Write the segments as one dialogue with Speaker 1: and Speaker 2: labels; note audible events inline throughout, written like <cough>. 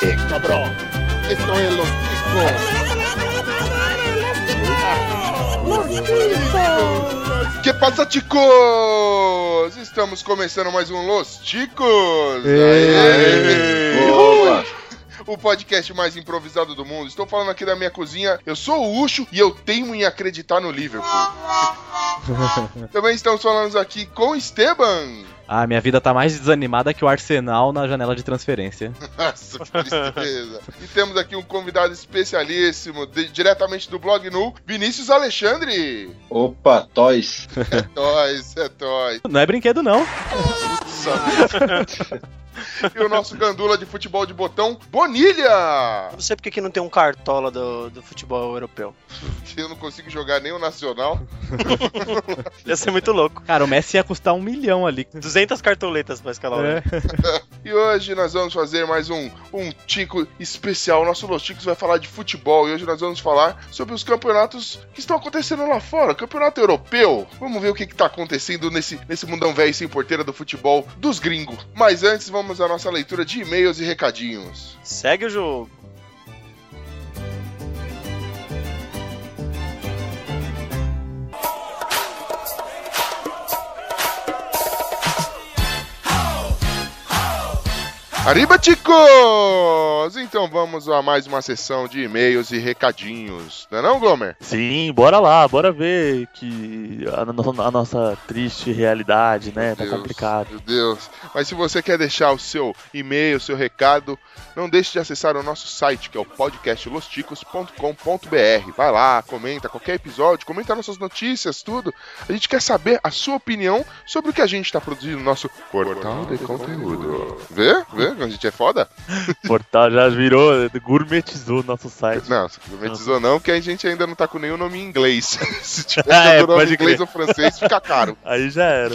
Speaker 1: ¡Cállate, cabrón! Esto es los discos.
Speaker 2: Que passa, ticos? Estamos começando mais um Los Ticos. Aê!
Speaker 1: Boa!
Speaker 2: O podcast mais improvisado do mundo. Estou falando aqui da minha cozinha. Eu sou o Ucho e eu teimo em acreditar no Liverpool. Também estamos falando aqui com Esteban. <laughs>
Speaker 3: Ah, minha vida tá mais desanimada que o Arsenal na janela de transferência.
Speaker 2: Nossa, que tristeza. e temos aqui um convidado especialíssimo, de- diretamente do Blog Nu, Vinícius Alexandre.
Speaker 1: Opa, Toys.
Speaker 2: <laughs> É nóis, é nóis.
Speaker 3: Não é brinquedo, não.
Speaker 2: Nossa. e o nosso gandula de futebol de botão, Bonilha!
Speaker 4: Não sei porque que não tem um cartola do, do futebol europeu.
Speaker 2: Que eu não consigo jogar nem o Nacional.
Speaker 4: Ia ser
Speaker 3: <laughs>
Speaker 4: muito louco.
Speaker 3: Cara, o Messi ia custar um milhão ali.
Speaker 4: 200 cartoletas pra escalar o
Speaker 3: É.
Speaker 2: E hoje nós vamos fazer mais um, um Tico especial. Nosso Los Ticos vai falar de futebol e hoje nós vamos falar sobre os campeonatos que estão acontecendo lá fora. Campeonato europeu. Vamos ver o que, que tá acontecendo nesse, nesse mundão velho sem porteira do futebol dos gringos. Mas antes, vamos à nossa leitura de e-mails e recadinhos.
Speaker 4: Segue o jogo.
Speaker 2: Arriba, Ticos! Então vamos a mais uma sessão de e-mails e recadinhos. Não é não, Glomer?
Speaker 5: Sim, bora lá, bora ver que a, no- a nossa triste realidade, né, tá
Speaker 2: Deus,
Speaker 5: complicado.
Speaker 2: Meu Deus. Mas se você quer deixar o seu e-mail, o seu recado, não deixe de acessar o nosso site, que é o podcastlosticos.com.br. Vai lá, comenta qualquer episódio, comenta nossas notícias, tudo. A gente quer saber a sua opinião sobre o que a gente está produzindo no nosso portal de conteúdo. Vê? Vê? como A gente é foda?
Speaker 5: O portal já virou, gourmetizou nosso site.
Speaker 2: Não, você gourmetizou não, porque a gente ainda não tá com nenhum nome em inglês. <laughs> Se tiver
Speaker 5: Ah, <laughs> é,
Speaker 2: é, nome em
Speaker 5: pode
Speaker 2: inglês
Speaker 5: crer.
Speaker 2: ou francês, fica caro.
Speaker 5: Aí já
Speaker 2: <laughs>
Speaker 5: era.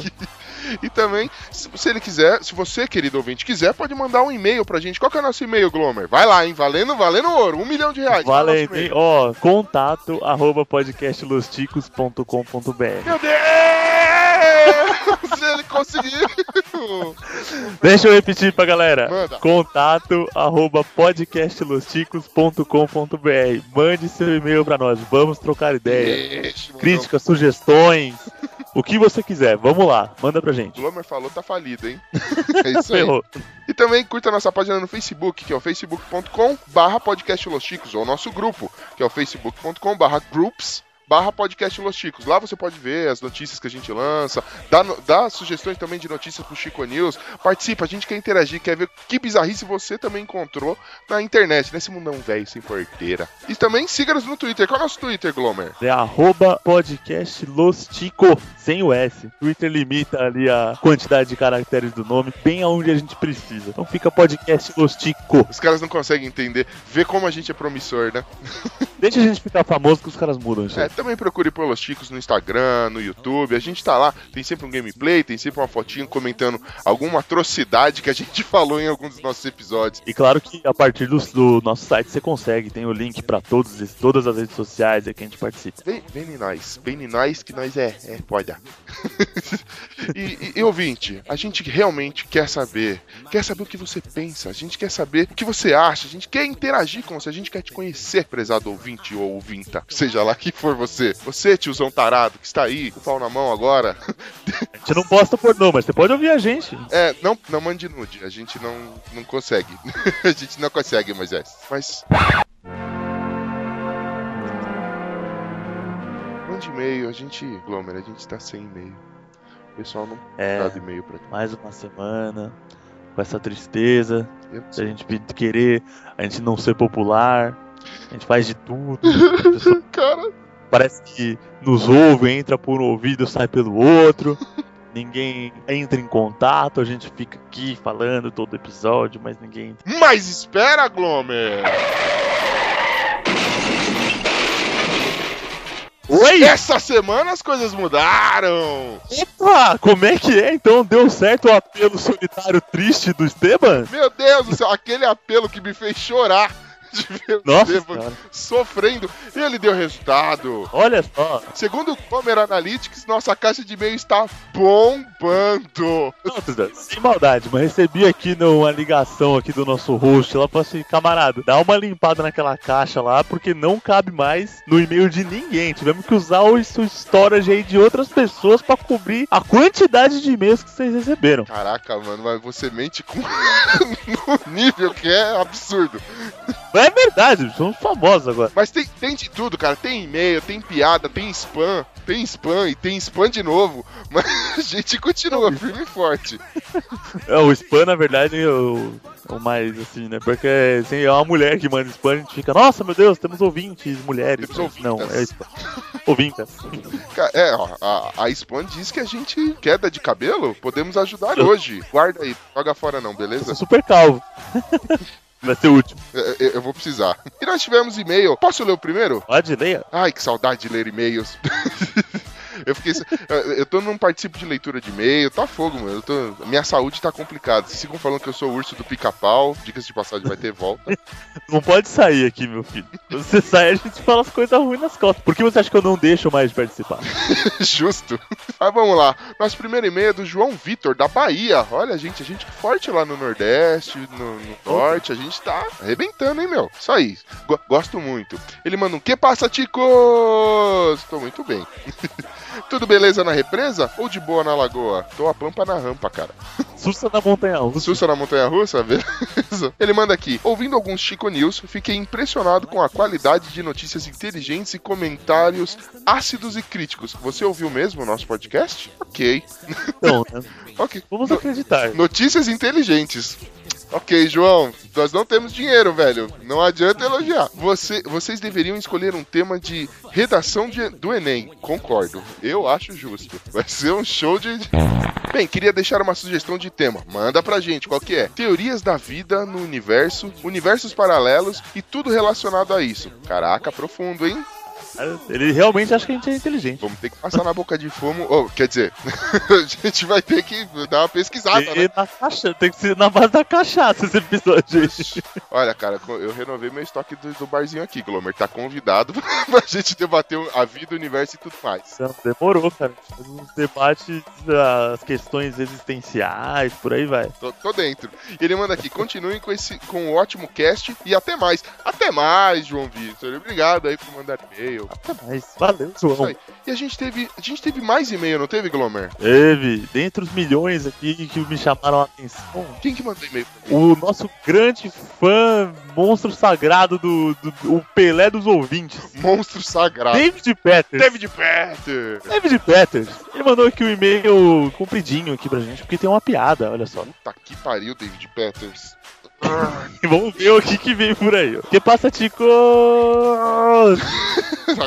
Speaker 2: E também, se se ele quiser, se você, querido ouvinte, quiser, pode mandar um e-mail pra gente. Qual que é o nosso e-mail, Glomer? Vai lá, hein? Valendo, valendo ouro. Um milhão de reais. Qual é o nosso
Speaker 5: Valendo, hein?
Speaker 2: e-mail?
Speaker 5: Ó, contato arroba podcastlosticos.com.br
Speaker 2: Meu Deus! <laughs> se ele conseguiu.
Speaker 5: Deixa eu repetir pra
Speaker 2: <laughs>
Speaker 5: galera.
Speaker 2: Manda.
Speaker 5: Contato arroba podcastlosticos.com.br Mande seu e-mail pra nós, vamos trocar ideia.
Speaker 2: Ixi, mandou.
Speaker 5: Críticas, sugestões, o que você quiser, vamos lá, manda pra
Speaker 2: O
Speaker 5: gente.
Speaker 2: Glomer falou, tá falido,
Speaker 5: <laughs>
Speaker 2: hein? É isso aí.
Speaker 5: Ferrou.
Speaker 2: E também curta nossa página no Facebook, que é o facebook.com barra podcast Los Chicos, ou nosso grupo, que é o facebook.com barra groups barra podcast Los Chicos. Lá você pode ver as notícias que a gente lança, dá, no- dá sugestões também de notícias pro Chico News, participa, a gente quer interagir, quer ver que bizarrice você também encontrou na internet, nesse mundão velho sem porteira. E também siga-nos no Twitter, qual é o nosso Twitter, Glomer?
Speaker 5: É arroba podcast Los Tico, sem o S. Twitter limita ali a quantidade de caracteres do nome, bem aonde a gente precisa. Então fica podcast Los Tico.
Speaker 2: Os caras não conseguem entender, vê como a gente é promissor, né?
Speaker 5: Deixa a gente ficar famoso que os caras mudam,
Speaker 2: É,
Speaker 5: gente.
Speaker 2: também procure pelos Chicos no Instagram, no YouTube. A gente tá lá, tem sempre um gameplay, tem sempre uma fotinho comentando alguma atrocidade que a gente <laughs> falou em algum dos nossos episódios.
Speaker 5: E claro que a partir do, do nosso site você consegue, tem o link pra todos, esses- todas as redes sociais é que a gente participa.
Speaker 2: Vem, vem em nós, vem em nós que nós é, é, pode. dar. <laughs> e, e, e ouvinte, a gente realmente quer saber, quer saber o que você pensa, a gente quer saber o que você acha, a gente quer interagir com você, a gente quer te conhecer, prezado ouvinte ou ouvinta, seja lá que for você. Você, tiozão tarado, que está aí, com o pau na mão agora, <laughs>
Speaker 5: A gente não posta pornô, mas você pode ouvir a gente.
Speaker 2: É, não, não mande nude. A gente não, não consegue. <laughs> a gente não consegue, Moisés. Mas. Mande e-mail. A gente. Glomer, a gente tá sem e-mail. O pessoal não
Speaker 5: É,
Speaker 2: dá e-mail pra gente.
Speaker 5: mais uma semana com essa tristeza,
Speaker 2: Eu não
Speaker 5: da
Speaker 2: sei.
Speaker 5: gente querer, a gente não ser popular, a gente faz de tudo, a pessoa
Speaker 2: Cara,
Speaker 5: Parece que nos ouve, entra por um ouvido, sai pelo outro. Ninguém entra em contato, a gente fica aqui falando todo episódio, mas ninguém entra.
Speaker 2: mas espera, Glomer!
Speaker 5: Oi!
Speaker 2: Essa semana as coisas mudaram!
Speaker 5: Opa! Como é que é? Então deu certo o apelo solitário triste do Esteban?
Speaker 2: Meu Deus do céu, aquele apelo que me fez chorar devia
Speaker 5: Nossa,
Speaker 2: ser,
Speaker 5: senhora.
Speaker 2: sofrendo. E ele deu resultado.
Speaker 5: olha só.
Speaker 2: Segundo o Comer Analytics, nossa caixa de e-mail está bombando.
Speaker 5: Não, Duda, sem maldade, mas recebi aqui no- uma ligação aqui do nosso host. Ela falou assim, camarada, dá uma limpada naquela caixa lá, porque não cabe mais no e-mail de ninguém. Tivemos que usar o o storage aí de outras pessoas pra cobrir a quantidade de e-mails que vocês receberam.
Speaker 2: Caraca, mano, mas você mente com <laughs> um nível que é absurdo.
Speaker 5: Mas é verdade, somos famosos agora.
Speaker 2: Mas tem, tem de tudo, cara. Tem e-mail, tem piada, tem spam, tem spam e tem spam de novo. <laughs> Mas a gente continua firme e forte.
Speaker 5: É, o spam, na verdade, é o, é o mais assim, né? Porque assim, é uma mulher que manda spam, a gente fica, nossa, meu Deus, temos ouvintes, mulheres.
Speaker 2: Temos
Speaker 5: Mas Não,
Speaker 2: ouvintas.
Speaker 5: é spam. Ouvintas.
Speaker 2: Ca- É, ó, a, a spam diz que a gente queda de cabelo. Podemos ajudar hoje. Guarda aí, joga fora não,
Speaker 5: Eu
Speaker 2: beleza?
Speaker 5: sou super calvo. <laughs> Vai ser útil.
Speaker 2: É, é, Eu vou precisar. E nós tivemos e-mail. Posso ler o primeiro?
Speaker 5: Pode, leia.
Speaker 2: Ai, que saudade de ler e-mails. <laughs> Eu fiquei. eu- Eu tô não participo de leitura de e-mail, tá fogo, mano. Eu tô- minha saúde tá complicada. Vocês ficam falando que eu sou o urso do pica-pau. Dicas de passagem vai ter volta.
Speaker 5: Não pode sair aqui, meu filho. Quando Você sai, a gente fala as coisas ruins nas costas. Por que você acha que eu não deixo mais de participar?
Speaker 2: <laughs> Justo. Mas vamos lá. Nosso primeiro e-mail é do João Vitor, da Bahia. Olha, gente, a gente que forte lá no Nordeste, no, no Norte. A gente tá arrebentando, hein, meu? Isso aí. Go- gosto muito. Ele manda um Que passa, Ticos? Tô muito bem. <laughs> Tudo beleza na represa ou de boa na lagoa? Tô a pampa na rampa, cara.
Speaker 5: Sussa na montanha russa.
Speaker 2: Sussa na Montanha Russa, <laughs> beleza? Ele manda aqui. Ouvindo alguns Chico News, fiquei impressionado com a qualidade de notícias inteligentes e comentários ácidos e críticos. Você ouviu mesmo o nosso podcast? Ok.
Speaker 5: Então, né?
Speaker 2: Ok.
Speaker 5: Vamos acreditar.
Speaker 2: Notícias inteligentes. Ok, João, nós não temos dinheiro, velho. Não adianta elogiar. Você- vocês deveriam escolher um tema de redação de- do Enem. Concordo. Eu acho justo. Vai ser um show de. Bem, queria deixar uma sugestão de tema. Manda pra gente, qual que é? Teorias da vida no universo, universos paralelos e tudo relacionado a isso. Caraca, profundo, hein?
Speaker 5: Ele realmente acha que a gente é inteligente.
Speaker 2: Vamos ter que passar na boca de fumo. Oh, quer dizer, <laughs> a gente vai ter que dar uma pesquisada, né?
Speaker 5: E na caixa, tem que ser na base da cachaça esse episódio, gente.
Speaker 2: Olha, cara, co- eu renovei meu estoque do, do barzinho aqui, Glomer. Tá convidado <laughs> pra gente debater o- a vida, o universo e tudo mais.
Speaker 5: Não, demorou, cara. Os debates, as questões existenciais, por aí vai.
Speaker 2: Tô, tô dentro. E ele manda aqui, continuem com esse com o ótimo cast e até mais. Até mais, João Vitor. Obrigado aí por mandar e-mail.
Speaker 5: Até mais. Valeu, João.
Speaker 2: aí. E a gente teve, a gente teve mais e-mail, não teve, Glomer?
Speaker 5: Teve, dentre os milhões aqui que me chamaram a atenção,
Speaker 2: Quem que mandou e-mail? pra mim?
Speaker 5: o nosso grande fã, monstro sagrado do, do- o Pelé dos ouvintes,
Speaker 2: Monstro Sagrado.
Speaker 5: David Peters.
Speaker 2: David Petter.
Speaker 5: David Peters. Ele mandou aqui um e-mail compridinho aqui pra gente, porque tem uma piada, olha só.
Speaker 2: Tá que pariu, David <laughs> Petters.
Speaker 5: E <laughs> vamos ver o que que vem por aí. ó. Que passa, Tico? <laughs>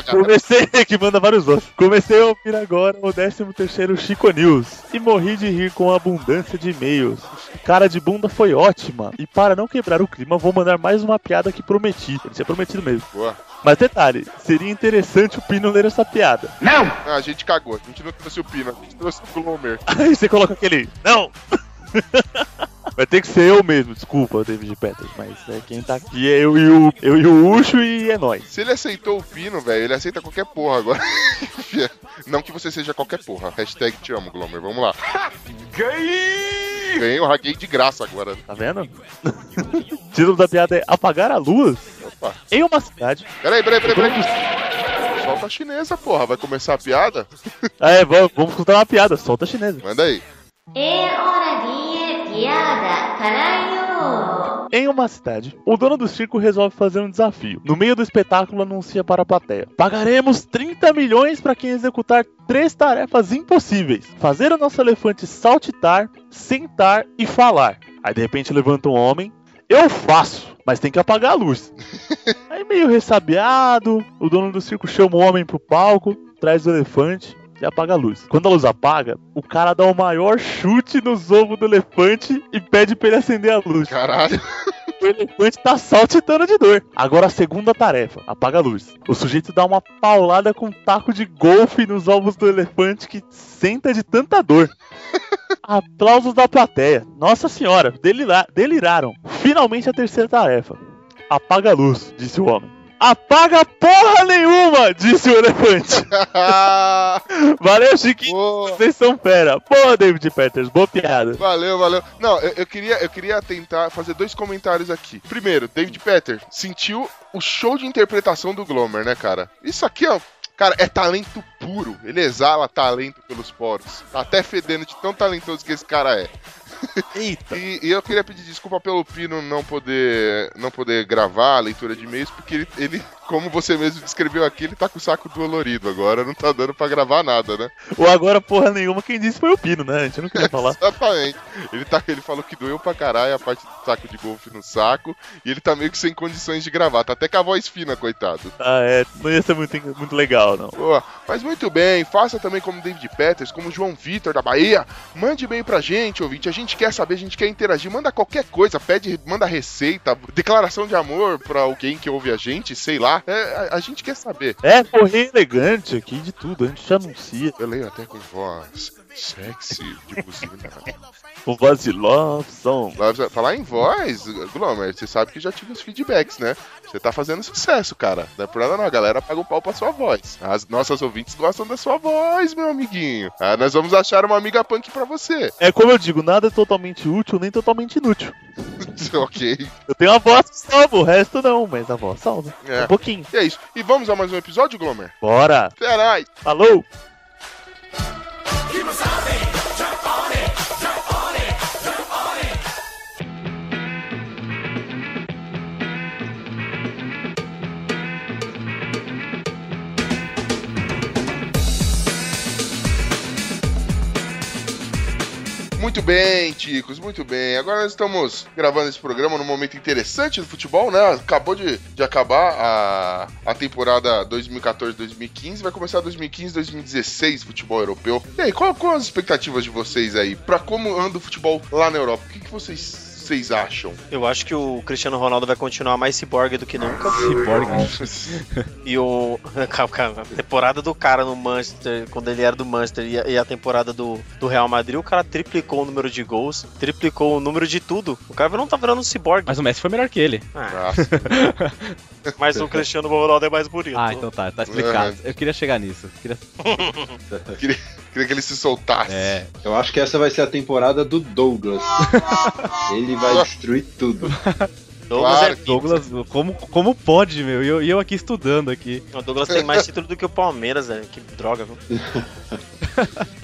Speaker 5: Comecei, que manda vários outros. Comecei a ouvir agora o 13º Chico News e morri de rir com a abundância de e-mails. Cara de bunda foi ótima. E para não quebrar o clima, vou mandar mais uma piada que prometi. Ele tinha prometido mesmo.
Speaker 2: Boa.
Speaker 5: Mas detalhe, seria interessante o Pino ler essa piada. <laughs>
Speaker 2: Ah, a gente cagou. A gente não trouxe o Pino, a gente trouxe o Glomer.
Speaker 5: Aí você coloca aquele, não! <laughs> Vai ter que ser eu mesmo, desculpa, David Peters, mas é, quem tá aqui é eu e o, eu e o Ucho e é nóis.
Speaker 2: Se ele aceitou o pino, velho, ele aceita qualquer porra agora. <laughs> Não que você seja qualquer porra. Hashtag te amo, Glomer. Vamos lá. Ganhei! Ganhei o Haguei de graça agora.
Speaker 5: Tá vendo? <laughs> o título da piada é Apagar a Luz
Speaker 2: Opa.
Speaker 5: em uma cidade.
Speaker 2: Peraí, peraí, peraí, peraí. Solta a chinesa, porra. Vai começar a piada?
Speaker 5: Ah, é, vamos, vamos contar uma piada, solta a chinesa.
Speaker 2: Manda aí.
Speaker 6: É hora de piada, caralho!
Speaker 5: Em uma cidade, o dono do circo resolve fazer um desafio. No meio do espetáculo, anuncia para a plateia: Pagaremos 30 milhões para quem executar três tarefas impossíveis: fazer o nosso elefante saltitar, sentar e falar. Aí de repente levanta um homem: Eu faço, mas tem que apagar a luz. Aí meio ressabiado, o dono do circo chama o homem pro palco, traz o elefante. E apaga a luz. Quando a luz apaga, o cara dá o maior chute nos ovos do elefante e pede pra ele acender a luz.
Speaker 2: Caralho. <laughs>
Speaker 5: O elefante tá saltitando de dor. Agora a segunda tarefa, apaga a luz. O sujeito dá uma paulada com um taco de golfe nos ovos do elefante que senta de tanta dor. Aplausos da plateia. Nossa senhora, delira- deliraram. Finalmente a terceira tarefa. Apaga a luz, disse o homem. Apaga porra nenhuma, disse o elefante. Valeu, Chiquinho.
Speaker 2: Boa.
Speaker 5: Vocês são fera. Boa, David Peters. Boa piada.
Speaker 2: Valeu, valeu. Não, eu, eu queria, eu queria tentar fazer dois comentários aqui. Primeiro, David Petter sentiu o show de interpretação do Glomer, né, cara? Isso aqui, ó. Cara, é talento puro. Ele exala talento pelos poros. Tá até fedendo de tão talentoso que esse cara é.
Speaker 5: Eita.
Speaker 2: <laughs> E, e eu queria pedir desculpa pelo Pino não poder, não poder gravar a leitura de e-mails, porque ele, ele, como você mesmo descreveu aqui, ele tá com o saco dolorido agora. Não tá dando pra gravar nada, né?
Speaker 5: Ou agora porra nenhuma, quem disse foi o Pino, né? A gente não queria falar.
Speaker 2: Exatamente. Ele, tá, ele falou que doeu pra caralho a parte do saco de golfe no saco. E ele tá meio que sem condições de gravar. Tá até com a voz fina, coitado.
Speaker 5: Ah, é. Não ia ser muito, muito legal, não.
Speaker 2: Boa. Mas muito bem, faça também como David Peters, como João Vitor da Bahia. Mande e-mail pra gente, ouvinte. A gente quer saber, a gente quer interagir. Manda qualquer coisa, pede, manda receita, declaração de amor pra alguém que ouve a gente, sei lá. É, a, a gente quer saber.
Speaker 5: É, correr elegante aqui de tudo. A gente já anuncia.
Speaker 2: Eu leio até com voz sexy de buzina.
Speaker 5: O Vazilovson.
Speaker 2: Lá, precisa- Falar em voz, Glomer, você sabe que já tive os feedbacks, né? Você tá fazendo sucesso, cara. Não é por nada não, a galera paga um pau pra sua voz. As nossas ouvintes gostam da sua voz, meu amiguinho. Ah, nós vamos achar uma amiga punk pra você. <laughs>
Speaker 5: É como eu digo, nada é totalmente útil nem totalmente inútil.
Speaker 2: ok.
Speaker 5: Eu tenho a voz que salva, o resto não, mas a voz salva.
Speaker 2: É.
Speaker 5: Um pouquinho.
Speaker 2: E é isso. E vamos a mais um episódio, Glomer?
Speaker 5: Bora!
Speaker 2: Caralho.
Speaker 5: Falou!
Speaker 2: Muito bem, Ticos, muito bem. Agora nós estamos gravando esse programa num momento interessante do futebol, né? Acabou de, de acabar a, a temporada 2014-2015, vai começar 2015-2016 futebol europeu. E aí, qual, qual as expectativas de vocês aí pra como anda o futebol lá na Europa? O que, que vocês, vocês acham?
Speaker 4: Eu acho que o Cristiano Ronaldo vai continuar mais ciborgue do que nunca. E o <laughs> calma, calma. a temporada do cara no Manchester, quando ele era do Manchester, e a, e a temporada do, do Real Madrid, o cara triplicou o número de gols, triplicou o número de tudo. O cara não tá virando um ciborgue.
Speaker 3: Mas o Messi foi melhor que ele.
Speaker 4: Ah,
Speaker 2: Ah,
Speaker 4: mas o Cristiano Ronaldo é mais bonito.
Speaker 3: Ah, então tá, tá explicado. Eu queria chegar nisso. Eu queria-
Speaker 2: <laughs> queria que ele se soltasse.
Speaker 3: É,
Speaker 1: Eu acho que essa vai ser a temporada do Douglas. <laughs> Ele vai destruir tudo.
Speaker 4: Douglas
Speaker 2: claro
Speaker 4: é pica.
Speaker 3: Douglas, como, como pode, meu? E eu, e eu aqui estudando aqui.
Speaker 4: O Douglas tem mais título do que o Palmeiras, velho. Que droga, viu?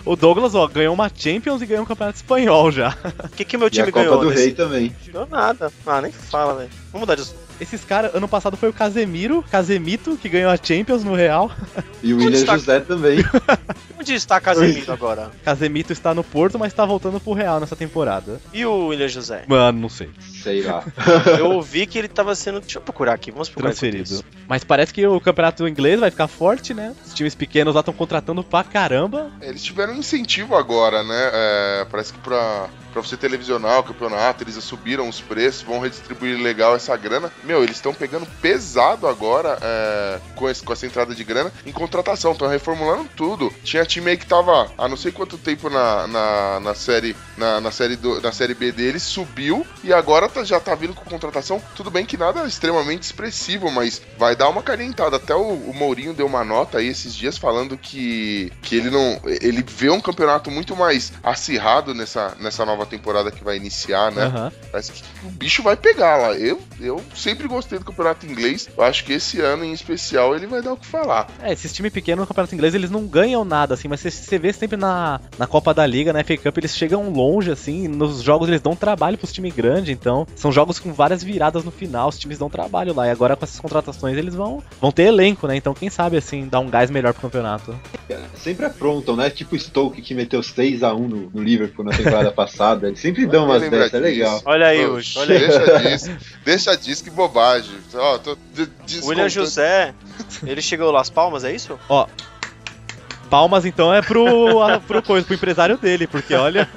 Speaker 3: O Douglas, ó, ganhou uma Champions e ganhou um campeonato espanhol já.
Speaker 4: O que, que meu
Speaker 1: E
Speaker 4: time
Speaker 1: a Copa
Speaker 4: ganhou? né?
Speaker 1: do
Speaker 4: nesse-
Speaker 1: Rei também.
Speaker 4: Ganhou nada. Ah, nem fala, velho. Vamos mudar de assunto.
Speaker 3: Esses caras, ano passado foi o Casemiro, Casemito, que ganhou a Champions no Real.
Speaker 1: E o
Speaker 4: Onde
Speaker 1: William
Speaker 4: está-
Speaker 1: José também.
Speaker 4: Onde está Casemiro agora?
Speaker 3: Casemito está no Porto, mas tá voltando pro Real nessa temporada.
Speaker 4: E o William José?
Speaker 3: <laughs> Mano, não sei.
Speaker 1: Sei lá.
Speaker 4: Eu ouvi que ele tava sendo. Deixa eu procurar aqui, vamos procurar.
Speaker 3: Transferido. Mas parece que o campeonato inglês vai ficar forte, né? Os times pequenos lá estão contratando pra caramba.
Speaker 2: Eles tiveram um incentivo agora, né? É, parece que pra, pra você televisionar o campeonato, eles subiram os preços, vão redistribuir legal essa grana. Meu, eles estão pegando pesado agora é, com, esse- com essa entrada de grana em contratação, estão reformulando tudo. Tinha time aí que tava há não sei quanto tempo na, na, na série na, na série do, na série B deles, subiu e agora tá- já tá vindo com contratação. Tudo bem que nada extremamente expressivo, mas vai dar uma carentada. Até o, o Mourinho deu uma nota aí esses dias falando que, que ele não. Ele vê um campeonato muito mais acirrado nessa, nessa nova temporada que vai iniciar, né?
Speaker 3: Aham.
Speaker 2: Parece que o bicho vai pegar lá. Eu, eu sempre gostei do campeonato inglês. Eu acho que esse ano em especial ele vai dar o que falar.
Speaker 3: É, esses times pequenos no campeonato inglês, eles não ganham nada, assim, mas você- você vê sempre na, na Copa da Liga, na FA Cup, eles chegam longe, assim, e nos jogos eles dão trabalho pros times grandes, então, são jogos com várias viradas no final, os times dão trabalho lá, e agora com essas contratações eles vão, vão ter elenco, né, então quem sabe, assim, dar um gás melhor pro campeonato.
Speaker 1: Sempre aprontam, né? Tipo o Stoke que meteu 6x1 no, no Liverpool na temporada passada. Eles sempre dão umas
Speaker 2: Lembra
Speaker 1: dessas, é
Speaker 2: disso?
Speaker 1: legal.
Speaker 4: Olha aí,
Speaker 2: Pô,
Speaker 4: Ucho, olha aí.
Speaker 2: Deixa disso. <laughs> Deixa disso, que bobagem. Ó, tô de-
Speaker 4: William
Speaker 2: descontando-
Speaker 4: José, ele chegou Las Palmas, é isso?
Speaker 3: Palmas, então, é pro, <laughs> a- pro coisa, pro empresário dele, porque, olha,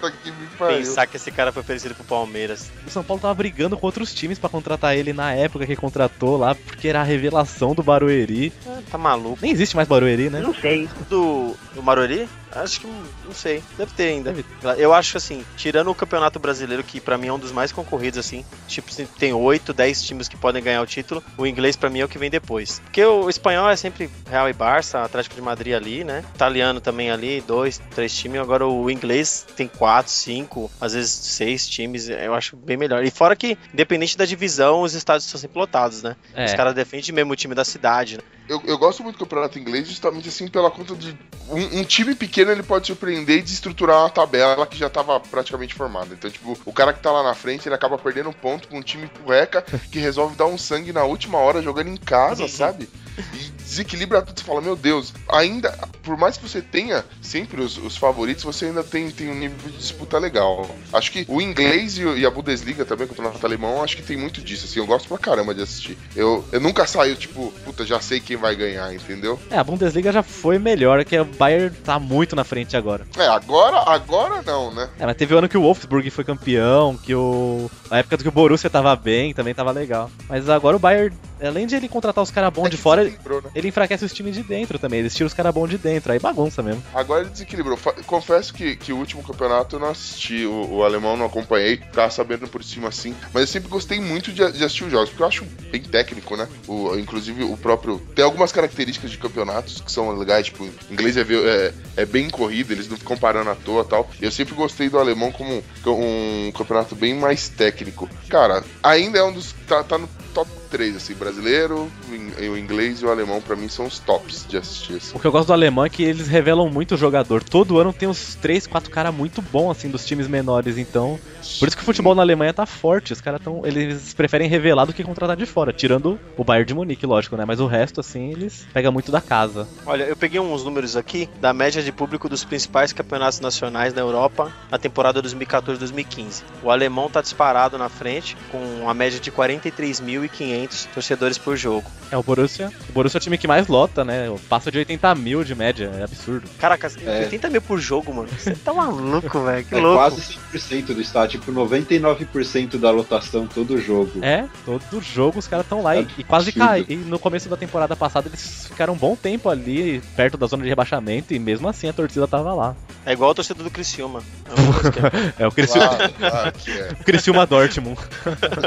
Speaker 2: Puta que me pariu.
Speaker 4: Pensar que esse cara foi oferecido pro Palmeiras.
Speaker 3: o São Paulo tava brigando com outros times pra contratar ele na época que contratou lá, porque era a revelação do Barueri.
Speaker 4: Ah, Tá maluco.
Speaker 3: Nem existe mais Barueri, né?
Speaker 4: Não sei. Do, do Marori? Acho que, não sei, deve ter ainda. Eu acho assim, tirando o Campeonato Brasileiro, que pra mim é um dos mais concorridos, assim, tipo, se tem 8, 10 times que podem ganhar o título, o inglês pra mim é o que vem depois. Porque o espanhol é sempre Real e Barça, Atlético de Madrid ali, né? Italiano também ali, dois, três times. Agora o inglês tem quatro, cinco, às vezes seis times, eu acho bem melhor. E fora que, independente da divisão, os estádios são sempre lotados, né?
Speaker 3: É.
Speaker 4: Os caras defendem mesmo o time da cidade, né?
Speaker 2: Eu, eu gosto muito do campeonato inglês justamente assim pela conta de um, um time pequeno ele pode surpreender e desestruturar uma tabela que já tava praticamente formada. Então, tipo, o cara que tá lá na frente, ele acaba perdendo um ponto com um time purreca que resolve dar um sangue na última hora jogando em casa, sabe? E desequilibra tudo. Você fala, meu Deus, ainda, por mais que você tenha sempre os, os favoritos, você ainda tem, tem um nível de disputa legal. Acho que o inglês e, o- e a Bundesliga também, o campeonato alemão, acho que tem muito disso. Assim, eu gosto pra caramba de assistir. Eu, eu nunca saio, tipo, puta, já sei quem vai ganhar, entendeu?
Speaker 3: É, a Bundesliga já foi melhor, que o Bayern tá muito na frente agora.
Speaker 2: É, agora, agora não, né?
Speaker 3: É, mas teve o ano que o Wolfsburg foi campeão, que o. A época do que o Borussia tava bem, também tava legal. Mas agora o Bayern, além de ele contratar os caras bons
Speaker 2: É
Speaker 3: de
Speaker 2: que
Speaker 3: fora,
Speaker 2: desequilibrou, né?
Speaker 3: ele enfraquece os times de dentro também. Eles tiram os caras bons de dentro, aí bagunça mesmo.
Speaker 2: Agora ele desequilibrou. Fa- Confesso que, que o último campeonato eu não assisti, o, o alemão não acompanhei, ficava sabendo por cima assim. Mas eu sempre gostei muito de, de assistir os jogos, porque eu acho bem técnico, né? O, inclusive o próprio. Tem algumas características de campeonatos que são legais, tipo, o inglês é, ver- é, é bem corrido, eles não ficam parando à toa e tal. E eu sempre gostei do alemão como um, um campeonato bem mais técnico. Cara, ainda é um dos. tá, tá no top 3, assim, brasileiro, o in- o inglês e o alemão, pra mim, são os tops de assistir. Assim.
Speaker 3: O que eu gosto do alemão é que eles revelam muito o jogador. Todo ano tem uns 3, 4 caras muito bons, assim, dos times menores. Então, por isso que o futebol na Alemanha tá forte. Os caras tão. Eles preferem revelar do que contratar de fora. Tirando o Bayern de Munique, lógico, né? Mas o resto, assim, eles pegam muito da casa.
Speaker 4: Olha, eu peguei uns números aqui da média de público dos principais campeonatos nacionais da Europa na temporada 2014-2015. O alemão tá disparado na frente, com uma média de 43.500 torcedores por jogo.
Speaker 3: É o Borussia. O Borussia é o time que mais lota, né? Passa de 80 mil de média. É absurdo.
Speaker 4: Caraca,
Speaker 1: É.
Speaker 4: 80 mil por jogo, mano. Você tá maluco, velho. Que
Speaker 1: É
Speaker 4: louco.
Speaker 1: quase 100% do estádio, tipo 99% da lotação todo jogo.
Speaker 3: É, todo jogo os caras estão lá e, e quase
Speaker 1: Absurdo.
Speaker 3: caem. E no começo da temporada passada eles ficaram um bom tempo ali, perto da zona de rebaixamento, e mesmo assim a torcida tava lá.
Speaker 4: É igual o torcedor do Criciúma. É um dos que-
Speaker 3: É o Criciúma,
Speaker 2: Claro, claro que é.
Speaker 3: o Criciúma Dortmund.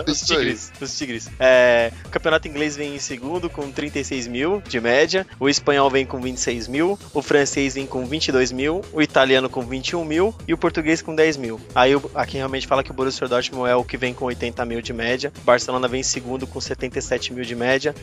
Speaker 4: Os tigres, os tigres. É, o campeonato inglês vem em segundo com 36 mil de média, o espanhol vem com 26 mil, o francês vem com 22 mil, o italiano com 21 mil e o português com 10 mil. Aí o- aqui realmente fala que o Borussia Dortmund é o que vem com 80 mil de média, o Barcelona vem em segundo com 77 mil de média,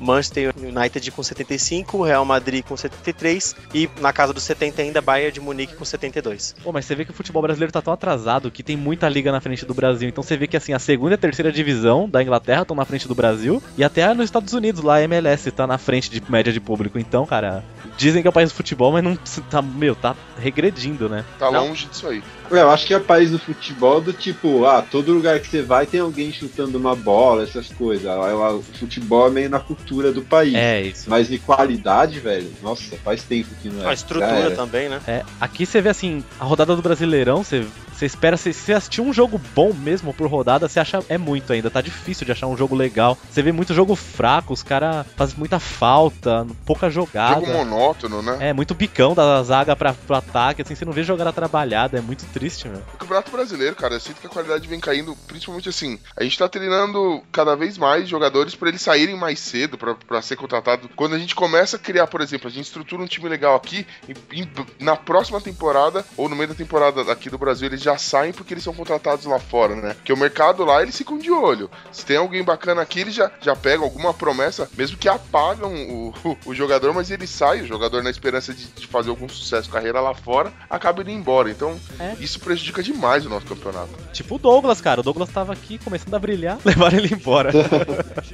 Speaker 4: Manchester United com 75, Real Madrid com 73 e na casa dos 70 ainda Bayern de Munique com 72.
Speaker 3: Pô, mas você vê que o futebol brasileiro tá tão atrasado que tem muita liga na frente do Brasil. Então você vê que assim, a segunda e a terceira divisão da Inglaterra estão na frente do Brasil. E até nos Estados Unidos, lá a MLS tá na frente de média de público. Então, cara, dizem que é o país do futebol, mas não tá, meu, tá regredindo, né?
Speaker 2: Tá
Speaker 4: Não.
Speaker 2: longe disso aí.
Speaker 1: Ué, eu acho que é país do futebol do tipo, ah, todo lugar que você vai tem alguém chutando uma bola, essas coisas. Ah, lá, O futebol é meio na cultura do país.
Speaker 3: É, isso.
Speaker 1: Mas de qualidade, velho, nossa, faz tempo que não é.
Speaker 4: A
Speaker 1: Já
Speaker 4: estrutura
Speaker 1: era.
Speaker 4: também, né?
Speaker 3: É, aqui você vê assim, a rodada do Brasileirão, você, você espera, se você assistir um jogo bom mesmo por rodada, você acha é muito ainda, tá difícil de achar um jogo legal. Você vê muito jogo fraco, os caras fazem muita falta, pouca
Speaker 2: Jogo
Speaker 3: jogada.
Speaker 2: monótono, né?
Speaker 3: É, muito bicão da zaga pra, pro ataque, assim, você não vê jogada trabalhada, é muito triste, meu.
Speaker 2: O Campeonato Brasileiro, cara, eu sinto que a qualidade vem caindo, principalmente assim. A gente tá treinando cada vez mais jogadores pra eles saírem mais cedo, pra- pra ser contratado. Quando a gente começa a criar, por exemplo, a gente estrutura um time legal aqui, e, e na próxima temporada, ou no meio da temporada aqui do Brasil, eles já saem porque eles são contratados lá fora, né? Porque o mercado lá, eles ficam de olho. Se tem alguém bacana aqui, eles já, já pegam alguma promessa, mesmo que apagam o, o, o jogador, mas ele sai, o jogador na esperança de, de fazer algum sucesso, carreira lá fora, acaba indo embora. Então, isso prejudica demais o nosso campeonato.
Speaker 3: Tipo o Douglas, cara, o Douglas tava aqui começando a brilhar, <laughs> levaram ele embora.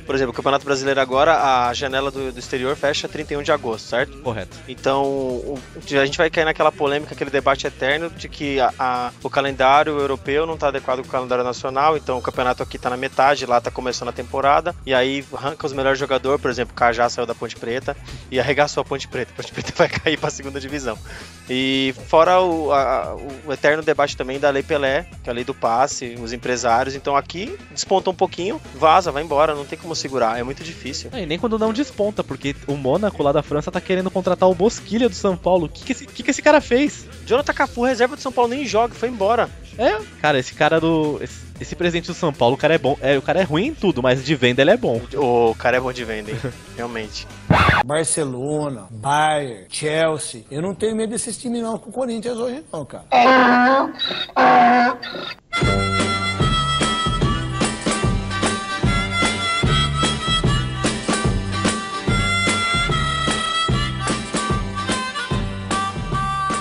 Speaker 4: Por exemplo, o Campeonato Brasileiro agora, a janela do, do exterior fecha 31 de agosto, certo?
Speaker 3: Correto.
Speaker 4: Então, o- a gente vai cair naquela polêmica, aquele debate eterno de que a- a- o calendário europeu não está adequado com o calendário nacional, então o campeonato aqui tá na metade, lá tá começando a temporada, e aí arranca os melhores jogadores, por exemplo, o Cajá saiu da Ponte Preta e arregaçou a Ponte Preta. <laughs> A Ponte Preta vai cair para a segunda divisão. E fora o, a- a- o eterno debate também da da Lei Pelé, que é a lei do passe, os empresários. Então aqui desponta um pouquinho, vaza, vai embora, não tem como segurar, é muito difícil.
Speaker 3: É, e nem quando não desponta, porque o Mônaco lá da França tá querendo contratar o Bosquilha do São Paulo. O que, que, esse, que que esse cara fez?
Speaker 4: Jonathan Cafu, reserva do São Paulo, nem joga, foi embora.
Speaker 3: É, cara, esse cara do. Esse, esse presidente do São Paulo, o cara é bom. É, o cara é ruim em tudo, mas de venda ele é bom.
Speaker 4: O cara é bom
Speaker 3: <laughs>
Speaker 4: de venda, hein? realmente.
Speaker 7: Barcelona, Bayern, Chelsea. Eu não tenho medo desses times não com o Corinthians hoje não, cara.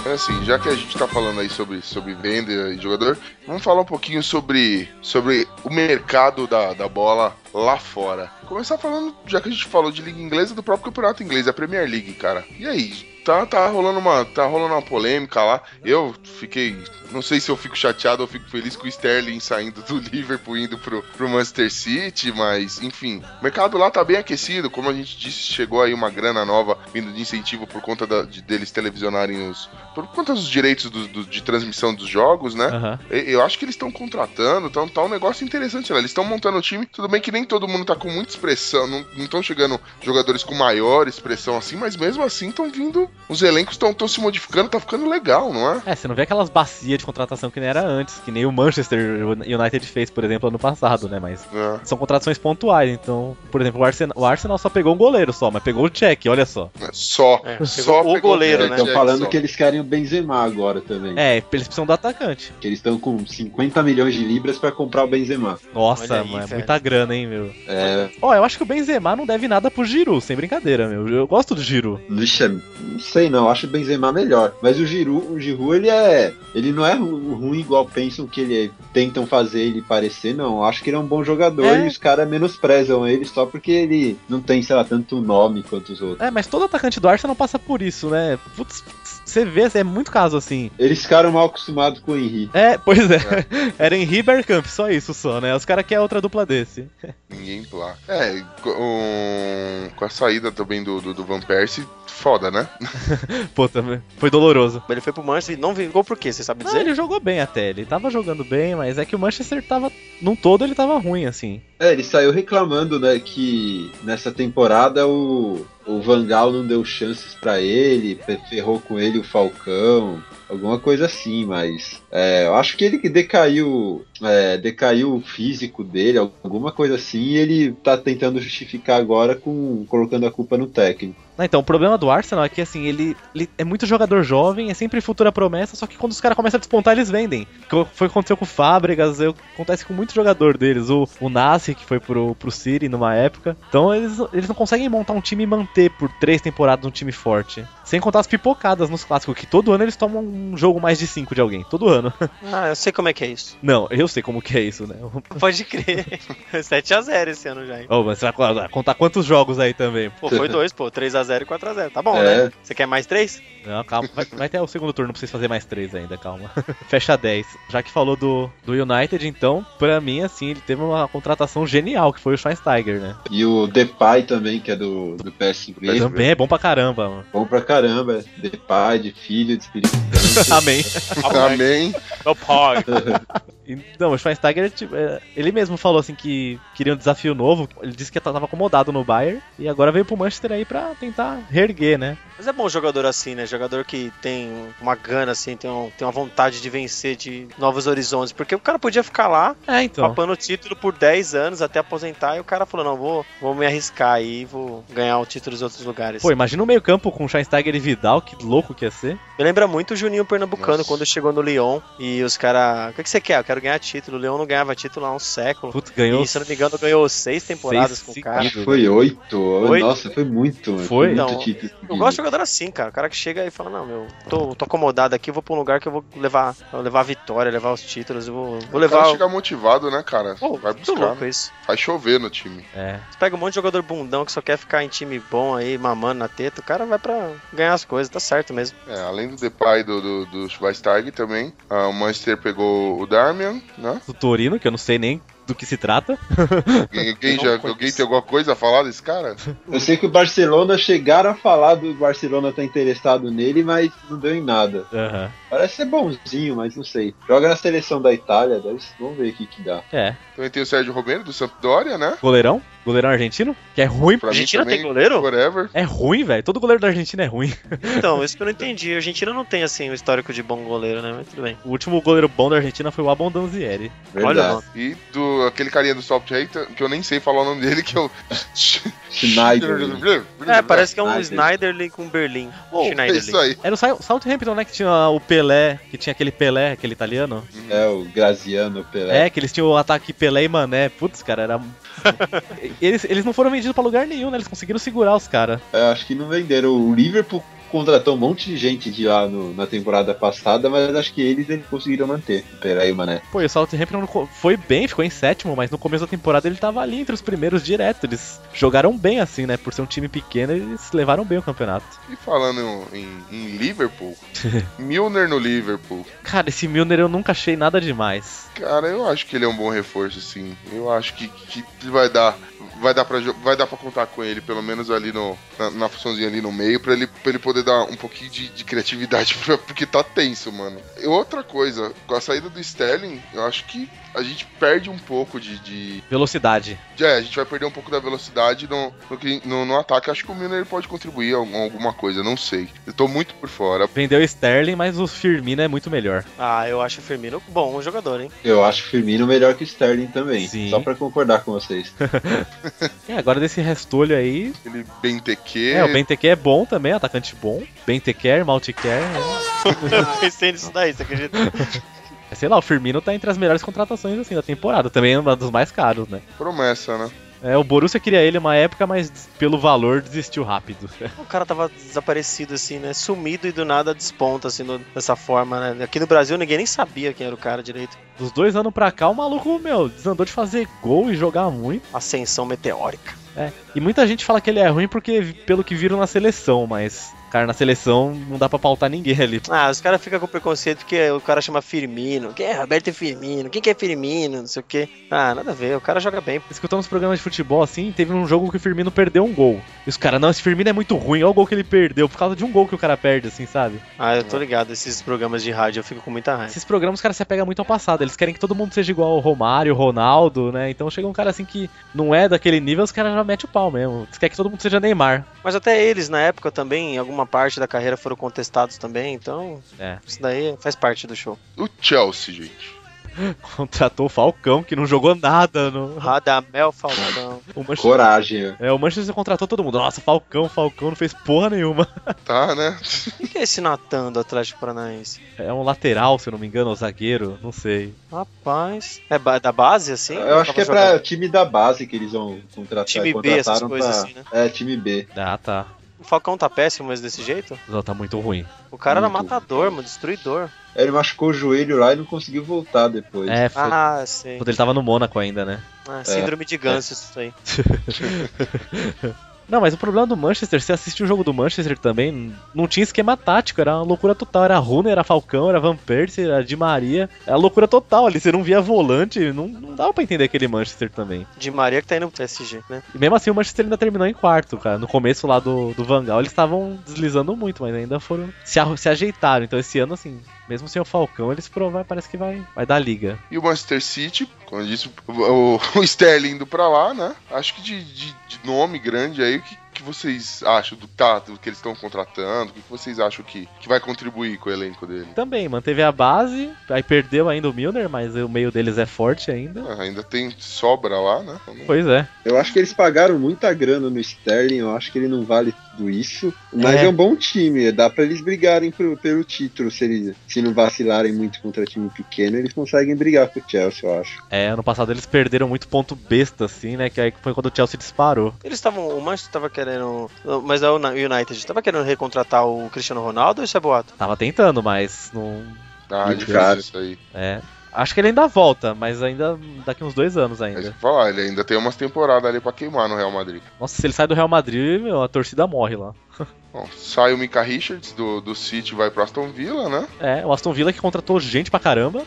Speaker 2: É assim, já que a gente tá falando aí sobre, sobre venda e jogador, vamos falar um pouquinho sobre, sobre o mercado da, da bola lá fora. Começar falando, já que a gente falou de liga inglesa, do próprio campeonato inglês, a Premier League, cara. E aí? Tá, tá, rolando uma, tá rolando uma polêmica lá. Eu fiquei. Não sei se eu fico chateado ou fico feliz com o Sterling saindo do <laughs> Liverpool indo pro, pro Manchester City, mas enfim. O mercado lá tá bem aquecido. Como a gente disse, chegou aí uma grana nova vindo de incentivo por conta da- de- deles televisionarem os. Por conta dos direitos do- do- de transmissão dos jogos,
Speaker 5: É.
Speaker 2: né?
Speaker 3: Aham.
Speaker 2: E- Eu acho que eles estão contratando, tá, tá um negócio interessante lá. Eles estão montando o time. Tudo bem que nem todo mundo tá com muita expressão, não estão chegando jogadores com maior expressão assim, mas mesmo assim estão vindo. Os elencos estão se modificando, tá ficando legal, não é?
Speaker 3: É, você não vê aquelas bacias de contratação que nem era antes, que nem o Manchester United fez, por exemplo, ano passado, né? Mas
Speaker 2: É.
Speaker 3: são contratações pontuais, então, por exemplo, o Arsenal, o Arsenal só pegou um goleiro só, mas pegou o check, olha só.
Speaker 2: né? Só. é,
Speaker 4: É, pegou
Speaker 2: só
Speaker 4: o
Speaker 2: Peter
Speaker 4: goleiro, né?
Speaker 2: Jackson.
Speaker 4: Estão
Speaker 1: Estão falando que eles querem o Benzema agora também.
Speaker 3: É, eles precisam do atacante.
Speaker 1: Que eles estão com 50 milhões de libras pra comprar o Benzema.
Speaker 3: Nossa,
Speaker 4: Olha aí,
Speaker 3: mano, é
Speaker 4: velho.
Speaker 3: muita grana, hein, meu.
Speaker 1: É,
Speaker 3: Ó, eu acho que o Benzema não deve nada pro Giroud, sem brincadeira, meu. Eu gosto do Giroud.
Speaker 1: lixa, é, não sei não, acho o Benzema melhor. Mas o Giroud, o Giroud ele é, ele não é ru- ruim igual pensam que ele é, tentam fazer ele parecer, não. Acho que ele é um bom jogador
Speaker 3: É.
Speaker 1: e os caras menosprezam ele só porque ele não tem, sei lá, tanto nome quanto os outros.
Speaker 3: É, mas todo atacante do Arsenal passa por isso, né? Putz, você vê, é muito caso assim.
Speaker 1: Eles ficaram mal acostumados com o Henry.
Speaker 3: É, pois é. <laughs> Era em Ribercamp, só isso só, né? Os caras querem outra dupla desse.
Speaker 2: Ninguém lá. É, co- um, com a saída também do, do, do Van Persie, foda,
Speaker 4: <laughs>
Speaker 2: né?
Speaker 3: Pô, também. Foi doloroso.
Speaker 4: Ele foi pro Manchester e não vingou por quê? Você sabe
Speaker 3: Não,
Speaker 4: dizer?
Speaker 3: ele jogou bem até, ele tava jogando bem, mas é que o Manchester tava. Num todo ele tava ruim, assim.
Speaker 1: É, ele saiu reclamando, né, que nessa temporada o, o Vangal não deu chances pra ele, fe- ferrou com ele o Falcão, alguma coisa assim, mas é, eu acho que ele que decaiu, é, decaiu o físico dele, alguma coisa assim, e ele tá tentando justificar agora com colocando a culpa no técnico.
Speaker 3: Ah, Então, o problema do Arsenal é que, assim, ele, ele é muito jogador jovem, é sempre futura promessa, só que quando os caras começam a despontar, eles vendem. Co- Foi o que aconteceu com o Fábregas, eu- acontece com muito jogador deles. O, o Nasri, que foi pro, pro City numa época. Então, eles, eles não conseguem montar um time e manter por três temporadas um time forte. Sem contar as pipocadas nos clássicos, que todo ano eles tomam um jogo mais de cinco de alguém. Todo ano. <laughs>
Speaker 4: Ah, eu sei como é que é isso.
Speaker 3: Não, eu sei como que é isso, né? <laughs>
Speaker 4: Pode crer. <laughs> 7x0 esse ano já, hein?
Speaker 3: Ô, mas você vai co- vai contar quantos jogos aí também?
Speaker 4: Pô, foi dois, pô. 3x0 e 4x0. Tá bom,
Speaker 1: É.
Speaker 4: né? Você quer mais três?
Speaker 3: Não, calma. Vai, vai até o segundo turno pra vocês fazerem mais três ainda, calma. <laughs> Fecha 10. Já que falou do, do United, então, pra mim, assim, ele teve uma contratação genial, que foi o Schweinsteiger, né?
Speaker 1: E o Depay também, que é do, do PSV,
Speaker 3: Também é bom pra caramba, mano.
Speaker 1: bom pra caramba, é Depay, de filho, de espírito.
Speaker 3: Amém.
Speaker 2: Amém.
Speaker 5: Meu pai.
Speaker 3: Então, o Schweinsteiger, tipo, é, ele mesmo falou, assim, que queria um desafio novo. Ele disse que tava acomodado no Bayern, e agora veio pro Manchester aí pra tentar reerguer, né?
Speaker 4: Mas é bom jogador assim, né? Jogador que tem uma gana, assim, tem, um- tem uma vontade de vencer, de novos horizontes. Porque o cara podia ficar lá,
Speaker 3: É, então.
Speaker 4: papando o título por 10 anos até aposentar, e o cara falou, não, vou, vou me arriscar aí, vou ganhar o título dos outros lugares.
Speaker 3: Pô, imagina o meio campo com Schweinsteiger e Vidal, que louco que ia ser.
Speaker 4: Me lembra muito o Juninho Pernambucano
Speaker 2: Nossa.
Speaker 4: quando chegou no Lyon e os caras. O que, que você quer? Eu quero ganhar título. O Lyon não ganhava título há um século.
Speaker 3: Putz, ganhou...
Speaker 4: E se eu não me engano, ganhou seis temporadas com o
Speaker 3: seis
Speaker 4: cara.
Speaker 1: Acho que foi oito.
Speaker 4: Oito?
Speaker 1: Nossa, foi muito. mano.
Speaker 3: Foi?
Speaker 1: muito
Speaker 4: Não, Eu
Speaker 1: título seguido.
Speaker 4: gosto de jogador assim, cara. O cara que chega e fala, não, meu, tô, tô acomodado aqui, vou pra um lugar que eu vou levar, eu vou levar a vitória, levar os títulos, eu vou, vou
Speaker 2: O cara
Speaker 4: levar.
Speaker 2: chega motivado, né, cara?
Speaker 4: Pô,
Speaker 2: Vai
Speaker 4: muito
Speaker 2: buscar,
Speaker 4: louco
Speaker 2: né?
Speaker 4: isso.
Speaker 2: Faz chover no time.
Speaker 3: É,
Speaker 4: Você pega um monte de jogador bundão que só quer ficar em time bom aí, mamando na teta, o cara vai pra ganhar as coisas, tá certo mesmo.
Speaker 2: É, além do Depay do, do, do Schweinsteiger também, ah, o Manchester pegou o Darmian, né?
Speaker 3: do Torino, que eu não sei nem do que se trata.
Speaker 4: <laughs>
Speaker 2: Alguém, alguém já, alguém tem alguma coisa a falar desse cara?
Speaker 1: Eu sei que o Barcelona chegaram a falar do Barcelona tá interessado nele, mas não deu em nada.
Speaker 3: Aham.
Speaker 1: Parece ser bonzinho, mas não sei. Joga na seleção da Itália, deve- vamos ver o que, que dá.
Speaker 3: É.
Speaker 2: Também tem o Sérgio Romero, do Sampdoria, né?
Speaker 3: Goleirão? Goleirão argentino? Que é ruim.
Speaker 2: Pra mim
Speaker 4: Argentina
Speaker 2: também,
Speaker 4: tem goleiro?
Speaker 2: Whatever.
Speaker 3: É ruim, velho. Todo goleiro da Argentina é ruim.
Speaker 4: Então, isso que eu não entendi. A Argentina não tem, assim, um histórico de bom goleiro, né? Mas tudo bem.
Speaker 3: O último goleiro bom da Argentina foi o Abondanzieri.
Speaker 1: Verdade.
Speaker 4: Olha, mano.
Speaker 2: E do aquele carinha do Southampton, que eu nem sei falar o nome dele, que é o.
Speaker 4: <laughs>
Speaker 1: Schneider.
Speaker 2: <laughs>
Speaker 4: É, parece que é um
Speaker 1: Snyder.
Speaker 4: Snyderlin com Berlim.
Speaker 3: Oh,
Speaker 2: É isso
Speaker 4: Schneiderlin.
Speaker 2: aí.
Speaker 3: Era o Sa- Southampton, né? Que tinha o Pelé, que tinha aquele Pelé, aquele italiano.
Speaker 1: É, o Graziano Pelé.
Speaker 3: É, que eles tinham o ataque Pelé e Mané. Putz, cara, <laughs> era. eles, eles não foram vendidos pra lugar nenhum, né? Eles conseguiram segurar os caras.
Speaker 1: É, acho que não venderam. O Liverpool contratou um monte de gente de lá no- na temporada passada, mas acho que eles, eles conseguiram manter. Peraí, mané.
Speaker 3: Pô, e o Southampton não co- foi bem, ficou em sétimo, mas no começo da temporada ele tava ali entre os primeiros direto. Eles jogaram bem, assim, né? Por ser um time pequeno, eles levaram bem o campeonato.
Speaker 2: E falando em, em Liverpool, Milner no Liverpool.
Speaker 3: Cara, esse Milner eu nunca achei nada demais.
Speaker 2: Cara, eu acho que ele é um bom reforço, sim. Eu acho que, que ele vai dar. Vai dar, pra, jo- vai dar pra contar com ele, pelo menos ali no, na, na funçãozinha ali no meio, pra ele, pra ele poder dar um pouquinho de, de criatividade, <laughs> pra- porque tá tenso, mano. E outra coisa, com a saída do Sterling, eu acho que a gente perde um pouco de. de-
Speaker 3: Velocidade.
Speaker 2: de- é, a gente vai perder um pouco da velocidade no, no, que- no- no ataque. Acho que o Milner pode contribuir com alguma coisa, não sei. Eu tô muito por fora.
Speaker 3: Vendeu o Sterling, mas o Firmino é muito melhor.
Speaker 4: Ah, eu acho o Firmino bom um jogador, <laughs> hein?
Speaker 1: Eu acho o Firmino melhor que o Sterling também.
Speaker 3: Sim.
Speaker 1: Só pra concordar com vocês.
Speaker 3: É, agora desse restolho aí.
Speaker 2: Ele bem teque.
Speaker 3: É, o Benteke é bom também, atacante bom. Benteke, Maltiker. né?
Speaker 4: Eu pensei nisso daí, você acredita?
Speaker 3: É. Sei lá, o Firmino tá entre as melhores contratações assim da temporada. Também é um dos mais caros, né?
Speaker 2: Promessa, né?
Speaker 3: É, o Borussia queria ele uma época, mas des- pelo valor desistiu rápido.
Speaker 4: O cara tava desaparecido, assim, né? Sumido e do nada desponta, assim, do- dessa forma, né? Aqui no Brasil ninguém nem sabia quem era o cara direito.
Speaker 3: Dos dois anos pra cá, o maluco, meu, desandou de fazer gol e jogar muito.
Speaker 4: Ascensão meteórica.
Speaker 3: E muita gente fala que ele é ruim porque pelo que viram na seleção, mas, cara, na seleção não dá pra pautar ninguém ali.
Speaker 4: Ah, os caras ficam com preconceito porque o cara chama Firmino. Quem é Roberto Firmino? Quem que é Firmino? Não sei o quê. Ah, nada a ver. O cara joga bem.
Speaker 3: escutamos programas de futebol assim, teve um jogo que o Firmino perdeu um gol. E os caras, não, esse Firmino é muito ruim, olha o gol que ele perdeu, por causa de um gol que o cara perde, assim, sabe?
Speaker 4: Ah, eu tô ligado. Esses programas de rádio eu fico com muita raiva.
Speaker 3: Esses programas os caras se apegam muito ao passado, eles querem que todo mundo seja igual ao Romário, Ronaldo, né? Então chega um cara assim que não é daquele nível, os caras já metem o pau mesmo. Eles querem que todo mundo seja Neymar. <laughs>
Speaker 4: Mas até eles, na época também, em alguma parte da carreira foram contestados também. Então,
Speaker 3: É.
Speaker 4: isso daí faz parte do show.
Speaker 2: O Chelsea, gente.
Speaker 3: Contratou o Falcão, que não jogou nada. No... <laughs>
Speaker 4: Radamel Falcão.
Speaker 3: O Manchester...
Speaker 1: Coragem.
Speaker 3: É, o Manchester contratou todo mundo. Nossa, Falcão, Falcão, não fez porra nenhuma. <laughs>
Speaker 2: Tá, né?
Speaker 4: O que é esse Natan do Atlético Paranaense?
Speaker 3: É um lateral, se eu não me engano, ou zagueiro, não sei.
Speaker 4: Rapaz. É ba- da base, assim?
Speaker 1: Eu acho que é
Speaker 4: Tava
Speaker 1: pra
Speaker 4: jogando.
Speaker 1: time da base que eles vão contratar.
Speaker 4: Time B, essas
Speaker 1: contrataram
Speaker 4: coisas
Speaker 1: pra...
Speaker 4: assim, né?
Speaker 1: É, time B.
Speaker 3: Ah, tá.
Speaker 4: O Falcão tá péssimo, mas desse jeito?
Speaker 3: Não, tá muito ruim.
Speaker 4: O cara era
Speaker 1: Muito.
Speaker 4: matador, mano, destruidor.
Speaker 1: Ele machucou o joelho lá e não conseguiu voltar depois.
Speaker 3: É, foi...
Speaker 4: Ah, sei.
Speaker 3: Quando ele tava no Mônaco ainda, né?
Speaker 4: Ah, síndrome de Ganso, isso aí.
Speaker 3: Não, mas o problema do Manchester, você assistiu o jogo do Manchester também, não tinha esquema tático, era uma loucura total. Era Runa, era Falcão, era Van Persie, era Di Maria. Era loucura total ali, você não via volante, não, não dava pra entender aquele Manchester também.
Speaker 4: De Maria que tá indo pro PSG, né?
Speaker 3: E mesmo assim o Manchester ainda terminou em quarto, cara. No começo lá do, do Van Gaal, eles estavam deslizando muito, mas ainda foram... Se, a- se ajeitaram, então esse ano, assim, mesmo sem o Falcão, eles provar, parece que vai, vai dar liga.
Speaker 2: E o Manchester City, como eu disse, o, <laughs> o Sterling indo pra lá, né? Acho que de, de- de nome grande aí, o que, que vocês acham do, tá, do que eles estão contratando? O que, que vocês acham que, que vai contribuir com o elenco dele?
Speaker 3: Também, manteve a base, aí perdeu ainda o Milner, mas o meio deles é forte ainda.
Speaker 2: Ah, ainda tem sobra lá, né? Então,
Speaker 3: Pois é.
Speaker 1: Eu acho que eles pagaram muita grana no Sterling, eu acho que ele não vale tudo isso. Mas
Speaker 3: É.
Speaker 1: é, um bom time, dá pra eles brigarem pro- pelo título. Se, eles, se não vacilarem muito contra time pequeno, eles conseguem brigar com o Chelsea, eu acho.
Speaker 3: É, ano passado eles perderam muito ponto besta, assim, né? Que aí foi quando o Chelsea disparou.
Speaker 4: Eles estavam. O Manchester tava querendo. Mas é o Na- United. Tava querendo recontratar o Cristiano Ronaldo ou isso é
Speaker 3: <laughs>
Speaker 4: boato?
Speaker 3: Tava tentando, mas não.
Speaker 2: Ah,
Speaker 1: E o
Speaker 2: difícil
Speaker 1: cara?
Speaker 2: isso aí.
Speaker 3: É. Acho que ele ainda volta, mas ainda daqui uns dois anos
Speaker 2: É isso
Speaker 3: ainda.
Speaker 2: que eu ia falar, ele ainda tem umas temporadas ali pra queimar no Real Madrid.
Speaker 3: Nossa, se ele sai do Real Madrid, meu, a torcida morre lá.
Speaker 2: Bom, sai o Mika Richards do, do City vai pro Aston Villa, né?
Speaker 3: É, o Aston Villa que contratou gente pra caramba.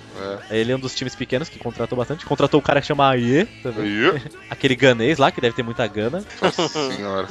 Speaker 3: Ele é um dos times pequenos que contratou bastante. Contratou o cara que chama Aie, também.
Speaker 2: Ih,
Speaker 3: aquele ganês lá, que deve ter muita gana.
Speaker 2: Nossa senhora.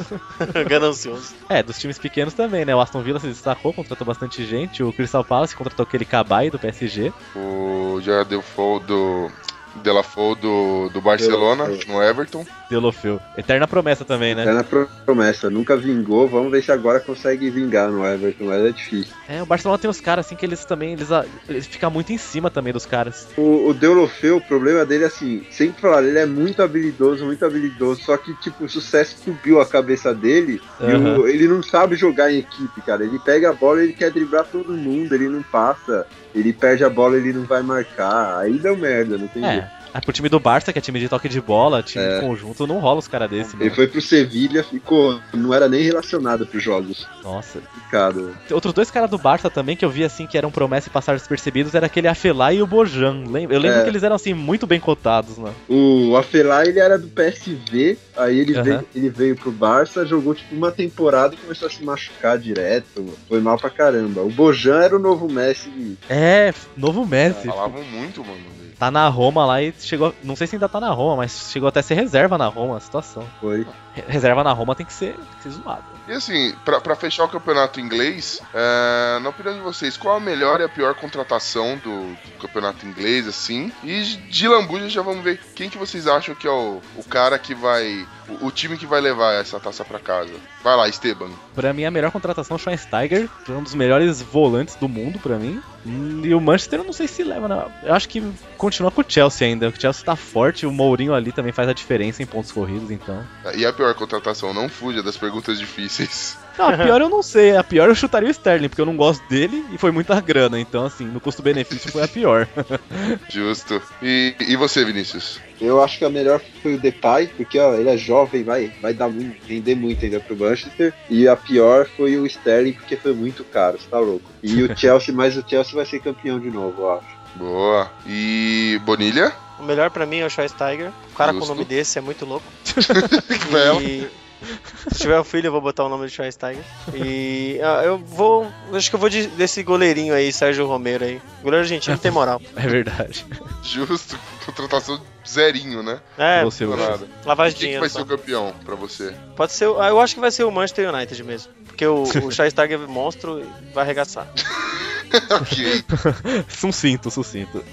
Speaker 4: Ganancioso.
Speaker 3: É, dos times pequenos também, né? O Aston Villa se destacou, contratou bastante gente. O Crystal Palace contratou aquele Cabai do PSG.
Speaker 2: O Gerard Defoe do. Delafoe do, do Barcelona,
Speaker 1: Deulofeu.
Speaker 2: no Everton.
Speaker 3: Deulofeu. Eterna promessa também, né?
Speaker 1: Tá na pro- promessa, nunca vingou, vamos ver se agora consegue vingar no Everton, mas é difícil.
Speaker 3: É, o Barcelona tem uns caras assim que eles também, eles, ah, eles ficam muito em cima também dos caras.
Speaker 1: O, o Deulofeu, o problema dele é assim, sempre falaram, ele é muito habilidoso, muito habilidoso, só que tipo, o sucesso subiu a cabeça dele e
Speaker 3: Aham.
Speaker 1: o- ele não sabe jogar em equipe, cara. Ele pega a bola, ele quer driblar todo mundo, ele não passa, ele perde a bola, ele não vai marcar, aí deu merda, não tem jeito.
Speaker 3: É. Aí pro time do Barça, que é time de toque de bola, time de conjunto, não rola os caras desse,
Speaker 1: Ele
Speaker 3: mano.
Speaker 1: foi pro Sevilha, ficou, não era nem relacionado pros jogos,
Speaker 3: Nossa.
Speaker 1: complicado.
Speaker 3: Tem Outros dois caras do Barça também que eu vi assim que eram promessa e passaram despercebidos era aquele Afelai e o Bojan. Lem- Eu lembro
Speaker 1: É.
Speaker 3: que eles eram assim muito bem cotados, né?
Speaker 1: O Afelá, ele era do PSV, aí ele,
Speaker 3: Aham.
Speaker 1: veio, ele veio pro Barça, jogou tipo uma temporada e começou a se machucar direto, foi mal pra caramba. O Bojan era o novo Messi,
Speaker 3: É, f- novo Messi.
Speaker 2: Falavam muito, mano. dele.
Speaker 3: Tá na Roma lá e chegou. Não sei se ainda tá na Roma, mas chegou até a ser reserva na Roma a situação.
Speaker 1: foi.
Speaker 3: Re- Reserva na Roma tem que ser, tem que ser zoado.
Speaker 2: E assim, pra, pra fechar o campeonato inglês, é, na opinião de vocês, qual a melhor e a pior contratação do, do campeonato inglês, assim? E de lambuja já vamos ver quem que vocês acham que é o, o cara que vai. O, o time que vai levar essa taça pra casa. Vai lá, Esteban.
Speaker 3: Pra mim, a melhor contratação é o Schweinsteiger, que é um dos melhores volantes do mundo pra mim. Hum, E o Manchester eu não sei se leva, não. Eu acho que continua com o Chelsea ainda. O Chelsea tá forte, o Mourinho ali também faz a diferença em pontos corridos, então.
Speaker 2: E a pior contratação, não fuja das perguntas difíceis. <laughs>
Speaker 3: Não, <laughs> a pior eu não sei. A pior eu chutaria o Sterling, porque eu não gosto dele e foi muita grana. Então, assim, no custo-benefício foi a pior.
Speaker 2: Justo. E, e você, Vinícius?
Speaker 1: Eu acho que a melhor foi o Depay, porque ó, ele é jovem, vai, vai dar muito, render muito ainda pro Manchester. E a pior foi o Sterling, porque foi muito caro, você tá louco. E o Chelsea, mas o Chelsea vai ser campeão de novo, eu acho.
Speaker 2: Boa. E Bonilha? <laughs>
Speaker 4: O melhor pra mim é o Schweinsteiger. O cara com
Speaker 2: Justo. é,
Speaker 4: o nome desse é
Speaker 2: <laughs>
Speaker 4: muito louco.
Speaker 2: Bela.
Speaker 4: E... Se tiver um filho, eu vou botar o nome de Schweinsteiger. E ah, eu vou. Acho que eu vou de- desse goleirinho aí, Sérgio Romero aí. Goleiro argentino tem moral.
Speaker 3: <laughs> É verdade.
Speaker 2: Justo. Contratação zerinho, né?
Speaker 4: É,
Speaker 3: Você,
Speaker 2: Não
Speaker 3: você.
Speaker 2: nada.
Speaker 4: lavagem de
Speaker 2: Quem que
Speaker 4: dinheiro.
Speaker 2: vai
Speaker 4: só.
Speaker 2: ser o campeão pra você?
Speaker 4: tá?
Speaker 2: <laughs>
Speaker 4: Pode ser. ah, Eu acho que vai ser o Manchester United mesmo. Porque o, o
Speaker 2: <laughs>
Speaker 4: Schweinsteiger é monstro e vai arregaçar.
Speaker 2: ok.
Speaker 3: <laughs> Sucinto, sucinto.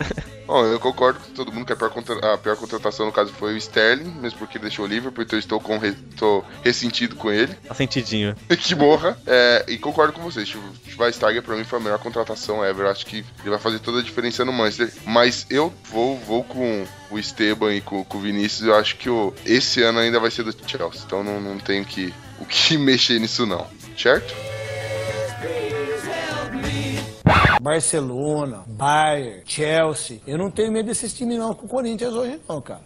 Speaker 2: Bom, eu concordo com todo mundo que a pior, contra- a pior contratação, no caso, foi o Sterling, mesmo porque ele deixou o Liverpool, então eu estou, com re- estou ressentido com ele. <laughs>
Speaker 3: Tá sentidinho.
Speaker 2: que morra. É, e concordo com vocês, o Schweinsteiger pra mim foi a melhor contratação ever. Acho que ele vai fazer toda a diferença no Manchester. Mas eu vou, vou com o Esteban e com, com o Vinícius. Eu acho que o, esse ano ainda vai ser do Chelsea, então não, não tenho que, o que <laughs> mexer nisso não. Certo?
Speaker 7: Barcelona, Bayern, Chelsea. Eu não tenho medo desses times não com o Corinthians hoje não, cara.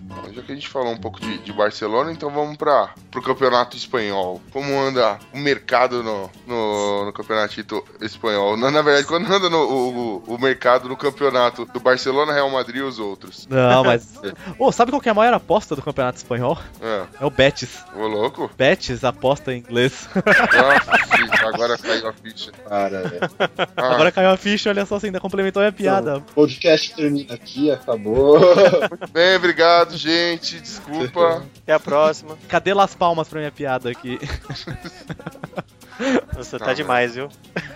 Speaker 2: Bom, Já que a gente falou um pouco de, de Barcelona, então vamos para o campeonato espanhol. Como anda o mercado no, no, no campeonato ito- espanhol? Na, na verdade, quando anda no, o, o- o mercado no campeonato do Barcelona, Real Madrid e os outros?
Speaker 3: Não, mas. <laughs> Ô, sabe qual que é a maior aposta do campeonato espanhol?
Speaker 2: É,
Speaker 3: É o Betis.
Speaker 2: ô louco?
Speaker 3: Betis aposta em inglês.
Speaker 2: Nossa, gente, agora caiu a ficha.
Speaker 1: Cara, velho.
Speaker 2: Ah,
Speaker 3: Agora caiu a ficha, olha só, você ainda complementou a minha piada.
Speaker 1: O podcast termina aqui, acabou. <laughs>
Speaker 2: Bem, obrigado, gente. Desculpa.
Speaker 4: Até a próxima.
Speaker 3: Cadê Las Palmas pra minha piada aqui? <laughs>
Speaker 4: Nossa, tá
Speaker 2: Não,
Speaker 4: demais, viu?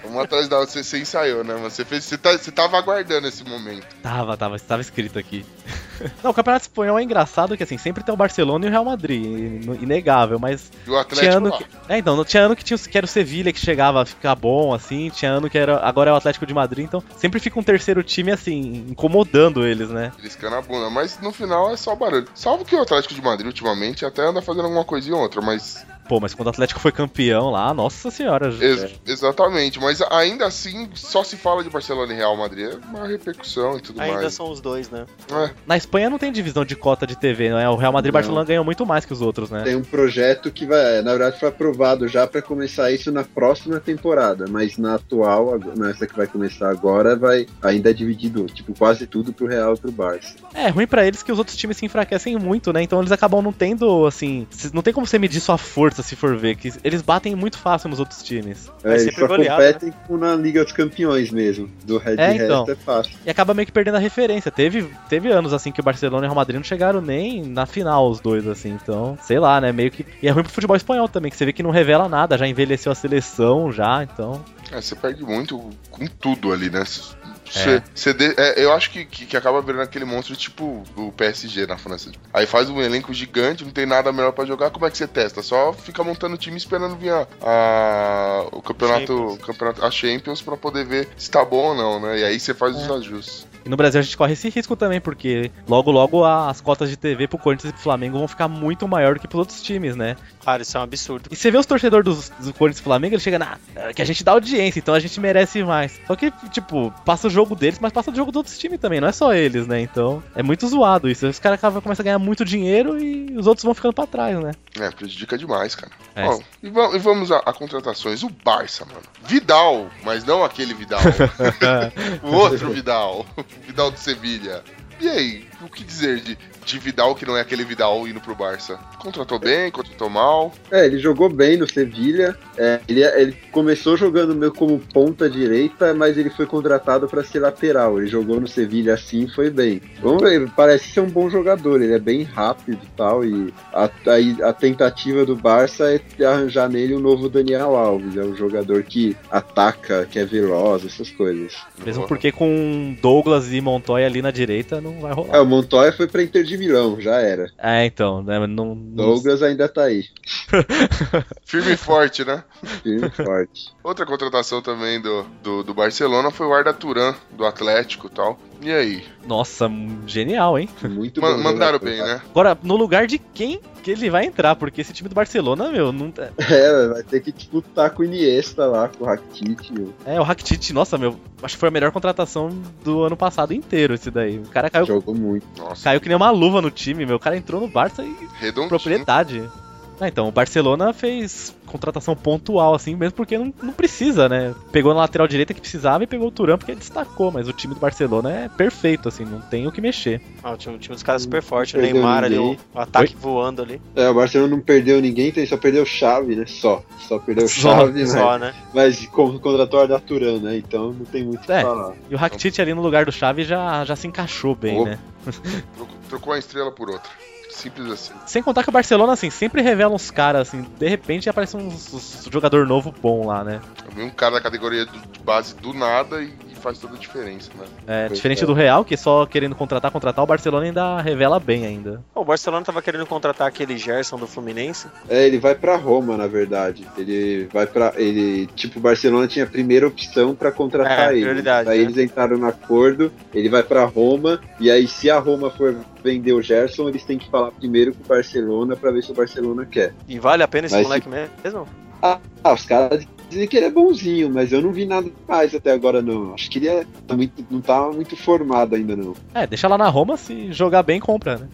Speaker 2: Uma atrás da outra, você, você ensaiou, né? Mas Você, fez, você, tá- você tava aguardando esse momento.
Speaker 3: Tava, tava, estava escrito aqui. <laughs> Não, o Campeonato Espanhol é engraçado que assim, sempre tem o Barcelona e o Real Madrid, in- inegável, mas
Speaker 2: E o
Speaker 3: tinha
Speaker 2: Atlético
Speaker 3: ano
Speaker 2: lá.
Speaker 3: que. É, então, não- tinha ano que tinha os- que era o Sevilha que chegava a ficar bom, assim, tinha ano que era. Agora é o Atlético de Madrid, então sempre fica um terceiro time, assim, incomodando eles, né?
Speaker 2: Riscando a bunda, mas no final é só barulho. Salvo que o Atlético de Madrid ultimamente até anda fazendo alguma coisinha ou outra, mas
Speaker 3: Pô, mas quando o Atlético foi campeão lá, nossa senhora.
Speaker 2: Ex-
Speaker 3: é.
Speaker 2: Exatamente, mas ainda assim só se fala de Barcelona e Real Madrid. É uma repercussão e tudo
Speaker 4: Ainda
Speaker 2: mais.
Speaker 4: são os dois, né?
Speaker 2: É,
Speaker 3: Na Espanha não tem divisão de cota de TV, né? O Real Madrid e
Speaker 1: Não.
Speaker 3: Barcelona ganham muito mais que os outros, né?
Speaker 1: Tem um projeto que vai, é, na verdade foi aprovado já para começar isso na próxima temporada, mas na atual, ag- nessa que vai começar agora, vai ainda é dividido, tipo, quase tudo pro Real e pro Barça.
Speaker 3: É ruim pra eles que os outros times se enfraquecem muito, né? Então eles acabam não tendo, assim. se- Não tem como você medir sua força se for ver, que eles batem muito fácil nos outros times.
Speaker 1: É, eles
Speaker 4: sempre
Speaker 1: só
Speaker 4: goleado,
Speaker 1: competem com na Liga dos Campeões mesmo. Do Red
Speaker 3: né? É,
Speaker 1: é, Resto
Speaker 3: então.
Speaker 1: é fácil.
Speaker 3: E acaba meio que perdendo a referência. Teve, teve anos, assim, que o Barcelona e o Real Madrid não chegaram nem na final, os dois, assim. Então, sei lá, né? Meio que. E é ruim pro futebol espanhol também, que você vê que não revela nada, já envelheceu a seleção, já, então.
Speaker 2: é, você perde muito com tudo ali, né? Você- você de- é, eu acho que, que, que acaba virando aquele monstro tipo do PSG na França. Aí faz um elenco gigante, não tem nada melhor pra jogar, como é que você testa? Só fica montando o time esperando vir a, a- o campeonato,
Speaker 4: Champions.
Speaker 2: campeonato, a Champions pra poder ver se tá bom ou não, né? E aí você faz os ajustes.
Speaker 3: E no Brasil a gente corre esse risco também, porque logo, logo a- as cotas de TV pro Corinthians e pro Flamengo vão ficar muito maior do que pros outros times, né?
Speaker 4: Claro, isso é um absurdo.
Speaker 3: E você vê os torcedores dos- do Corinthians e Flamengo, eles chegam na. "Ah, Que a gente dá audiência, então a gente merece mais. Só que, tipo, passa o jogo deles, mas passa o jogo dos outros times também, não é só eles, né? Então é muito zoado isso. Os caras acabam- começam a ganhar muito dinheiro e os outros vão ficando pra trás, né?
Speaker 2: É, prejudica demais, cara.
Speaker 3: É.
Speaker 2: Bom, e, va- e vamos a, a contratações. O Barça, mano. Vidal, mas não
Speaker 3: <laughs>
Speaker 2: aquele Vidal. o outro Vidal. O Vidal do Sevilha. E aí, o que dizer de, de Vidal que não é aquele Vidal indo pro Barça? Contratou bem, contratou mal.
Speaker 1: É, ele jogou bem no Sevilha. é, ele, ele começou jogando meio como ponta direita, mas ele foi contratado para ser lateral. Ele jogou no Sevilha assim, foi bem. Vamos ver, parece ser um bom jogador. Ele é bem rápido e tal. E a, aí a tentativa do Barça é arranjar nele o novo Daniel Alves. É um jogador que ataca, que é veloz, essas coisas.
Speaker 3: Mesmo
Speaker 2: Boa.
Speaker 3: porque com Douglas e Montoya ali na direita não vai rolar.
Speaker 1: É, o Montoya foi pra Inter de Milão, já era.
Speaker 3: É, então, né? Não, não
Speaker 1: Douglas ainda tá aí,
Speaker 2: Firme e forte, né?
Speaker 1: firme e forte.
Speaker 2: Outra contratação também do, do, do Barcelona foi o Arda Turan, do Atlético e tal. E aí?
Speaker 3: Nossa, genial, hein?
Speaker 1: Muito
Speaker 2: Ma-
Speaker 1: bom
Speaker 2: mandaram
Speaker 1: jogador,
Speaker 2: bem,
Speaker 1: tá?
Speaker 2: né?
Speaker 3: Agora, no lugar de quem que ele vai entrar? Porque esse time do Barcelona, meu, não, tá-
Speaker 1: <laughs> É, vai ter que disputar com o Iniesta lá, com o Rakitic. meu.
Speaker 3: É, o Rakitic, nossa, meu, acho que foi a melhor contratação do ano passado inteiro esse daí. O cara
Speaker 4: É
Speaker 3: caiu,
Speaker 1: Jogou muito.
Speaker 2: Nossa,
Speaker 3: caiu que nem uma luva no time, meu. O cara entrou no Barça e
Speaker 2: redondinho.
Speaker 3: propriedade. Ah, então, o Barcelona fez contratação pontual, assim, mesmo porque não, não precisa, né? Pegou na lateral direita que precisava e pegou o Turan porque destacou, mas o time do Barcelona é perfeito, assim, não tem o que mexer.
Speaker 4: Ah, o time, o time dos caras é super forte. O
Speaker 1: Perdeu
Speaker 4: Neymar ali, o,
Speaker 1: ninguém.
Speaker 4: o ataque voando ali.
Speaker 1: É, o Barcelona não perdeu ninguém, então ele só perdeu chave, né? Só. Só perdeu
Speaker 3: Só,
Speaker 1: chave, né?
Speaker 4: Só, né?
Speaker 1: Mas como contratou o Arda Turan, né? Então não tem muito o que
Speaker 3: É.
Speaker 1: falar.
Speaker 3: E o Rakitic ali no lugar do Xavi já, já se encaixou bem,
Speaker 2: Opa.
Speaker 3: né?
Speaker 2: Trocou- Trocou uma estrela por outra. Simples assim.
Speaker 3: Sem contar que o Barcelona, assim, sempre revela uns caras, assim, de repente aparece um jogador novo bom lá, né?
Speaker 2: Eu vi um cara da categoria do- de base do nada e, e faz toda a diferença, né?
Speaker 3: É,
Speaker 1: Pois
Speaker 3: diferente
Speaker 1: é.
Speaker 3: do Real, que só querendo contratar, contratar, o Barcelona ainda revela bem ainda.
Speaker 4: O Barcelona tava querendo contratar aquele Gerson do Fluminense.
Speaker 1: É, ele vai pra Roma, na verdade. Ele vai pra. ele Tipo, o Barcelona tinha a primeira opção pra contratar
Speaker 4: É,
Speaker 1: ele.
Speaker 4: prioridade,
Speaker 1: aí
Speaker 4: né?
Speaker 1: eles entraram no acordo, ele vai pra Roma, e aí se a Roma for vender o Gerson, eles têm que falar primeiro com o Barcelona pra ver se o Barcelona quer.
Speaker 4: E vale a pena esse
Speaker 1: Mas
Speaker 4: moleque mesmo?
Speaker 1: Ah, os caras dizem que ele é bonzinho, mas eu não vi nada mais até agora, não. Acho que ele é, tá muito- não tá muito formado ainda, não.
Speaker 3: É, deixa lá na Roma, se jogar bem, compra, né?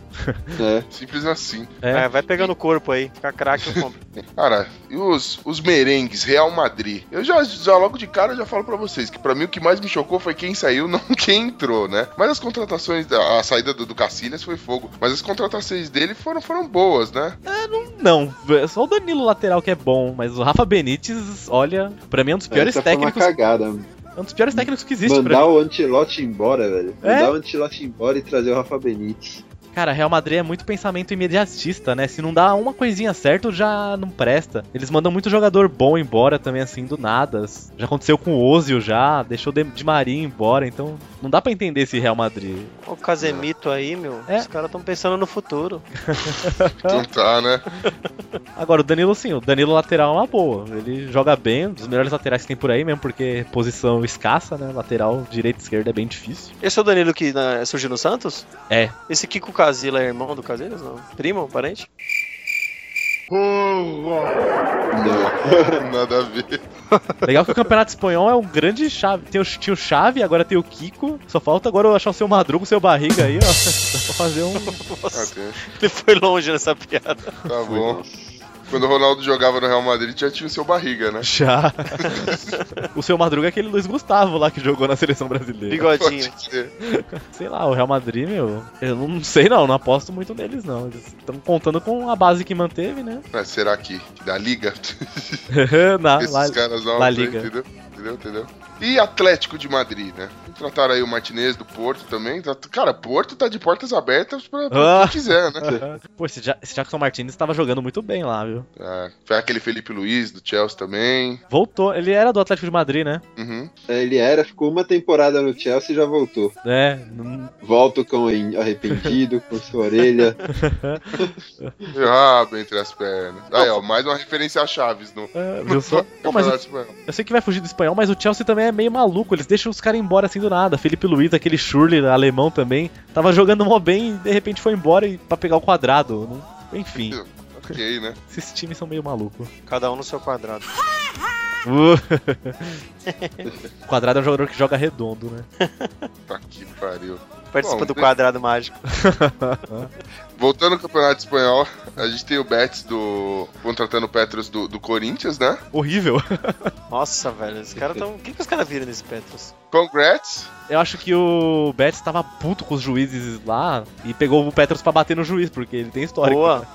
Speaker 1: É.
Speaker 2: Simples assim.
Speaker 3: É.
Speaker 4: É, vai pegando o corpo aí. Fica craque eu <laughs> compro.
Speaker 2: Cara, e os, os merengues, Real Madrid? Eu já, já logo de cara já falo pra vocês que pra mim o que mais me chocou foi quem saiu, <laughs> não quem entrou, né? Mas as contratações, a, a saída do, do Cacilhas foi fogo. Mas as contratações dele foram, foram boas, né?
Speaker 3: Não, é só o Danilo lateral que é bom, mas o Rafa Benítez, olha, pra mim é um dos <laughs> piores
Speaker 1: Essa foi uma
Speaker 3: técnicos.
Speaker 1: cagada.
Speaker 3: É um dos piores técnicos que existe pra
Speaker 1: Mandar o Antilote embora, velho.
Speaker 3: É?
Speaker 1: Mandar o Antilote embora e trazer o Rafa Benítez.
Speaker 3: mim. Cara, Real Madrid é muito pensamento imediatista, né? Se não dá uma coisinha certo, já não presta. Eles mandam muito jogador bom embora também, assim, do nada. Já aconteceu com o Ozio já, deixou de, de Maria embora, então não dá pra entender esse Real Madrid.
Speaker 4: O Casemito aí, meu.
Speaker 3: É.
Speaker 4: Os caras tão pensando no futuro.
Speaker 2: Então tá, né? <laughs>
Speaker 3: Agora, o Danilo, sim, o Danilo lateral é uma boa. Ele joga bem, um dos melhores laterais que tem por aí, mesmo porque posição escassa, né? Lateral, direita e esquerda é bem difícil.
Speaker 4: Esse é o Danilo que né, surgiu no Santos?
Speaker 3: É.
Speaker 4: Esse Kiko Casilla é irmão do Casillas? Não? Primo, parente?
Speaker 2: Não, nada a ver.
Speaker 3: Legal que o campeonato espanhol é um grande chave. Tem o, tinha o Chave, agora tem o Kiko. Só falta agora eu achar o seu Madruga, o seu barriga aí, ó. <laughs> Dá pra fazer um.
Speaker 2: Ah, tem.
Speaker 4: <laughs> Ele foi longe nessa piada.
Speaker 2: Tá bom. Quando o Ronaldo jogava no Real Madrid, já tinha o seu barriga, né?
Speaker 3: Já. o seu Madruga é aquele Luiz Gustavo lá que jogou na seleção brasileira.
Speaker 4: <laughs> Bigodinho.
Speaker 2: Pode ser.
Speaker 3: Sei lá, o Real Madrid, meu. Eu não sei não, não aposto muito neles não. Eles estão contando com a base que manteve, né? <laughs>
Speaker 2: Mas será que da liga?
Speaker 3: Na,
Speaker 2: Esses
Speaker 3: Ah, lá-
Speaker 2: caras não,
Speaker 3: La
Speaker 2: tem,
Speaker 3: Liga.
Speaker 2: entendeu? Entendeu? Entendeu? E Atlético de Madrid, né? Trataram aí o Martinez do Porto também. Tá- Cara, Porto tá de portas abertas pra,
Speaker 3: Ah.
Speaker 2: pra quem quiser, né?
Speaker 3: <laughs> Pô, esse, Ja- esse Jackson Martinez tava jogando muito bem lá, viu?
Speaker 2: Ah, foi aquele Felipe Luiz do Chelsea também.
Speaker 3: Voltou, ele era do Atlético de Madrid, né?
Speaker 2: Uhum.
Speaker 1: É, Ele era, ficou uma temporada no Chelsea e já voltou.
Speaker 3: É, não-
Speaker 1: Volto com o arrependido, com sua orelha.
Speaker 2: E o Rabo entre as pernas. Aí, ó, mais uma referência a Chaves no.
Speaker 3: é, viu
Speaker 2: <laughs>
Speaker 3: só? Pô, mas o-
Speaker 2: Campeonato Espanhol.
Speaker 3: eu sei que vai fugir do espanhol, mas o Chelsea também é meio maluco. Eles deixam os caras embora assim do nada. Felipe Luiz, aquele Schürrle alemão também, tava jogando mó bem e de repente foi embora e, pra pegar o quadrado. não- Enfim,
Speaker 2: Ok, né?
Speaker 3: esses times são meio malucos.
Speaker 4: Cada um no seu quadrado.
Speaker 3: O quadrado é um jogador que joga redondo, né?
Speaker 2: Tá que pariu.
Speaker 4: Participa
Speaker 2: Bom,
Speaker 4: do
Speaker 2: deixa-
Speaker 4: quadrado mágico.
Speaker 2: Voltando ao Campeonato Espanhol, a gente tem o Betis do. contratando o Petros do, do Corinthians, né?
Speaker 3: Horrível.
Speaker 4: Nossa, velho. Os caras tão. O que, que os caras viram nesse Petros?
Speaker 2: Congrats!
Speaker 3: Eu acho que o Betis tava puto com os juízes lá e pegou o Petros pra bater no juiz, porque ele tem história.
Speaker 4: Boa.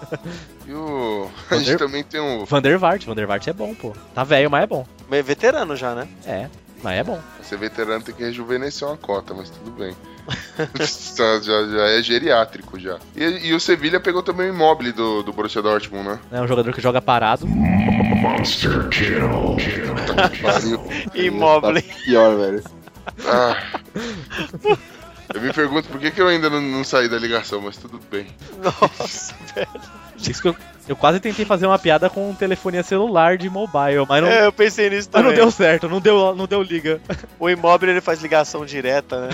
Speaker 2: E o. A gente
Speaker 3: Vander-
Speaker 2: também tem o.
Speaker 3: Van der Vaart, Van der Vaart é bom, pô. Tá velho, mas é bom.
Speaker 4: Meio veterano já, né?
Speaker 3: É, mas é bom.
Speaker 2: Ser veterano tem que rejuvenescer uma cota, mas tudo bem. <laughs> já, já- já é geriátrico já. E, e o Sevilha pegou também o imóvel do, do Borussia Dortmund, né?
Speaker 3: É um jogador que joga parado.
Speaker 2: Pariu.
Speaker 4: Imóvel.
Speaker 1: Tá pior, velho.
Speaker 2: Ah. Eu me pergunto por que, que eu ainda não, não saí da ligação, mas tudo bem.
Speaker 4: <laughs>
Speaker 2: <laughs>
Speaker 4: Nossa, velho.
Speaker 3: Isso que eu, eu quase tentei fazer uma piada com telefonia celular de mobile, mas não,
Speaker 4: É, eu pensei nisso
Speaker 3: mas
Speaker 4: também.
Speaker 3: não deu certo, não deu, não deu liga.
Speaker 4: O imóvel ele faz ligação direta, né?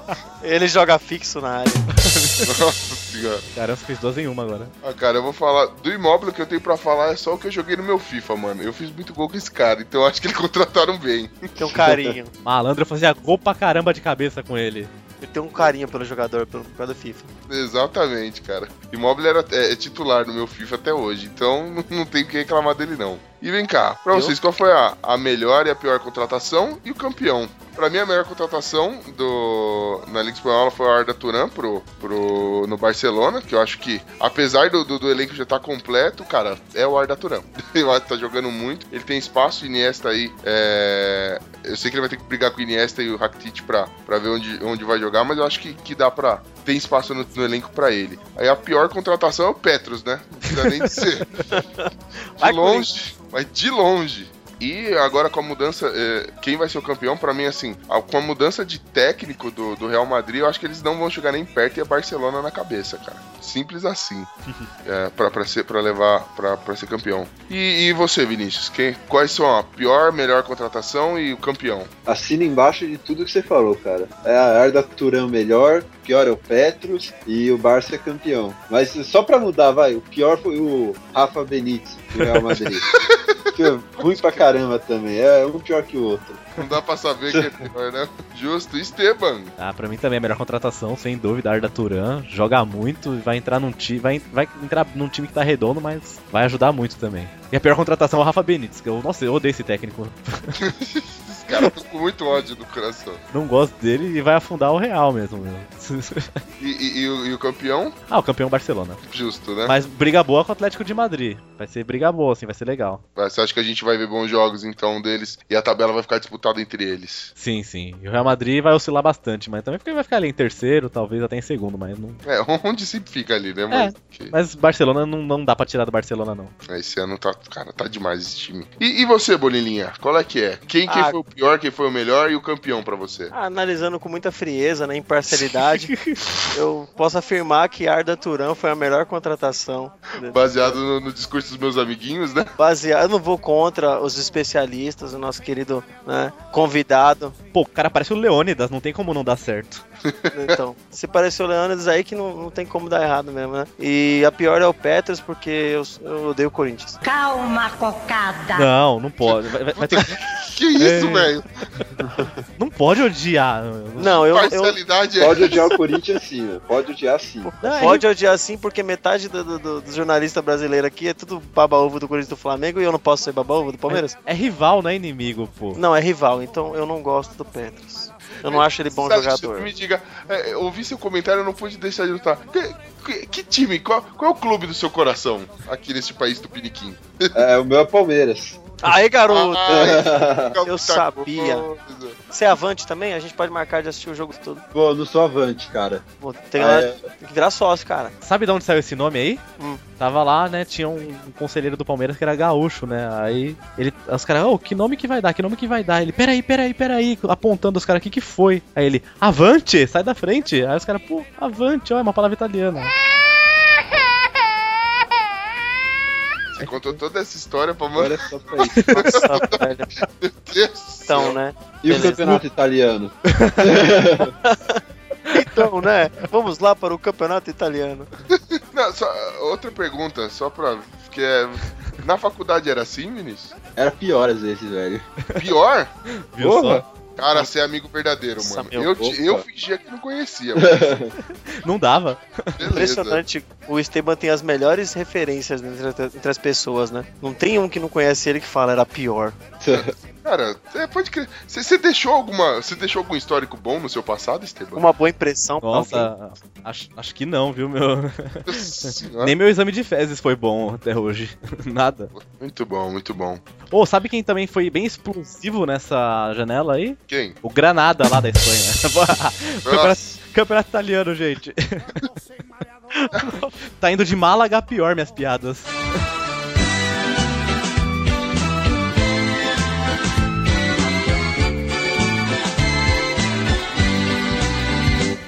Speaker 4: <laughs> ele joga fixo na área.
Speaker 2: Nossa senhora.
Speaker 3: Caramba, você fez duas em uma agora.
Speaker 2: Ah, cara, eu vou falar. Do imóvel que eu tenho pra falar é só o que eu joguei no meu FIFA, mano. Eu fiz muito gol com esse cara, então eu acho que eles <laughs> contrataram bem.
Speaker 4: Tem um carinho.
Speaker 3: Malandro, eu fazia gol pra caramba de cabeça com ele.
Speaker 4: <laughs> Ele tem um carinho pelo jogador, pelo por causa do FIFA.
Speaker 2: Exatamente, cara. Imóvel era, é, é titular no meu FIFA até hoje, então <laughs> não tem o que reclamar dele, não. E vem cá, pra
Speaker 4: Eu?
Speaker 2: vocês, qual foi a, a melhor e a pior contratação e o campeão? Pra mim, a melhor contratação do, na Liga Espanhola foi a Arda Turan pro, pro, no Barcelona, que eu acho que, apesar do, do, do elenco já estar completo, cara, é o Arda Turan. <laughs> Eu acho que tá jogando muito, ele tem espaço, o Iniesta aí é, eu sei que ele vai ter que brigar com o Iniesta e o Rakitic pra, pra ver onde, onde vai jogar, mas eu acho que, que dá pra. Tem espaço no, no elenco pra ele. Aí a pior contratação é o Petros, né? Não precisa nem dizer. De
Speaker 4: Vai,
Speaker 2: longe, mas de longe. E agora com a mudança, é, quem vai ser o campeão, pra mim, assim, a- com a mudança de técnico do, do Real Madrid, eu acho que eles não vão chegar nem perto e a Barcelona na cabeça, cara. Simples assim. é, pra, pra ser, pra levar, pra, pra ser campeão. E, e você, Vinícius, quem, quais são a pior, melhor contratação e o campeão?
Speaker 1: Assina embaixo de tudo que você falou, cara. É a Arda Turan melhor, o pior é o Petros e o Barça é campeão. Mas só pra mudar, vai, o pior foi o Rafa Benítez do Real Madrid. Que é ruim pra caramba também, é um pior que o outro.
Speaker 2: Não dá pra saber quem é pior, né? Justo, Esteban.
Speaker 3: Ah, pra mim também é a melhor contratação, sem dúvida, Arda Turan. Joga muito, vai entrar num time. Vai, vai entrar num time que tá redondo, mas vai ajudar muito também. E a pior contratação é o Rafa Benítez, que eu, nossa, eu odeio esse técnico.
Speaker 2: Esse cara tá com muito ódio no coração.
Speaker 3: Não gosto dele e vai afundar o Real mesmo, meu.
Speaker 2: E, e- e o, e o campeão?
Speaker 3: ah, o campeão Barcelona.
Speaker 2: Justo, né?
Speaker 3: Mas briga boa com o Atlético de Madrid. Vai ser briga boa, assim, vai ser legal.
Speaker 2: Mas Você acha que a gente vai ver bons jogos, então, deles? E a tabela vai ficar disputada entre eles?
Speaker 3: Sim, sim. E o Real Madrid vai oscilar bastante, mas também porque vai ficar ali em terceiro, talvez até em segundo, mas não.
Speaker 2: É, <laughs> onde sempre fica ali, né? Mas, ok.
Speaker 3: Mas Barcelona não, não dá pra tirar do Barcelona, não.
Speaker 2: né, Esse ano tá, cara, tá demais esse time. E, e você, Bonilinha? Qual é que é? Quem, quem
Speaker 4: Ah,
Speaker 2: foi o pior, quem foi o melhor e o campeão pra você.
Speaker 4: Analisando com muita frieza, né, imparcialidade, <laughs> eu posso afirmar que Arda Turan foi a melhor contratação.
Speaker 2: Baseado no, no discurso dos meus amiguinhos, né? <laughs>
Speaker 4: Baseado, eu não vou contra os especialistas, o nosso querido né, convidado.
Speaker 3: Pô, o cara parece o Leônidas, não tem como não dar certo.
Speaker 4: <laughs> Então, se pareceu o Leônidas aí que não, não tem como dar errado mesmo, né? E a pior é o Petras, porque eu, eu odeio o Corinthians.
Speaker 8: Calma, cocada.
Speaker 3: Não, não pode. Vai, vai- vai <laughs> ter que-
Speaker 2: Que isso,
Speaker 3: É.
Speaker 2: velho?
Speaker 3: Não pode odiar.
Speaker 4: Não, eu, eu,
Speaker 2: Parcialidade é.
Speaker 1: Pode odiar o Corinthians sim, velho. Pode odiar sim.
Speaker 3: Não, é
Speaker 4: Pode odiar sim, porque metade do, do, do- do jornalista brasileiro aqui é tudo baba-ovo do Corinthians e do Flamengo e eu não posso ser baba-ovo do Palmeiras?
Speaker 3: É rival, não é inimigo, pô.
Speaker 4: Não, é rival, então eu não gosto do Petras. Eu não acho ele bom
Speaker 2: Sabe,
Speaker 4: jogador.
Speaker 2: Me diga, é, eu ouvi seu comentário, eu não pude deixar de lutar. Que, que- que time? Qual, qual é o clube do seu coração aqui neste país do Piniquim?
Speaker 1: É, o meu é Palmeiras.
Speaker 4: Aí, garoto!
Speaker 2: Ah,
Speaker 4: <laughs> Eu sabia. Você é avante também? A gente pode marcar de assistir o jogo todo.
Speaker 1: Pô, eu não sou avante, cara.
Speaker 4: Pô, tem,
Speaker 1: Ah,
Speaker 3: É.
Speaker 4: hora- tem que virar
Speaker 3: <laughs>
Speaker 4: sócio, cara.
Speaker 3: Sabe de onde saiu esse nome aí?
Speaker 4: Hum.
Speaker 3: Tava lá, né? Tinha um conselheiro do Palmeiras que era gaúcho, né? Aí ele, os caras, ô, que nome que vai dar? Que nome que vai dar? Ele, peraí, peraí, peraí, apontando os caras, o que que foi? Aí ele, avante, sai da frente. Aí os caras, pô, avante, ó, é uma palavra italiana.
Speaker 2: Você contou toda essa história pra mano.
Speaker 1: Olha só pra isso.
Speaker 4: Nossa, velho. Então, né?
Speaker 1: E o
Speaker 4: Beleza.
Speaker 1: campeonato italiano?
Speaker 4: Então, né? Vamos lá para o campeonato italiano.
Speaker 2: Não, só, outra pergunta, só pra. Que é, na faculdade era assim, Vinícius?
Speaker 1: Era pior às vezes, velho.
Speaker 2: Pior?
Speaker 3: Viu só?
Speaker 2: Cara, você é amigo verdadeiro,
Speaker 4: Nossa,
Speaker 2: mano.
Speaker 4: meu
Speaker 2: Eu, te-
Speaker 1: opa.
Speaker 2: eu fingia que não conhecia,
Speaker 4: <laughs>
Speaker 2: mas
Speaker 3: Não dava.
Speaker 2: beleza.
Speaker 4: Impressionante. O Esteban tem as melhores referências entre, entre as pessoas, né? Não tem um que não conhece ele que fala, era pior.
Speaker 2: Cara, é, pode crer. Você você deixou alguma. Você deixou algum histórico bom no seu passado,
Speaker 4: <laughs>
Speaker 2: Esteban?
Speaker 4: Uma boa impressão pra alguém.
Speaker 3: Nossa, acho, acho que não, viu, meu?
Speaker 2: Nossa senhora.
Speaker 3: Nem meu exame de fezes foi bom até hoje. <laughs> Nada.
Speaker 2: Muito bom, muito bom.
Speaker 3: Ô, sabe quem também foi bem explosivo nessa janela aí?
Speaker 2: Quem?
Speaker 3: O Granada lá da Espanha. <laughs> Campeonato,
Speaker 2: Nossa,
Speaker 3: campeonato italiano, gente. <laughs> tá indo de Málaga a pior, minhas piadas.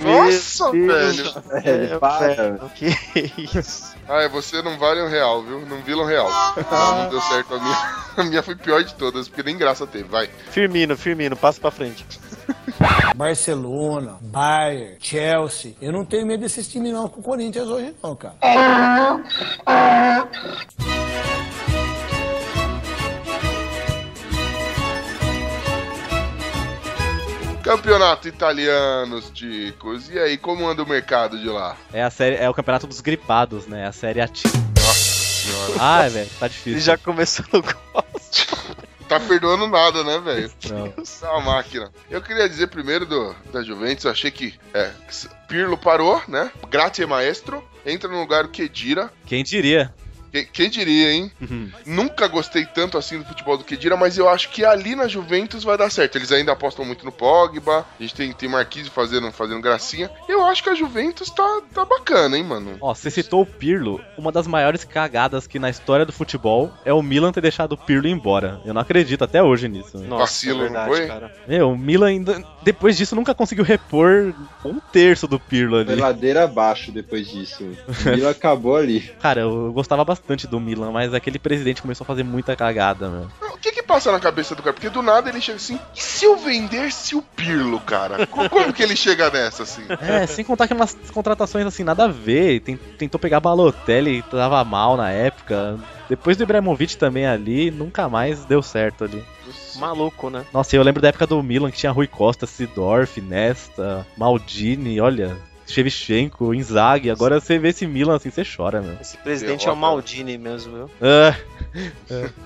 Speaker 2: nossa,
Speaker 4: Meu
Speaker 2: velho.
Speaker 4: Deus, <laughs>
Speaker 1: Velho, para.
Speaker 4: É, velho, que é isso.
Speaker 2: Ah, você não vale um real, viu? Não vila um real. Ah, não deu certo a minha. <laughs> A minha foi pior de todas, porque nem graça teve, vai.
Speaker 4: Firmino, Firmino, passa pra frente.
Speaker 7: Barcelona, Bayern, Chelsea. Eu não tenho medo desses times não com o Corinthians hoje não, cara.
Speaker 2: Campeonato italiano, ticos. E aí, como anda o mercado de lá?
Speaker 3: É a série, é o campeonato dos gripados, né? A série ativa.
Speaker 2: Senhora,
Speaker 3: Ai, velho, tá
Speaker 4: Ele
Speaker 3: difícil.
Speaker 4: já começou no gol.
Speaker 2: tá perdoando nada, né, velho?
Speaker 3: Não.
Speaker 2: Tá uma máquina. Eu queria dizer primeiro do, da Juventus, eu achei que é, Pirlo parou, né? Grazie maestro, entra no lugar do Kedira.
Speaker 3: Quem diria?
Speaker 2: Quem, quem diria, hein? Nunca gostei tanto assim do futebol do Kedira, mas eu acho que ali na Juventus vai dar certo. Eles ainda apostam muito no Pogba, a gente tem, tem Marquise fazendo, fazendo gracinha. Eu acho que a Juventus tá, tá bacana, hein, mano?
Speaker 3: Ó, você citou o Pirlo. Uma das maiores cagadas que na história do futebol é o Milan ter deixado o Pirlo embora. Eu não acredito até hoje nisso.
Speaker 4: Nossa,
Speaker 2: Um Vacilo,
Speaker 4: é
Speaker 2: não foi?
Speaker 4: cara.
Speaker 3: Meu, o Milan ainda, depois disso nunca conseguiu repor um terço do Pirlo
Speaker 1: Foi
Speaker 3: ali.
Speaker 1: ladeira abaixo depois
Speaker 3: <laughs>
Speaker 1: disso. O Milan acabou ali.
Speaker 3: Cara, eu gostava bastante do Milan, mas aquele presidente começou a fazer muita cagada, meu.
Speaker 2: O que que passa na cabeça do cara? Porque do nada ele chega assim, e se eu vender-se o Pirlo, cara? Co- Como que ele chega nessa, assim?
Speaker 3: É, sem contar que umas contratações assim, nada a ver. Tem- tentou pegar Balotelli, tava mal na época. Depois do Ibrahimovic também ali, nunca mais deu certo ali.
Speaker 4: Maluco, né?
Speaker 3: Nossa, eu lembro da época do Milan que tinha Rui Costa, Sidorf, Nesta, Maldini, olha, Shevchenko, Inzaghi. Agora você vê esse Milan assim, você chora, meu.
Speaker 4: Esse presidente é o
Speaker 2: Derrota.
Speaker 4: Maldini mesmo, viu?
Speaker 3: Ah.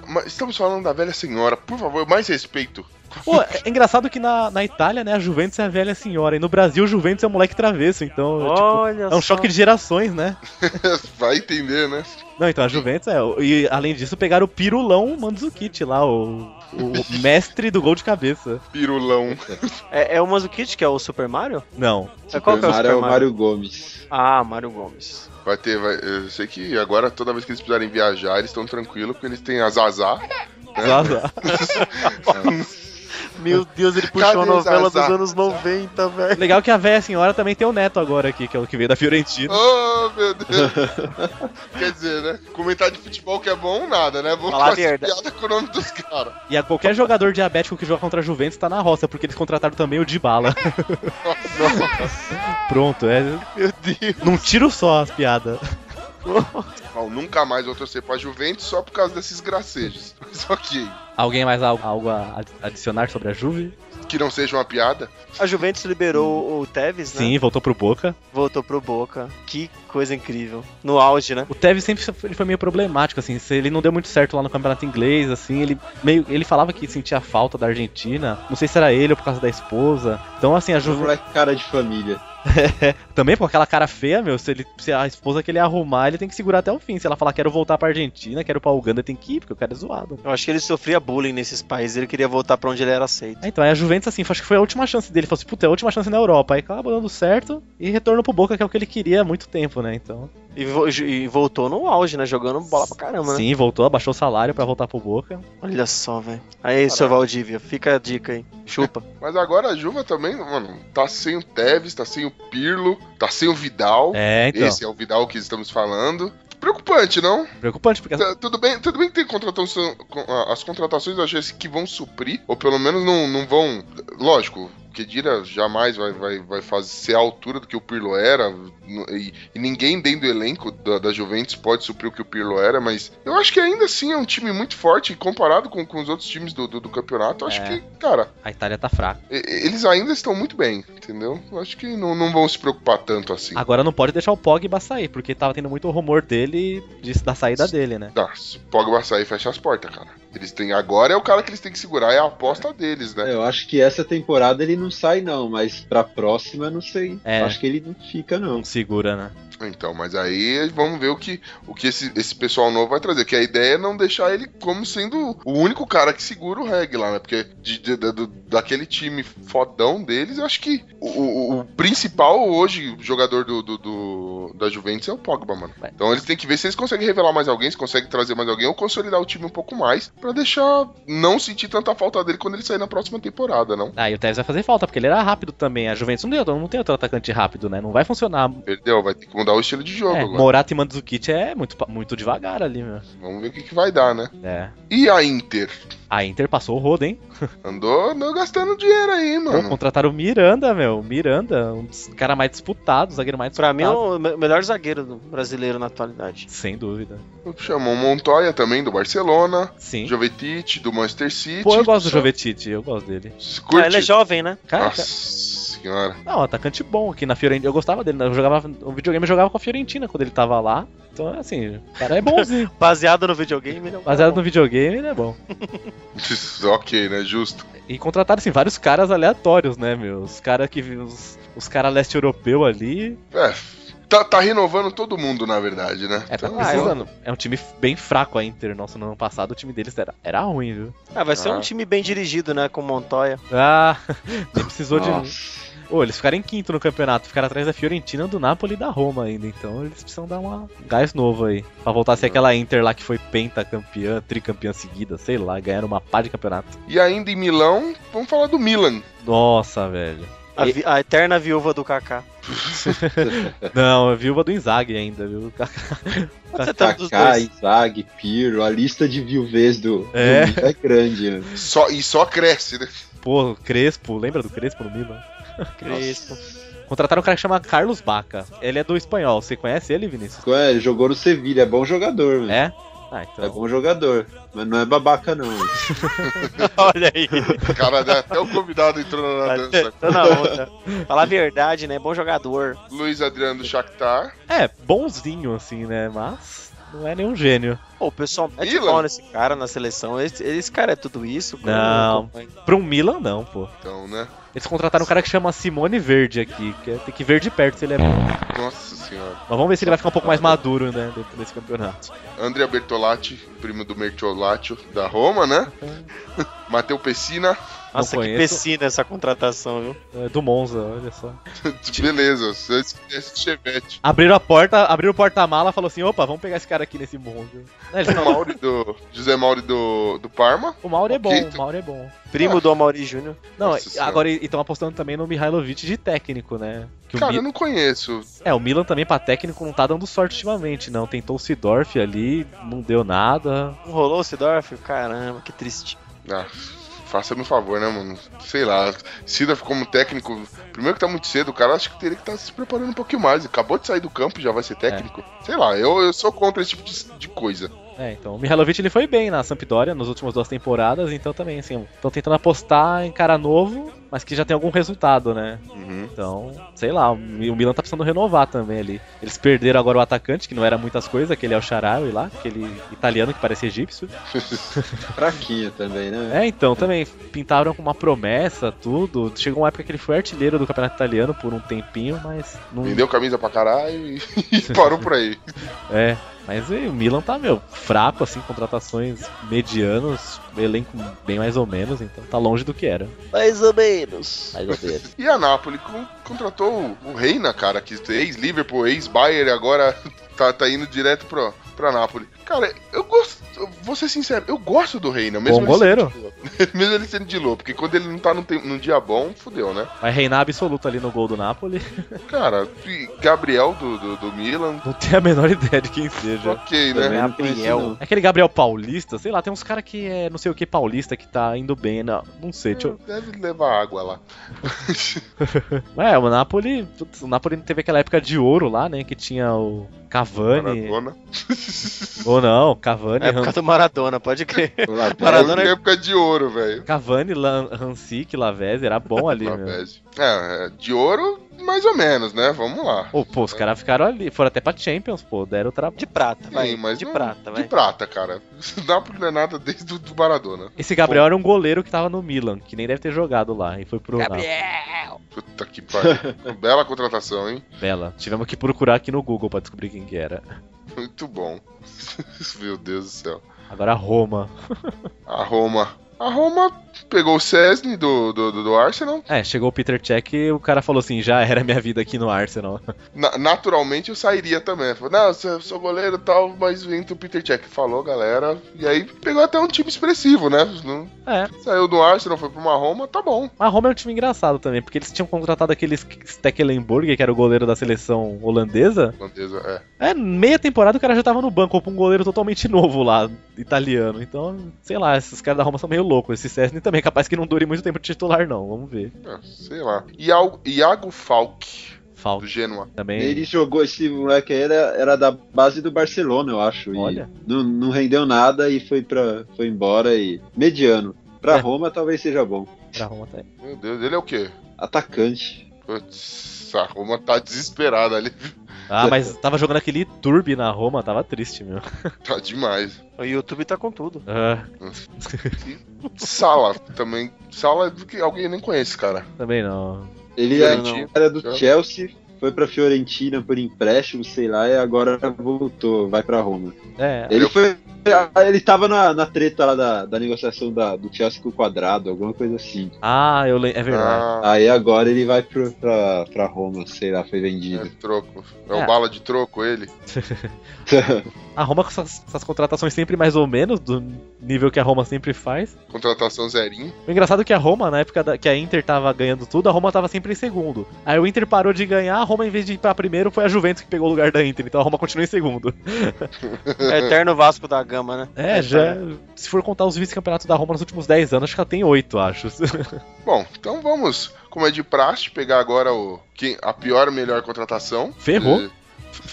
Speaker 2: Mas estamos falando da velha senhora, por favor, mais respeito. <laughs>
Speaker 3: Pô, é engraçado que na, na Itália, né, a Juventus é a velha senhora. E no Brasil, o Juventus é o moleque travesso. Então, é, tipo,
Speaker 4: Olha
Speaker 3: é um choque de gerações, né?
Speaker 2: Vai entender, né?
Speaker 3: Não, então a Juventus é. E além disso, pegaram o pirulão Mandzukic lá, o, o mestre do gol de cabeça.
Speaker 2: Pirulão.
Speaker 4: É, é o Mazukit, que é o Super Mario?
Speaker 3: Não.
Speaker 4: É, qual que é o Super
Speaker 1: Mário é o
Speaker 4: Mario?
Speaker 1: Mário Gomes.
Speaker 4: Ah, Mário Gomes.
Speaker 2: Vai ter, vai- eu sei que agora toda vez que eles precisarem É. viajar, eles estão tranquilos, porque eles têm a Zazá.
Speaker 3: Zaza.
Speaker 4: Meu Deus, ele puxou
Speaker 2: Cadê
Speaker 4: a
Speaker 2: os
Speaker 4: novela dos
Speaker 2: azar?
Speaker 4: anos 90, velho.
Speaker 3: Legal que a véia senhora também tem o neto agora aqui, que é o que veio da Fiorentina.
Speaker 2: Oh, meu Deus. <laughs> Quer dizer, né? Comentar de futebol que é bom, nada, né? Vamos
Speaker 4: Falar
Speaker 2: fazer
Speaker 4: merda.
Speaker 2: piada com o nome dos caras.
Speaker 3: E a qualquer jogador diabético que joga contra a Juventus tá na roça, porque eles contrataram também o Dybala. <laughs> Pronto, é.
Speaker 2: Meu Deus.
Speaker 3: Num tiro só as piadas.
Speaker 2: Bom, nunca mais vou torcer pra Juventus só por causa desses gracejos. Mas ok.
Speaker 3: Alguém mais al- algo a ad- adicionar sobre a Juve?
Speaker 2: Que não seja uma piada.
Speaker 4: A Juventus liberou o Tevez, né?
Speaker 3: Sim, voltou pro Boca.
Speaker 4: Voltou pro Boca. Que coisa incrível. No auge, né?
Speaker 3: O Tevez sempre so- ele foi meio problemático, assim. se Ele não deu muito certo lá no campeonato inglês, assim. Ele meio, ele falava que sentia falta da Argentina. Não sei se era ele ou por causa da esposa. Então, assim, a
Speaker 4: Uhum.
Speaker 1: Um
Speaker 3: Juve
Speaker 1: moleque cara de família.
Speaker 3: também com aquela cara feia, meu. Se, ele, se a esposa que ele arrumar, ele tem que segurar até o fim. Se ela falar quero voltar pra Argentina, quero pra Uganda, tem que ir, porque o cara é zoado.
Speaker 4: Eu acho que ele sofria bullying nesses países. Ele queria voltar pra onde ele era aceito.
Speaker 3: É, Então, aí a Juventus, assim, acho que foi a última chance dele. Falou assim, puta, é a última chance na Europa. Aí acabou dando certo e retornou pro Boca, que é o que ele queria há muito tempo, né? Então,
Speaker 4: E, vo- e voltou no auge, né? Jogando bola pra caramba, né?
Speaker 3: sim, voltou, abaixou o salário pra voltar pro Boca.
Speaker 4: Olha só, velho. Aí, seu Valdívia, fica a dica aí. Chupa.
Speaker 2: Mas agora a Juva também, mano, tá sem o Tevez, tá sem o Pirlo, tá sem o Vidal.
Speaker 3: É, então,
Speaker 2: Esse é o Vidal que estamos falando. Preocupante, não?
Speaker 3: preocupante, porque...
Speaker 2: Tá, Tudo bem, tudo bem que tem contratação. com- a- As contratações eu achei que vão suprir, ou pelo menos não, não vão. Lógico, o Kedira jamais vai, vai, vai fazer, ser a altura do que o Pirlo era. no- E, e ninguém dentro do elenco da, da Juventus pode suprir o que o Pirlo era, mas eu acho que ainda assim é um time muito forte e comparado com, com os outros times do, do, do campeonato. Eu acho
Speaker 3: É.
Speaker 2: que, cara,
Speaker 3: A Itália tá fraca.
Speaker 2: e- e- eles ainda estão muito bem, entendeu? Eu acho que não, não vão se preocupar tanto assim.
Speaker 3: Agora não pode deixar o Pogba sair, porque tava tendo muito rumor dele, disso, da saída dele, né?
Speaker 2: Tá, se o Pogba sair, fecha as portas, cara. Eles têm agora é o cara que eles têm que segurar, é a aposta deles, né?
Speaker 1: É, Eu acho que essa temporada ele não sai, não, mas pra próxima não sei.
Speaker 3: É.
Speaker 1: Acho que ele não fica, não.
Speaker 3: Não segura, né?
Speaker 2: Então, mas aí vamos ver o que, o que esse, esse pessoal novo vai trazer. Que a ideia é não deixar ele como sendo o único cara que segura o reg lá, né? Porque de- de- da- do- daquele time fodão deles, eu acho que o, o- o principal hoje jogador do, do- do- da Juventus é o Pogba, mano.
Speaker 3: É.
Speaker 2: Então eles têm que ver se eles conseguem revelar mais alguém, se conseguem trazer mais alguém ou consolidar o time um pouco mais pra deixar não sentir tanta falta dele quando ele sair na próxima temporada, não?
Speaker 3: Ah, e o Tevez vai fazer falta, porque ele era rápido também. A Juventus não, deu, não tem outro atacante rápido, né? Não vai funcionar.
Speaker 2: Perdeu, vai ter que mudar o estilo de jogo
Speaker 3: É,
Speaker 2: agora.
Speaker 3: Morata e Mandzukic é muito, pa- muito devagar ali, meu.
Speaker 2: Vamos ver o que, que vai dar, né?
Speaker 3: É.
Speaker 2: E a Inter?
Speaker 3: A Inter passou o rodo, hein?
Speaker 2: Andou, andou gastando dinheiro aí,
Speaker 3: Pô,
Speaker 2: mano.
Speaker 3: contrataram o Miranda, meu. O Miranda, um dos caras mais disputados, zagueiro mais
Speaker 4: <laughs> Pra
Speaker 3: disputado.
Speaker 4: mim é o me- melhor zagueiro do- brasileiro na atualidade.
Speaker 3: Sem dúvida.
Speaker 2: Chamou o Montoya também do Barcelona,
Speaker 3: Sim.
Speaker 2: Jovetic do Manchester City.
Speaker 3: Pô, eu gosto do Jovetite, eu gosto dele.
Speaker 2: Jovetic.
Speaker 4: Ah, ele é jovem, né?
Speaker 3: Cara,
Speaker 2: Nossa senhora. <laughs>
Speaker 3: não, atacante bom aqui na Fiorentina. Eu gostava dele, né? eu jogava o videogame, eu jogava com a Fiorentina quando ele tava lá. Então, assim, o cara é bonzinho.
Speaker 4: Baseado no videogame, ele é um
Speaker 3: <laughs>
Speaker 4: cara
Speaker 3: Baseado
Speaker 4: bom.
Speaker 3: no videogame, ele é bom.
Speaker 2: ok, né? Justo.
Speaker 3: E contrataram, assim, vários caras aleatórios, né, meu? Os caras que. Os, os caras leste europeu ali.
Speaker 2: É, tá, tá renovando todo mundo, na verdade, né?
Speaker 3: É, tá
Speaker 2: Então,
Speaker 3: precisando. É um time bem fraco a Inter. Nossa, no ano passado o time deles era, era ruim, viu?
Speaker 4: Ah, vai ser
Speaker 2: Ah.
Speaker 4: um time bem dirigido, né? Com Montoya.
Speaker 3: Ah, <laughs> nem precisou de.
Speaker 1: Nossa.
Speaker 3: Ô, eles ficaram em quinto no campeonato, ficaram atrás da Fiorentina, do Napoli e da Roma ainda. Então eles precisam dar uma um gás novo aí. Pra voltar a ser aquela Inter lá que foi pentacampeã, tricampeã seguida, sei lá, ganharam uma pá de campeonato.
Speaker 2: E ainda em Milão, vamos falar do Milan.
Speaker 3: Nossa, velho.
Speaker 4: A, vi- a eterna viúva do Kaká.
Speaker 3: Não, é viúva do Inzaghi ainda, viu? <laughs>
Speaker 4: Quanto você tá dos
Speaker 1: Kaká,
Speaker 4: dois?
Speaker 1: Inzaghi, Pirlo, a lista de viuvês do, do
Speaker 3: É.
Speaker 1: Milan é grande. né?
Speaker 2: Só, e só cresce, né?
Speaker 3: Pô, Crespo, lembra do Crespo no Milan?
Speaker 4: Crespo.
Speaker 3: Contrataram um cara que chama Carlos Baca. Ele é do espanhol, você conhece ele, Vinícius?
Speaker 1: É, ele jogou no Sevilha, é bom jogador, mano.
Speaker 3: É? Ah,
Speaker 1: É
Speaker 3: então.
Speaker 1: bom jogador, mas não é
Speaker 3: <laughs>
Speaker 1: babaca, não.
Speaker 4: <laughs> Olha aí.
Speaker 2: Cara, né? até o convidado
Speaker 3: <laughs>
Speaker 2: entrou na dança.
Speaker 4: Tô na onda. Falar a verdade, né? Bom jogador.
Speaker 2: Luiz Adriano do Shakhtar.
Speaker 3: É, bonzinho assim, né? Mas não é nenhum gênio.
Speaker 4: Pô, o pessoal mete
Speaker 2: Milan?
Speaker 4: pau nesse cara na seleção. Esse, esse cara é tudo isso? Como-
Speaker 3: Não.
Speaker 4: como-
Speaker 3: Pra um Milan, não, pô.
Speaker 2: Então, né?
Speaker 3: Eles contrataram um cara que chama Simone Verde aqui, que é- tem que ver de perto se ele é bom.
Speaker 2: Nossa senhora.
Speaker 3: Mas vamos ver se ele vai ficar um pouco mais maduro, né, dentro desse campeonato.
Speaker 2: Andrea <laughs> Bertolatti, primo do Mertiolaccio da Roma, né? Mateu Pessina.
Speaker 4: Nossa, que
Speaker 3: conheço.
Speaker 4: pessina essa contratação, viu?
Speaker 3: É do Monza, olha só.
Speaker 2: Beleza, você esquece de Chevette.
Speaker 3: Abriram a porta, abriram o porta-mala e falou assim: opa, vamos pegar esse cara aqui nesse Monza. Não, eles
Speaker 2: O
Speaker 3: falaram,
Speaker 2: Mauri do. José Mauri do, do Parma.
Speaker 3: o Mauro é bom,
Speaker 2: Ok, então.
Speaker 3: o Mauro é bom.
Speaker 4: Primo do Amaury Júnior.
Speaker 3: Não,
Speaker 2: Nossa Senhora.
Speaker 3: agora estão apostando também no Mihailovic de técnico, né? Que o
Speaker 2: Cara,
Speaker 3: Mi-
Speaker 2: eu não conheço.
Speaker 3: É, o Milan também pra técnico não tá dando sorte ultimamente, não. Tentou o Sidorf ali, não deu nada.
Speaker 4: Não rolou o Sidorf? Caramba, que triste.
Speaker 2: Ah, faça-me um favor, né, mano? Sei lá. Sida como técnico. Primeiro que tá muito cedo, o cara acho que teria que estar se preparando um pouquinho mais. Acabou de sair do campo e já vai ser técnico. Sei lá, eu, eu sou contra esse tipo de, de coisa.
Speaker 3: É, então, o Mihailovic ele foi bem na Sampdoria nas últimas duas temporadas, então também, assim, estão tentando apostar em cara novo, mas que já tem algum resultado, né?
Speaker 2: Uhum.
Speaker 3: Então, sei lá, o Mi- o Milan tá precisando renovar também ali. Eles perderam agora o atacante, que não era muitas coisas, aquele El Shaarawy lá, aquele italiano que parece egípcio.
Speaker 1: Fraquinho também, né?
Speaker 3: É, então, também pintaram com uma promessa, tudo. Chegou uma época que ele foi artilheiro do campeonato italiano por um tempinho, mas não,
Speaker 2: Vendeu camisa pra caralho e, <laughs> e parou por aí.
Speaker 3: É, mas e, o Milan tá, meu, fraco, assim, contratações medianas, elenco bem mais ou menos, então tá longe do que era.
Speaker 4: Mais ou menos.
Speaker 3: Mais ou menos.
Speaker 2: E a Napoli con- contratou o Reina, cara, que ex-Liverpool, ex-Bayern, e agora <laughs> tá, tá indo direto pro, pra Napoli. Cara, eu gosto, eu vou ser sincero, eu gosto do Reina, mesmo,
Speaker 3: Bom
Speaker 2: ele sendo-
Speaker 3: goleiro.
Speaker 2: <laughs> mesmo ele sendo de lua, porque quando ele não tá num, tem- num dia bom, fudeu, né?
Speaker 3: Vai reinar absoluto ali no gol do Napoli. <laughs>
Speaker 2: Cara, e Gabriel do, do, do Milan,
Speaker 3: Não tenho a menor ideia de quem seja.
Speaker 2: ok, né?
Speaker 1: Também não
Speaker 4: Gabriel.
Speaker 1: conheci, não.
Speaker 3: É Aquele Gabriel Paulista, sei lá, tem uns cara que é não sei o que paulista que tá indo bem, não, não sei. Deixa eu...
Speaker 2: Deve levar água lá.
Speaker 3: É, o Napoli, putz, o Napoli teve aquela época de ouro lá, né, que tinha o Cavani,
Speaker 2: Maradona.
Speaker 3: ou não, Cavani,
Speaker 4: É época
Speaker 3: Han-
Speaker 4: do Maradona, pode
Speaker 2: <laughs>
Speaker 4: crer.
Speaker 1: O Lavezzi-
Speaker 4: Maradona-
Speaker 2: Maradona é época de ouro, velho.
Speaker 3: Cavani, Lan- Hansick, Lavezzi, era bom ali, né.
Speaker 2: Na
Speaker 3: meu.
Speaker 2: Pez. É, é, de ouro, mais ou menos, né? Vamos lá.
Speaker 3: Ô, pô, os caras ficaram ali, foram até pra Champions, pô, deram trabalho.
Speaker 4: De prata, vai.
Speaker 2: Sim, mas
Speaker 4: de
Speaker 2: não-
Speaker 4: prata,
Speaker 2: De
Speaker 4: vai.
Speaker 2: prata, cara. <laughs> Napoli não é nada desde o do Maradona.
Speaker 3: Esse Gabriel era um goleiro que tava no Milan, que nem deve ter jogado lá, e foi pro Gabriel.
Speaker 2: Puta que pariu. Bela contratação, hein?
Speaker 3: Bela. Tivemos que procurar aqui no Google pra descobrir quem que era.
Speaker 2: Muito bom. <laughs> Meu Deus do céu.
Speaker 3: Agora Roma.
Speaker 2: A Roma. A Roma pegou o Cesny do, do, do- do Arsenal.
Speaker 3: É, chegou o Peter Cech e o cara falou assim, já era minha vida aqui no Arsenal. <laughs>
Speaker 2: Na- naturalmente eu sairia também. Falei, não, eu sou- eu sou goleiro e tal, mas entra o Peter Check. Falou, galera. E aí pegou até um time expressivo, né? Não-
Speaker 3: É,
Speaker 2: Saiu do Arsenal, foi pra uma Roma, tá bom.
Speaker 3: mas Roma é um time engraçado também, porque eles tinham contratado aquele Stekelenburg, que era o goleiro da seleção holandesa.
Speaker 2: Holandesa, é.
Speaker 3: É, meia temporada o cara já tava no banco com um goleiro totalmente <laughs> novo lá, italiano. Então, sei lá, esses caras da Roma são meio loucos. Esse Cessny também, capaz que não dure muito tempo de titular, não. Vamos ver.
Speaker 2: É, Sei lá. Iago, Iago Falk, do
Speaker 3: Falta
Speaker 2: Genoa.
Speaker 3: também.
Speaker 1: Ele jogou, esse moleque aí era, era da base do Barcelona, eu acho. e
Speaker 3: Olha.
Speaker 1: Não, não rendeu nada e foi, pra, foi embora e. Mediano. Pra
Speaker 3: É.
Speaker 1: Roma talvez seja bom.
Speaker 3: Pra Roma tá
Speaker 2: Meu Deus, ele é o quê?
Speaker 1: Atacante.
Speaker 2: Putz, a Roma tá desesperada ali.
Speaker 3: Ah, mas tava jogando aquele Turbi na Roma, tava triste, meu.
Speaker 2: Tá demais.
Speaker 4: O YouTube tá
Speaker 2: <laughs>
Speaker 4: com tudo.
Speaker 3: Ah,
Speaker 2: Sala também. Sala é que alguém nem conhece, cara.
Speaker 3: também não.
Speaker 1: Ele
Speaker 4: Não,
Speaker 1: era,
Speaker 4: não.
Speaker 1: era do
Speaker 2: Já.
Speaker 1: Chelsea, foi pra Fiorentina por empréstimo, sei lá, e agora voltou, vai pra Roma.
Speaker 3: É,
Speaker 1: Ele foi. ah, Ele tava na, na treta lá da, da negociação da- do Chelsea com o quadrado, alguma coisa assim.
Speaker 3: ah, eu lembro, é verdade.
Speaker 2: Ah,
Speaker 1: Aí agora ele vai pro, pra, pra Roma, sei lá, foi
Speaker 2: é
Speaker 1: vendido.
Speaker 2: troco. É o
Speaker 3: É.
Speaker 2: bala de troco ele.
Speaker 1: <laughs>
Speaker 3: A Roma com essas, essas contratações sempre mais ou menos, do nível que a Roma sempre faz.
Speaker 2: Contratação zerinho.
Speaker 3: O engraçado é que a Roma, na época da- que a Inter tava ganhando tudo, a Roma tava sempre em segundo. Aí o Inter parou de ganhar, a Roma, em vez de ir pra primeiro, foi a Juventus que pegou o lugar da Inter. Então a Roma continua em segundo.
Speaker 4: É eterno Vasco da Gama, né?
Speaker 3: É, já. Se for contar os vice-campeonatos da Roma nos últimos 10 anos, acho que ela tem 8, acho. <laughs>
Speaker 2: Bom, então vamos, como é de praxe, pegar agora o quem- a pior e melhor contratação.
Speaker 3: Ferrou.
Speaker 2: E-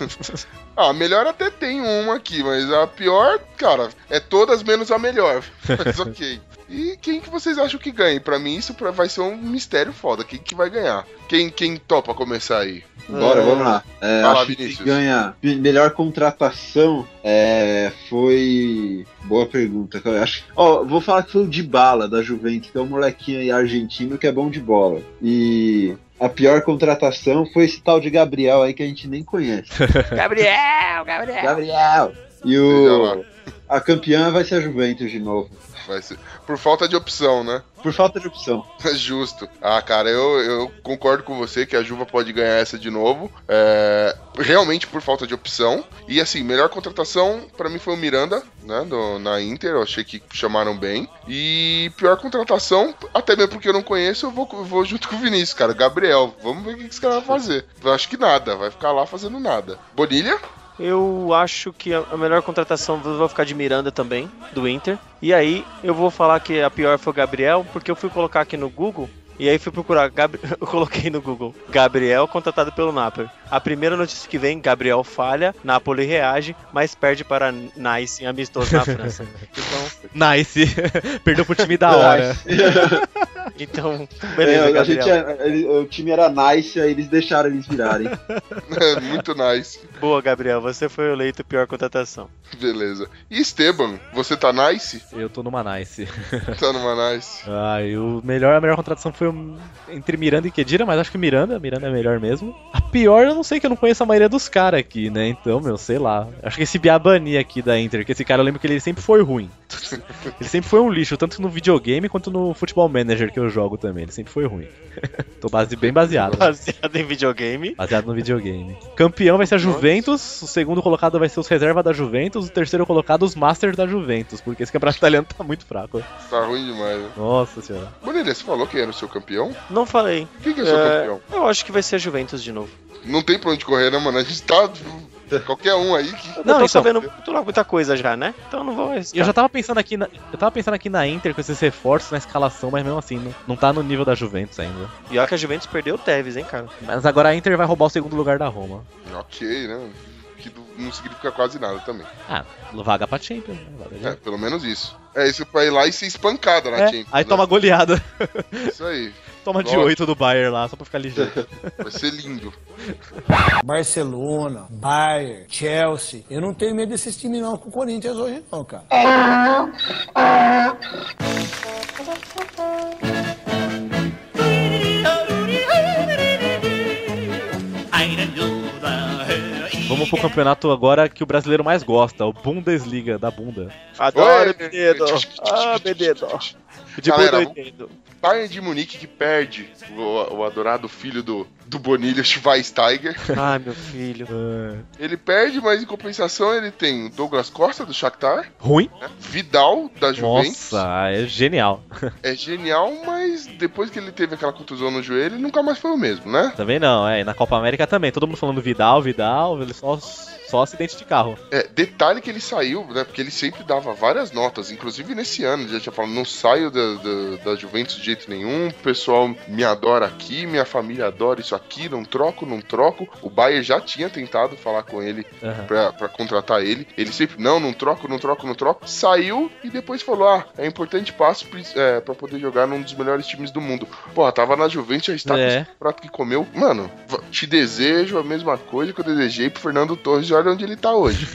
Speaker 2: Hum. <laughs> ah, a melhor até tem uma aqui, mas a pior, cara, é todas menos a melhor. <laughs> Mas ok. E quem que vocês acham que ganha? Pra mim isso pra- vai ser um mistério foda. Quem que vai ganhar? Quem, quem topa começar aí?
Speaker 1: Bora, vamos lá. É,
Speaker 2: Fala,
Speaker 1: acho que
Speaker 2: Vinícius.
Speaker 1: ganha melhor contratação é, foi. Boa pergunta. eu acho. Ó, vou falar que foi o Dybala da Juventus, que é um molequinho aí argentino que é bom de bola. E a pior contratação foi esse tal de Gabriel aí que a gente nem conhece.
Speaker 2: <laughs>
Speaker 1: Gabriel, Gabriel! Gabriel! E
Speaker 2: Olha lá.
Speaker 1: o. A campeã vai ser a Juventus de novo.
Speaker 2: Vai ser- Por falta de opção, né?
Speaker 1: Por falta de opção.
Speaker 2: Justo. Ah, cara, eu, eu concordo com você que a Juva pode ganhar essa de novo. É, realmente por falta de opção. E assim, melhor contratação pra mim foi o Miranda, né? do- na Inter, eu achei que chamaram bem. E pior contratação, até mesmo porque eu não conheço, eu vou, eu vou junto com o Vinícius, cara. Gabriel, vamos ver o que que esse cara vai fazer. Eu acho que nada, vai ficar lá fazendo nada. Bonilha? <laughs>
Speaker 4: Eu acho que a a melhor contratação do- vai ficar de Miranda também, do Inter. E aí eu vou falar que a pior foi o Gabriel, porque eu fui colocar aqui no Google. E aí fui procurar, Gabri- <laughs> eu coloquei no Google, Gabriel contratado pelo Napoli. A primeira notícia que vem, Gabriel falha, Napoli reage, mas perde para Nice em amistoso na
Speaker 1: <laughs>
Speaker 4: França. Então,
Speaker 3: Nice. <laughs> Perdeu pro time da hora.
Speaker 1: <laughs>
Speaker 4: então
Speaker 1: É,
Speaker 4: Ah, beleza,
Speaker 1: a gente,
Speaker 4: Gabriel.
Speaker 1: é- ele- o time era nice, aí eles deixaram
Speaker 4: <laughs>
Speaker 1: eles virarem.
Speaker 2: É, Muito nice.
Speaker 1: é-
Speaker 4: Boa, Gabriel, você foi eleito pior contratação.
Speaker 2: Beleza. E Esteban, você
Speaker 3: <laughs>
Speaker 2: tá nice?
Speaker 3: Eu tô numa nice.
Speaker 2: Tá numa nice.
Speaker 3: Ah, e o melhor, a melhor contratação foi um- entre Miranda e Kedira, mas acho que Miranda, Miranda é melhor mesmo. A pior, eu não sei que eu não conheço a maioria dos caras aqui, né? Então, meu, sei lá. Acho que esse Biabani aqui da Inter, que esse cara eu lembro que ele sempre foi ruim. ele sempre foi um lixo, tanto no videogame quanto no futebol manager que eu jogo também. Ele sempre foi ruim. <laughs> Tô base, bem baseado. né?
Speaker 4: Baseado em videogame.
Speaker 3: Baseado no videogame. Campeão vai ser a Juventus, o segundo colocado vai ser os reserva da Juventus, o terceiro colocado os Masters da Juventus, porque esse campeonato italiano tá muito fraco.
Speaker 2: Tá ruim demais. né?
Speaker 3: Nossa senhora.
Speaker 2: Bonilha, você falou quem era o seu campeão?
Speaker 4: Não falei.
Speaker 2: Quem que é o seu
Speaker 4: É,
Speaker 2: campeão?
Speaker 4: Eu acho que vai ser a Juventus de novo.
Speaker 2: Não tem pra onde correr, né, mano? A gente tá. tipo, Qualquer um aí que.
Speaker 4: Não, eu tô
Speaker 3: então-
Speaker 4: sabendo muito logo muita coisa já, né? Então não vou
Speaker 3: E eu
Speaker 4: arriscar.
Speaker 3: já tava pensando aqui na, eu tava pensando aqui na Inter com esses reforços na escalação, mas mesmo assim, não, não tá no nível da Juventus ainda.
Speaker 4: E olha que a Juventus perdeu o Tevez, hein, cara?
Speaker 3: Mas agora a Inter vai roubar o segundo lugar da Roma.
Speaker 2: Ok, né? Que do- não significa quase nada também.
Speaker 3: Ah, vaga pra Champions, né? Vaga
Speaker 2: É,
Speaker 3: de...
Speaker 2: pelo menos isso. É isso pra ir lá e ser espancada na
Speaker 3: É,
Speaker 2: Champions.
Speaker 3: aí
Speaker 2: né?
Speaker 3: toma goleada, <laughs>
Speaker 2: Isso aí.
Speaker 3: toma de
Speaker 2: Nossa.
Speaker 3: 8 do Bayern lá, só pra ficar
Speaker 2: <laughs>
Speaker 3: ligeiro.
Speaker 2: Vai ser lindo.
Speaker 7: Barcelona, Bayern, Chelsea. Eu não tenho medo desses times não com o Corinthians hoje não, cara.
Speaker 3: Vamos pro campeonato agora que o brasileiro mais gosta, o Bundesliga da bunda.
Speaker 4: Adoro,
Speaker 2: Oi. <laughs>
Speaker 4: Benedo. Ah, Benedo. De
Speaker 2: Galera,
Speaker 4: Galera, entendo.
Speaker 2: Bayern de Munique que perde o, o adorado filho do, do Bonilha, Schweinsteiger.
Speaker 4: Ai, meu filho.
Speaker 2: Ele perde, mas em compensação ele tem o Douglas Costa, do Shakhtar,
Speaker 3: Ruim?
Speaker 2: né? Vidal, da Juventus.
Speaker 3: Nossa, é genial.
Speaker 2: É genial, mas depois que ele teve aquela contusão no joelho, ele nunca mais foi o mesmo, né?
Speaker 3: Também não, é, e na Copa América também, todo mundo falando Vidal, Vidal, ele só, só acidente de carro.
Speaker 2: É, detalhe que ele saiu, né? Porque ele sempre dava várias notas, inclusive nesse ano, ele já tinha falado, não saio da, da, da Juventus de jeito nenhum, o pessoal me adora aqui, minha família adora isso aqui, não troco, não troco. O Bayern já tinha tentado falar com ele
Speaker 3: Aham.
Speaker 2: pra, pra contratar ele. Ele sempre, não, não troco, não troco, não troco. Saiu e depois falou: ah, é importante passo pra, é, pra poder jogar num dos melhores times do mundo. Porra, tava na Juventus, já está
Speaker 3: É.
Speaker 2: com o prato que comeu. Mano, v- te desejo a mesma coisa que eu desejei pro Fernando Torres e olha onde ele tá hoje.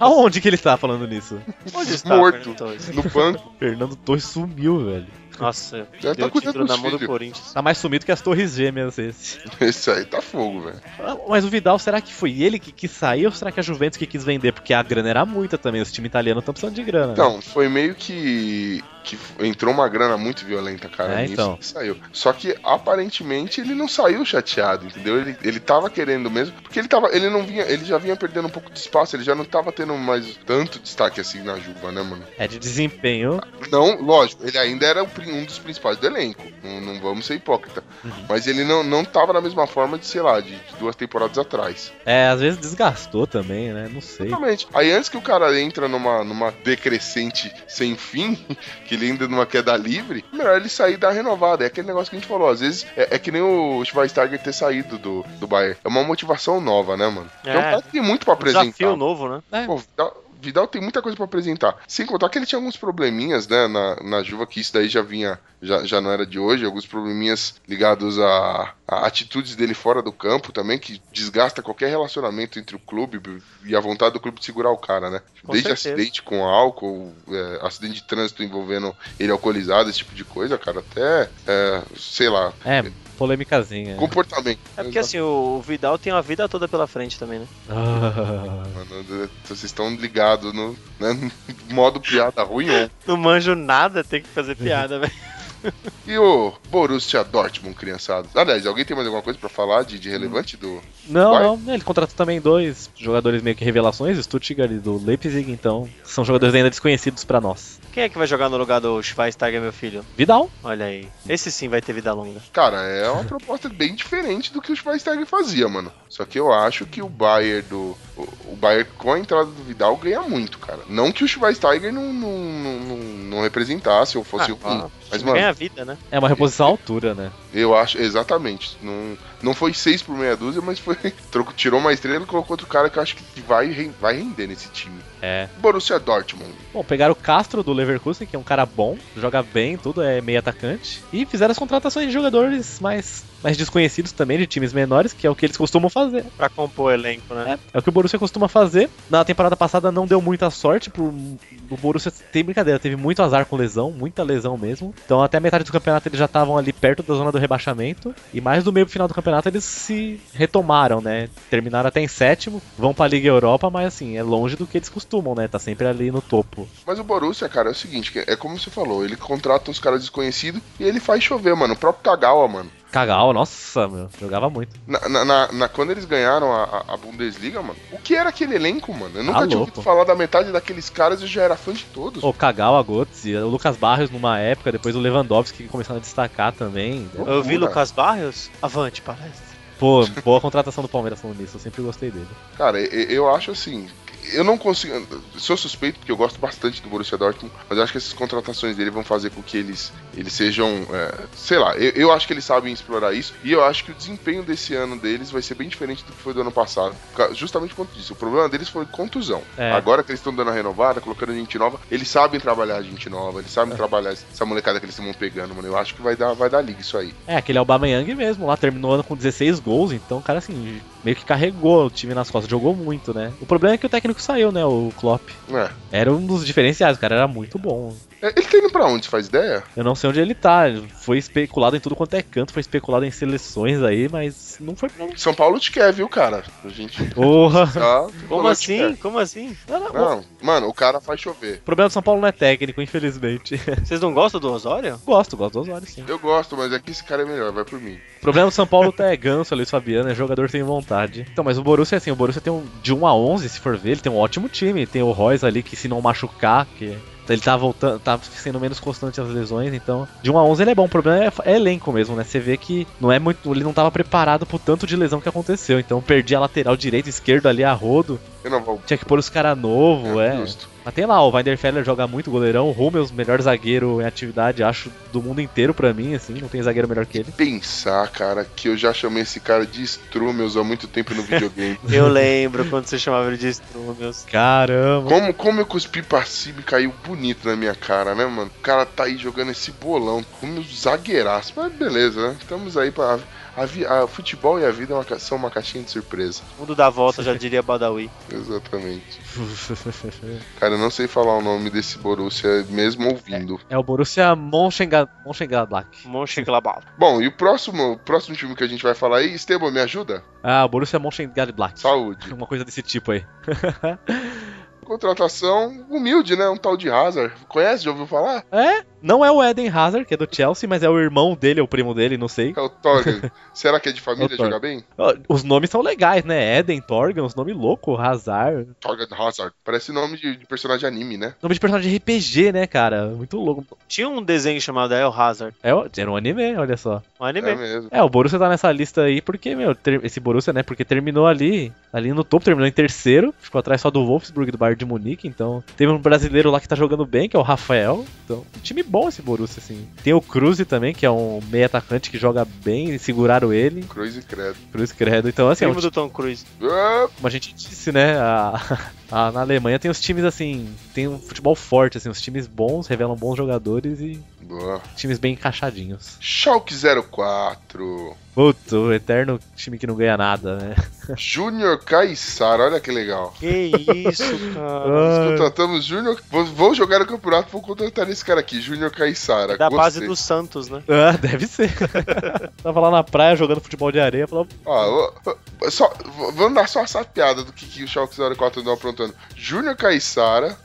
Speaker 3: Aonde que ele tá falando nisso?
Speaker 4: <laughs> Onde está
Speaker 2: Morto.
Speaker 4: Fernando Torres?
Speaker 2: No
Speaker 4: <laughs>
Speaker 2: banco.
Speaker 3: Fernando Torres sumiu, velho.
Speaker 4: Nossa,
Speaker 2: Já
Speaker 4: deu
Speaker 2: tá
Speaker 4: o título
Speaker 2: cuidando
Speaker 4: na
Speaker 2: dos
Speaker 4: mão do
Speaker 2: filhos.
Speaker 4: Corinthians.
Speaker 3: Tá mais sumido que as torres gêmeas esse.
Speaker 2: <laughs> Esse aí tá fogo, velho.
Speaker 3: Ah, Mas o Vidal, será que foi ele que quis sair ou será que a Juventus que quis vender? Porque a grana era muita também, os times italianos estão precisando de grana. né?
Speaker 2: Então, foi meio que. que entrou uma grana muito violenta, cara,
Speaker 3: É,
Speaker 2: nisso
Speaker 3: então.
Speaker 2: e saiu. Só que aparentemente ele não saiu chateado, entendeu? Ele, ele tava querendo mesmo, porque ele tava. Ele não vinha. Ele já vinha perdendo um pouco de espaço, ele já não tava tendo mais tanto destaque assim na Juva, né, mano?
Speaker 3: É de desempenho.
Speaker 2: Não, lógico, ele ainda era o pri- um dos principais do elenco. Não, não vamos ser hipócrita.
Speaker 3: Uhum.
Speaker 2: Mas ele não, não tava na mesma forma de, sei lá, de- de duas temporadas atrás.
Speaker 3: É, às vezes desgastou também, né? Não sei.
Speaker 2: Exatamente. Aí antes que o cara entra numa, numa decrescente sem fim, <laughs> que ele entra numa queda livre, melhor ele sair da renovada. É aquele negócio que a gente falou, às vezes é, é que nem o Schweinsteiger ter saído do, do Bayern. É uma motivação nova, né, mano?
Speaker 4: É.
Speaker 2: Então o cara tem muito pra apresentar.
Speaker 4: Desafio novo, né?
Speaker 2: <laughs> Pô, Vidal, Vidal tem muita coisa pra apresentar. Sem contar que ele tinha alguns probleminhas, né, na, na Juva, que isso daí já vinha, já, já não era de hoje, alguns probleminhas ligados a, a atitudes dele fora do campo também, que desgasta qualquer relacionamento entre o clube e a vontade do clube de segurar o cara, né?
Speaker 4: Com
Speaker 2: Desde
Speaker 4: certeza.
Speaker 2: acidente com álcool, é, acidente de trânsito envolvendo ele alcoolizado, esse tipo de coisa, cara, até, é, sei lá,
Speaker 3: É, polêmicazinha.
Speaker 2: Comportamento. né,
Speaker 4: É porque assim, o Vidal tem uma vida toda pela frente também, né?
Speaker 3: Ah.
Speaker 2: Mano, vocês estão ligados no né, <laughs> no modo piada ruim ou
Speaker 4: Não manjo nada, tem que fazer piada, velho.
Speaker 2: E o Borussia Dortmund, criançado. Aliás, alguém tem mais alguma coisa pra falar de, de relevante do. Vai.
Speaker 3: <laughs> Não, não, ele contratou também dois jogadores meio que revelações, o Stuttgart e do Leipzig, então são jogadores ainda desconhecidos pra nós.
Speaker 4: Quem é que vai jogar no lugar do Schweinsteiger, meu filho?
Speaker 3: Vidal,
Speaker 4: Olha aí. Esse sim vai ter vida longa.
Speaker 2: Cara, é uma proposta bem diferente do que o Schweinsteiger fazia, mano. Só que eu acho que o Bayern do. O, o Bayern com a entrada do Vidal ganha muito, cara. Não que o Schweinsteiger não, não, não, não- não representasse ou fosse um. o.
Speaker 4: Ah, claro.
Speaker 2: Mas, mano,
Speaker 4: Ganha a vida, né?
Speaker 3: é uma reposição à altura, né?
Speaker 2: eu acho. Exatamente. Não, não foi seis por meia dúzia, mas foi. <laughs> trocou- Tirou uma estrela e colocou outro cara que eu acho que vai, ren- vai render nesse time.
Speaker 3: É.
Speaker 2: Borussia Dortmund.
Speaker 3: Bom, pegaram o Castro do Leverkusen, que é um cara bom, joga bem, tudo, é meio atacante, e fizeram as contratações de jogadores mais, mais desconhecidos também, de times menores, que é o que eles costumam fazer.
Speaker 4: Pra compor o elenco, né?
Speaker 3: É, é o que o Borussia costuma fazer. Na temporada passada não deu muita sorte. Por... O Borussia tem brincadeira, teve muito azar com lesão, muita lesão mesmo. Então até a metade do campeonato eles já estavam ali perto da zona do rebaixamento. E mais do meio pro final do campeonato eles se retomaram, né? Terminaram até em sétimo, vão pra Liga Europa, mas assim, é longe do que eles costumam, né? Tá sempre ali no topo.
Speaker 2: Mas o Borussia, cara, é o seguinte, que é como você falou, ele contrata uns caras desconhecidos e ele faz chover, mano. O próprio Kagawa, mano.
Speaker 3: Cagal, nossa, meu, jogava muito.
Speaker 2: Na, na- na- na- quando eles ganharam a, a- a Bundesliga, mano, o que era aquele elenco, mano? Eu nunca
Speaker 3: Tá
Speaker 2: tinha
Speaker 3: louco.
Speaker 2: ouvido falar da metade daqueles caras e eu já era fã de todos.
Speaker 3: O Cagal, a Götze, o Lucas Barrios numa época, depois o Lewandowski que começando a destacar também.
Speaker 4: Eu vi
Speaker 2: Loucura.
Speaker 4: Lucas Barrios. Avante, palestra.
Speaker 3: Pô, boa contratação do Palmeiras falando nisso, eu sempre gostei dele.
Speaker 2: Cara, e- e- eu, acho assim. Eu não consigo. Sou suspeito, porque eu gosto bastante do Borussia Dortmund, mas eu acho que essas contratações dele vão fazer com que eles, eles sejam. é, sei lá, eu, eu acho que eles sabem explorar isso, e eu acho que o desempenho desse ano deles vai ser bem diferente do que foi do ano passado. ca- Justamente por conta disso. O problema deles foi contusão.
Speaker 3: É.
Speaker 2: Agora que eles estão dando a renovada, colocando gente nova, eles sabem trabalhar a gente nova, eles sabem trabalhar essa molecada que eles estão pegando, mano. Eu acho que vai dar, vai dar liga isso aí.
Speaker 3: É, aquele Aubameyang mesmo, lá terminou o ano com 16 gols, então o cara assim, meio que carregou o time nas costas, jogou muito, né? O problema é que o técnico saiu, né, o Klopp.
Speaker 2: É.
Speaker 3: Era um dos diferenciais, o cara era muito bom.
Speaker 2: É, Ele tá indo pra onde? Você faz ideia?
Speaker 3: Eu não sei onde ele tá, foi especulado em tudo quanto é canto, foi especulado em seleções aí, mas não foi não.
Speaker 2: São Paulo te quer, viu, cara? A gente.
Speaker 3: Porra.
Speaker 2: Tá,
Speaker 4: Como assim? Como assim?
Speaker 3: Não, não, o
Speaker 2: Não, mano, o cara faz chover.
Speaker 3: problema do São Paulo não é técnico, infelizmente.
Speaker 4: Vocês não gostam do Osório?
Speaker 3: gosto, gosto dos olhos, sim.
Speaker 2: Eu gosto, mas aqui esse cara é melhor, vai por mim.
Speaker 3: O problema do São Paulo tá é ganso, é Luiz Fabiano, é jogador sem vontade. Então, mas o Borussia é assim, o Borussia tem um, de 1 a 11, se for ver, ele tem um ótimo time. Tem o Reus ali que se não machucar, que ele tá voltando, tá sendo menos constante as lesões, então de 1 a 11 ele é bom. O problema é, é elenco mesmo, né? Você vê que não é muito, ele não tava preparado pro tanto de lesão que aconteceu. Então, perdi a lateral direita, esquerda ali a rodo,
Speaker 2: Eu não vou.
Speaker 3: tinha que pôr os cara novo, é.
Speaker 2: Ah, justo.
Speaker 3: Mas tem lá, o Weinderfeller joga muito goleirão, o Hummels, melhor zagueiro em atividade, acho do mundo inteiro pra mim, assim, não tem zagueiro melhor que ele.
Speaker 2: Pensar, cara, que eu já chamei esse cara de Strumels há muito tempo no
Speaker 4: <laughs>
Speaker 2: videogame.
Speaker 4: Eu lembro quando você chamava ele de Strumels.
Speaker 3: Caramba.
Speaker 2: Como, como eu cuspi pra cima e caiu bonito na minha cara, né, mano? O cara tá aí jogando esse bolão, como um zagueiraço. Mas beleza, né? Estamos aí pra. A, vi- a futebol e a vida é uma ca- são uma caixinha de surpresa.
Speaker 4: O mundo da volta, já diria Badawi.
Speaker 2: Exatamente. Cara, eu não sei falar o nome desse Borussia, mesmo ouvindo.
Speaker 3: <laughs> É o Borussia Monchengla-
Speaker 4: Um
Speaker 3: Mönchengladbach.
Speaker 4: Monchengladbach.
Speaker 2: Bom, e o próximo, o próximo time que a gente vai falar aí, Esteban, me ajuda?
Speaker 3: Ah, o Borussia Mönchengladbach.
Speaker 2: Saúde.
Speaker 3: Uma coisa desse tipo aí.
Speaker 2: Contratação humilde, né? Um tal de Hazard. Conhece? Já ouviu falar?
Speaker 3: É, não é o Eden Hazard, que é do Chelsea, mas é o irmão dele, ou o primo dele, não sei.
Speaker 2: É o Torgan. Será que é de família
Speaker 3: É o Torgan.
Speaker 2: jogar bem?
Speaker 3: Ó, Os nomes são legais, né? Eden, Torgan, os nomes loucos, Hazard.
Speaker 2: Torgan Hazard. Parece nome de, de personagem anime, né?
Speaker 3: Nome de personagem de RPG, né, cara? Muito louco.
Speaker 4: Tinha um desenho chamado El Hazard.
Speaker 3: É, ó, era um anime, olha só.
Speaker 4: Um
Speaker 2: É
Speaker 4: anime.
Speaker 2: mesmo.
Speaker 3: É, o Borussia tá nessa lista aí porque, meu, ter- esse Borussia, né? Porque terminou ali, ali no topo, terminou em terceiro, ficou atrás só do Wolfsburg e do Bayern de Munique, então. Teve um brasileiro lá que tá jogando bem, que é o Rafael. Então, um time bom esse Borussia, assim. Tem o Cruz também, que é um meio atacante que joga bem, e seguraram ele,
Speaker 2: Cruz e Credo.
Speaker 3: Cruz Credo. Então, assim, é um
Speaker 4: Primo do Tom Cruise.
Speaker 2: Ah,
Speaker 3: como a <laughs> gente disse, né? A, Ah, na Alemanha tem os times assim, tem um futebol forte, assim, os times bons revelam bons jogadores e
Speaker 2: Boa.
Speaker 3: times bem encaixadinhos.
Speaker 2: Schalke 04.
Speaker 3: Puto, o eterno time que não ganha nada, né?
Speaker 2: Júnior Caissara, olha que legal.
Speaker 4: Que isso, <laughs> cara.
Speaker 3: Ah,
Speaker 2: Contratamos Júnior. Vou, vou jogar o campeonato, vou contratar esse cara aqui, Júnior Caissara.
Speaker 4: Da base
Speaker 2: Ah. Gostei.
Speaker 4: do Santos, né?
Speaker 3: ah, deve ser. <laughs> Tava lá na praia jogando futebol de areia, falou,
Speaker 2: Ó, ó, ó, só, v- vamos dar só essa piada do que, que o Schalke 04 andou aprontando. Júnior Caissara,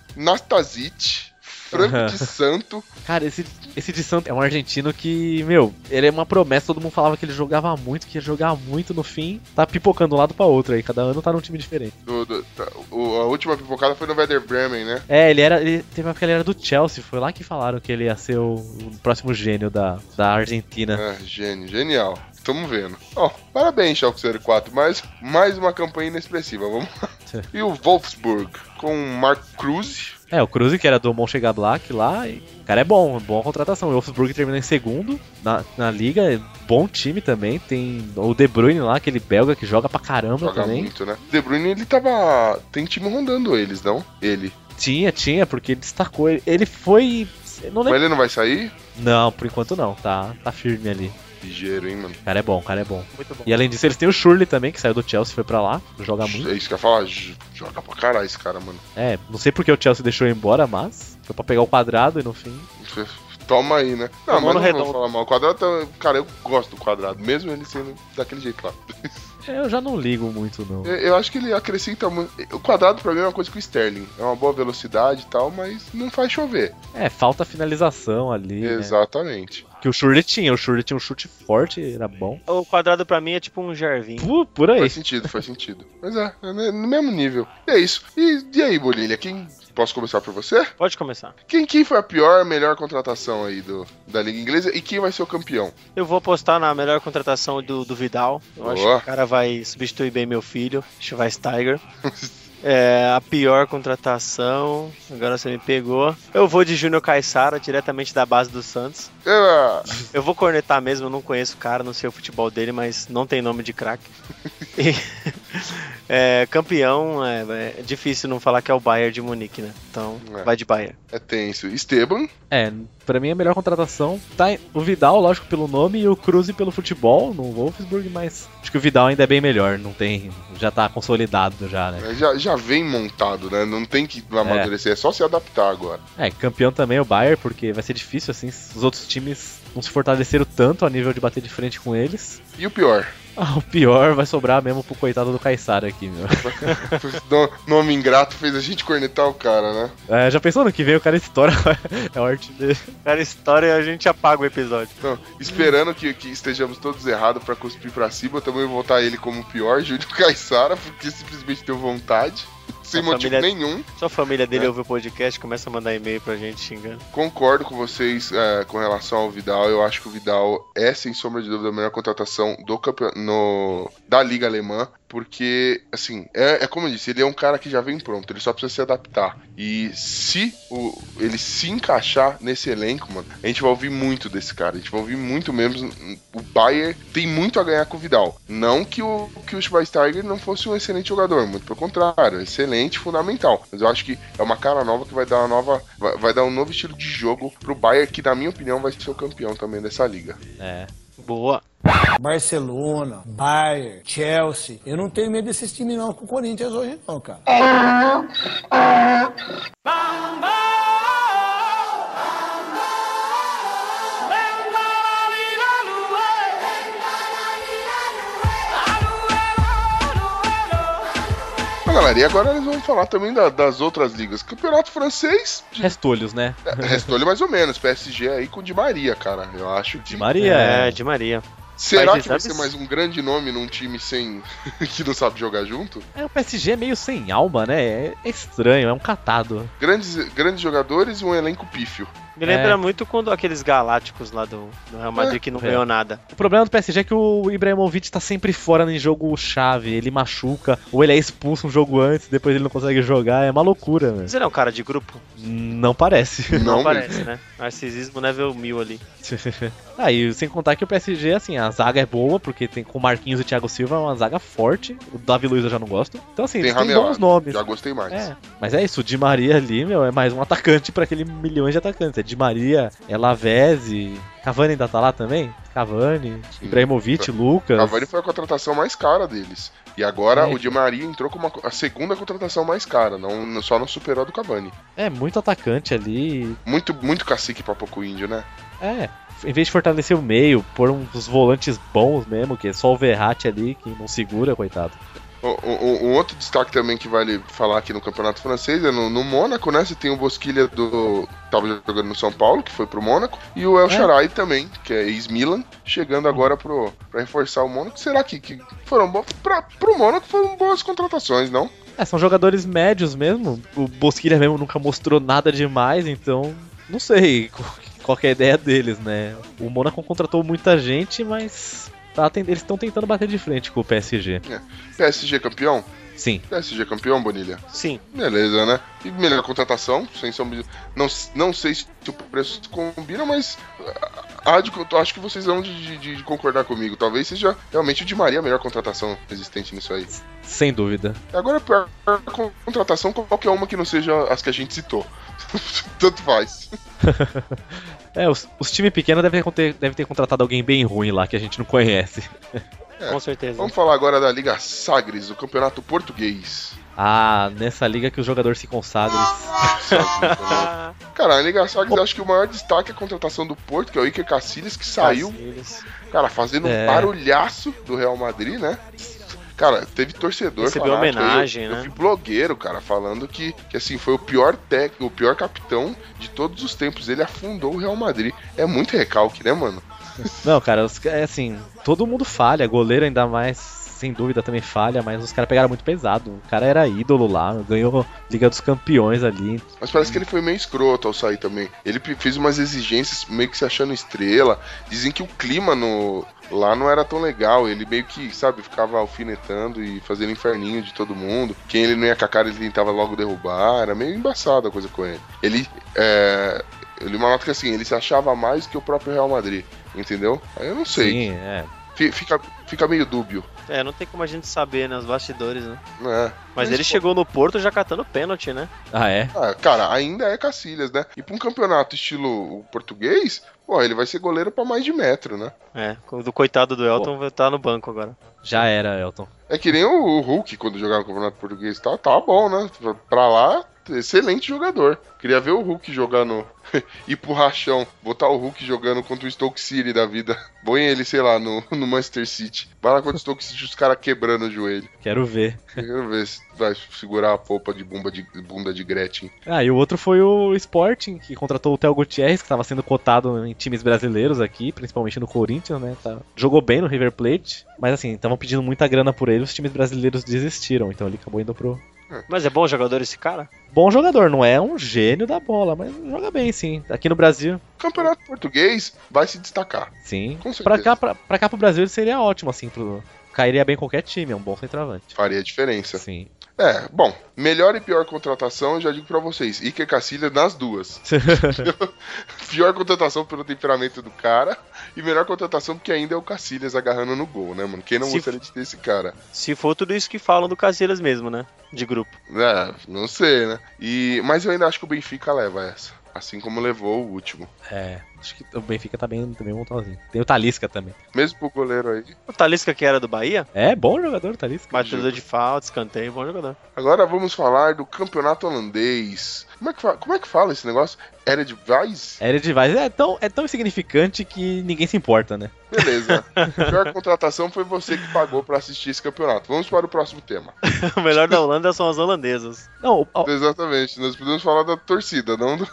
Speaker 2: Nastasic, Franco de Santo.
Speaker 3: Cara, esse, esse de Santos é um argentino que, meu, ele é uma promessa, todo mundo falava que ele jogava muito, que ia jogar muito no fim, tá pipocando de um lado pra outro aí, cada ano tá num time diferente.
Speaker 2: do- do- tá, o- a última pipocada foi no Werder Bremen,
Speaker 3: <laughs>
Speaker 2: né?
Speaker 3: É, ele era. Ele, teve uma época que ele era do Chelsea, foi lá que falaram que ele ia ser o, o próximo gênio da, da Argentina.
Speaker 2: Ah, gênio, genial. Tamo vendo. Ó, parabéns, Schalke 04, mas mais uma campanha inexpressiva, vamos lá. E o Wolfsburg, com o Mark Cruz.
Speaker 3: É, o Cruz, que era do Mönchengladbach lá, e, cara, é bom, é boa contratação. O Wolfsburg termina em segundo na, na liga, é bom time também, tem o De Bruyne lá, aquele belga que joga pra caramba
Speaker 2: Joga
Speaker 3: também.
Speaker 2: muito, né? De Bruyne, ele tava... Tem time rondando eles, não? Ele.
Speaker 3: Tinha, tinha, porque ele destacou, ele, ele foi... eu Não
Speaker 2: Mas
Speaker 3: lembro
Speaker 2: ele não vai sair?
Speaker 3: Não, por enquanto não, tá, tá firme ali.
Speaker 2: Ligeiro, hein, mano?
Speaker 3: O cara é bom, o cara é bom.
Speaker 4: Muito bom.
Speaker 3: E além disso, eles têm o Shurley também, que saiu do Chelsea, foi pra lá, joga muito.
Speaker 2: É isso que eu ia falar. j- Joga pra caralho esse cara, mano.
Speaker 3: É, não sei porque o Chelsea deixou ele embora, mas foi pra pegar o quadrado e no fim.
Speaker 2: é Toma aí, né? Não,
Speaker 4: Tomou
Speaker 2: mas
Speaker 4: no
Speaker 2: não
Speaker 4: redondo.
Speaker 2: vou falar mal. O quadrado, tá- cara, eu gosto do quadrado, mesmo ele sendo daquele jeito lá.
Speaker 3: é, Eu já não ligo muito, não.
Speaker 2: Eu, eu acho que ele acrescenta muito. O quadrado, pra mim, é uma coisa que o Sterling. É uma boa velocidade e tal, mas não faz chover.
Speaker 3: É, falta finalização ali. né?
Speaker 2: Exatamente.
Speaker 3: Que o Shurley tinha, o Shurley tinha um chute forte, era bom.
Speaker 4: O quadrado pra mim é tipo um Jarvin.
Speaker 3: Pu- por aí.
Speaker 2: Faz sentido, faz sentido. Mas é, é no no mesmo nível. E é isso. E, e aí, Bolilha, quem. Posso começar por você?
Speaker 4: Pode começar.
Speaker 2: Quem, quem foi a pior, melhor contratação aí do, da Liga Inglesa e quem vai ser o campeão?
Speaker 4: Eu vou apostar na melhor contratação do, do Vidal. Eu acho que
Speaker 2: Boa.
Speaker 4: o cara vai substituir bem meu filho,
Speaker 2: <laughs>
Speaker 4: Schweinsteiger. É, a pior contratação. Agora você me pegou. Eu vou de Júnior Caissara, diretamente da base do Santos.
Speaker 2: Ah,
Speaker 4: Eu vou cornetar mesmo, eu não conheço o cara, não sei o futebol dele, mas não tem nome de craque.
Speaker 2: <laughs>
Speaker 4: E, é, campeão, é, é difícil não falar que é o Bayern de Munique, né? Então,
Speaker 2: É.
Speaker 4: vai de Bayern.
Speaker 2: é tenso. Esteban,
Speaker 3: É, pra mim a melhor contratação tá em- o Vidal, lógico, pelo nome, e o Cruz pelo futebol, no Wolfsburg, mas acho que o Vidal ainda é bem melhor, não tem. Já tá consolidado já, né?
Speaker 2: né, já, já vem montado, né? Não tem que amadurecer, é só se adaptar agora.
Speaker 3: É, campeão também é o Bayern, porque vai ser difícil, assim, os outros times não se fortaleceram tanto a nível de bater de frente com eles. <laughs>
Speaker 2: E o pior? <laughs>
Speaker 3: Ah, o pior vai sobrar mesmo pro coitado do Caissara aqui, meu. <laughs>
Speaker 2: No- nome ingrato fez a gente cornetar o cara, né?
Speaker 3: É, já pensou no que vem o cara estoura? <laughs> é o artilheiro.
Speaker 4: Cara, história a gente apaga o episódio.
Speaker 2: Então, esperando que, que estejamos todos errados pra cuspir pra cima, eu também vou votar ele como o pior, Júlio <laughs> Caissara, porque simplesmente deu vontade, sem
Speaker 4: A
Speaker 2: motivo
Speaker 4: família-
Speaker 2: nenhum.
Speaker 4: Só a família dele
Speaker 2: É.
Speaker 4: ouve o podcast, começa a mandar e-mail pra gente xingando.
Speaker 2: Concordo com vocês é, com relação ao Vidal. Eu acho que o Vidal é, sem sombra de dúvida, a melhor contratação do campeon- no- da Liga Alemã. Porque, assim, é, é como eu disse, ele é um cara que já vem pronto, ele só precisa se adaptar. E se o- ele se encaixar nesse elenco, mano, a gente vai ouvir muito desse cara. A gente vai ouvir muito mesmo. O Bayer tem muito a ganhar com o Vidal. Não que o, que o Schweinsteiger não fosse um excelente jogador, muito pelo contrário, excelente, fundamental. Mas eu acho que é uma cara nova que vai dar uma nova. Vai, vai dar um novo estilo de jogo pro Bayern, que na minha opinião vai ser o campeão também dessa liga.
Speaker 3: É.
Speaker 4: Boa.
Speaker 7: Barcelona, Bayern, Chelsea. Eu não tenho medo desses times não com o Corinthians hoje não, cara.
Speaker 2: Mas galera, e agora nós vamos falar também da- das outras ligas. Campeonato
Speaker 4: <laughs>
Speaker 2: francês,
Speaker 3: Restolhos, né?
Speaker 2: restou-lhe mais ou menos. PSG aí com o Di Maria, cara. Eu acho que.
Speaker 3: De Maria.
Speaker 4: É,
Speaker 3: É.
Speaker 4: de Maria.
Speaker 2: Será
Speaker 4: Mas
Speaker 2: que vai ser
Speaker 4: sabe-
Speaker 2: mais um grande nome num time sem. <laughs> que não sabe jogar junto?
Speaker 3: É, o PSG é meio sem alma, né? É é estranho, é um catado.
Speaker 2: Grandes, grandes jogadores e um elenco pífio.
Speaker 4: Me lembra muito quando aqueles galácticos lá do, do Real Madrid que não ganhou nada.
Speaker 3: O problema do PSG é que o Ibrahimovic tá sempre fora em jogo chave. Ele machuca, ou ele é expulso um jogo antes, depois ele não consegue jogar. É uma loucura, né?
Speaker 4: Mas ele é um cara de grupo?
Speaker 3: Não parece. <laughs>
Speaker 2: Não, mesmo.
Speaker 4: Não, parece, né? Narcisismo level mil ali.
Speaker 3: ah, e sem contar que o PSG, assim, a zaga é boa, porque tem com Marquinhos e Thiago Silva é uma zaga forte. O Davi Luiz eu já não gosto. Então, assim,
Speaker 2: Tem
Speaker 3: eles têm
Speaker 2: Ramelado,
Speaker 3: bons nomes.
Speaker 2: Já gostei mais.
Speaker 3: É, mas é isso, o Di Maria ali, meu, é mais um atacante pra aquele milhões de atacantes. É Di Maria, é Lavezzi, Cavani ainda tá lá também? Cavani, Ibrahimovic, Lucas.
Speaker 2: Cavani foi a contratação mais cara deles. E agora
Speaker 3: É.
Speaker 2: o Di Maria entrou com uma co- a segunda contratação mais cara, não, não- só não superou a do Cavani.
Speaker 3: É muito atacante ali.
Speaker 2: Muito, muito cacique pra pouco índio, né?
Speaker 3: É, em vez de fortalecer o meio, pôr uns volantes bons mesmo, que é só o Verratti ali, que não segura, coitado.
Speaker 2: O, o- o- um outro destaque também que vale falar aqui no Campeonato Francês é no, no Mônaco, né? Você tem o Bosquilha do. Tava jogando no São Paulo, que foi pro Mônaco. E o
Speaker 3: É.
Speaker 2: El Shaarawy também, que é ex-Milan, chegando agora pro, pra reforçar o Mônaco. Será que, que foram boas. Pra, pro Mônaco foram boas contratações, não?
Speaker 3: É, são jogadores médios mesmo. O Bosquilha mesmo nunca mostrou nada demais, então não sei qual- qual que é a ideia deles, né? O Monaco contratou muita gente, mas tá ten- eles estão tentando bater de frente com o PSG.
Speaker 2: PSG campeão?
Speaker 3: Sim.
Speaker 2: PSG campeão, Bonilha?
Speaker 4: Sim.
Speaker 2: Beleza, né? E melhor contratação, sem sombra. de- Não, não sei se o preço combina, mas. ah, de- eu acho que vocês vão de, de- de concordar comigo. Talvez seja realmente o Di Maria a melhor contratação existente nisso aí.
Speaker 3: Sem dúvida.
Speaker 2: Agora, pior con- contratação, qualquer uma que não seja as que a gente citou. <laughs> Tanto faz.
Speaker 3: É, os, os times pequenos devem ter, devem ter contratado alguém bem ruim lá que a gente não conhece.
Speaker 2: É.
Speaker 4: Com certeza.
Speaker 2: Vamos falar agora da Liga Sagres, do Campeonato Português.
Speaker 3: Ah, nessa liga que os jogadores se consagram. eles-
Speaker 4: Ah,
Speaker 2: Cara, a Liga Sagres, eu acho que o maior destaque é a contratação do Porto, que é o Iker Casillas, que saiu
Speaker 4: Casillas.
Speaker 2: Cara, fazendo
Speaker 3: É.
Speaker 2: um barulhaço do Real Madrid, né? Cara, teve torcedor
Speaker 4: Recebeu
Speaker 2: fanático aí,
Speaker 4: homenagem,
Speaker 2: eu,
Speaker 4: né?
Speaker 2: Eu vi blogueiro, cara, falando que, que assim, foi o pior técnico, o pior capitão de todos os tempos. Ele afundou o Real Madrid. É muito recalque, né, mano?
Speaker 3: Não, cara, os- é assim, todo mundo falha, goleiro ainda mais, sem dúvida também falha, mas os caras pegaram muito pesado. O cara era ídolo lá, ganhou Liga dos Campeões ali,
Speaker 2: Mas parece que ele foi meio escroto ao sair também. Ele pe- fez umas exigências meio que se achando estrela. Dizem que o clima no lá não era tão legal. Ele meio que, sabe, ficava alfinetando e fazendo inferninho de todo mundo. Quem ele não ia com a cara, ele tentava logo derrubar. Era meio embaçada a coisa com ele. Ele, é... Eu li uma nota que assim, ele se achava mais que o próprio Real Madrid, entendeu? Aí eu não sei.
Speaker 3: Sim, é.
Speaker 2: Fi- Fica, fica meio dúbio,
Speaker 4: É, não tem como a gente saber, né? Os bastidores, né?
Speaker 2: né?
Speaker 4: Mas ele
Speaker 2: pô,
Speaker 4: chegou no Porto já catando pênalti, né?
Speaker 3: Ah, é?
Speaker 2: Ah, cara, ainda é Cacilhas, né? E pra um campeonato estilo o português, pô, ele vai ser goleiro pra mais de metro, né?
Speaker 4: É, o do coitado do Elton vai tá no banco agora.
Speaker 3: Já era, Elton.
Speaker 2: É que nem o, o Hulk, quando jogava no campeonato português, tá, tá bom, né? Pra, pra lá, excelente jogador. Queria ver o Hulk jogar no. <laughs> ir pro rachão, botar o Hulk jogando contra o Stoke City da vida. Põe ele, sei lá, no, no Manchester City. Vai lá contra o Stoke City, os caras quebrando o joelho.
Speaker 3: Quero ver.
Speaker 2: Quero ver se vai segurar a polpa de bunda de, bunda de Gretchen.
Speaker 3: Ah, e o outro foi o Sporting, que contratou o Theo Gutierrez, que estava sendo cotado em times brasileiros aqui, principalmente no Corinthians, né? tá- Jogou bem no River Plate, mas assim, estavam pedindo muita grana por ele, os times brasileiros desistiram, então ele acabou indo pro.
Speaker 4: Mas é bom jogador esse cara?
Speaker 3: Bom jogador, não é um gênio da bola, mas joga bem sim. Aqui no Brasil,
Speaker 2: Campeonato português vai se destacar.
Speaker 3: sim.
Speaker 2: Com certeza.
Speaker 3: Pra cá, pra, pra cá pro Brasil ele seria ótimo, assim, pro. Cairia bem em qualquer time, é um bom centroavante.
Speaker 2: Faria diferença.
Speaker 3: Sim. <laughs>
Speaker 2: É, bom, melhor e pior contratação, eu já digo pra vocês, Iker Cacilha nas duas. pior contratação pelo temperamento do cara e melhor contratação porque ainda é o Cacilhas agarrando no gol, né, mano? Quem não
Speaker 4: Se-
Speaker 2: gostaria de ter esse cara?
Speaker 4: Se for tudo isso que falam do Casillas mesmo, né? De grupo.
Speaker 2: É, não sei, né? E mas eu ainda acho que o Benfica leva essa, assim como levou o último.
Speaker 3: É. Acho que o Benfica tá bem, tá bem montadinho. Tem o Talisca também.
Speaker 2: Mesmo pro goleiro aí.
Speaker 4: O Talisca que era do Bahia,
Speaker 3: É, bom jogador, o Talisca.
Speaker 4: batedor de falta, escanteio, bom jogador. <laughs>
Speaker 2: Agora vamos falar do campeonato holandês. Como é que fala, como é que fala esse negócio? Era de Weiss?
Speaker 3: Eredivisie é tão, é tão insignificante que ninguém se importa, né?
Speaker 2: Beleza. Pior contratação foi você que pagou pra assistir esse campeonato. Vamos para o próximo tema.
Speaker 4: O melhor da Holanda são as holandesas.
Speaker 3: Não, o-
Speaker 2: <laughs>
Speaker 3: o-
Speaker 2: Exatamente, nós podemos falar da torcida, não do.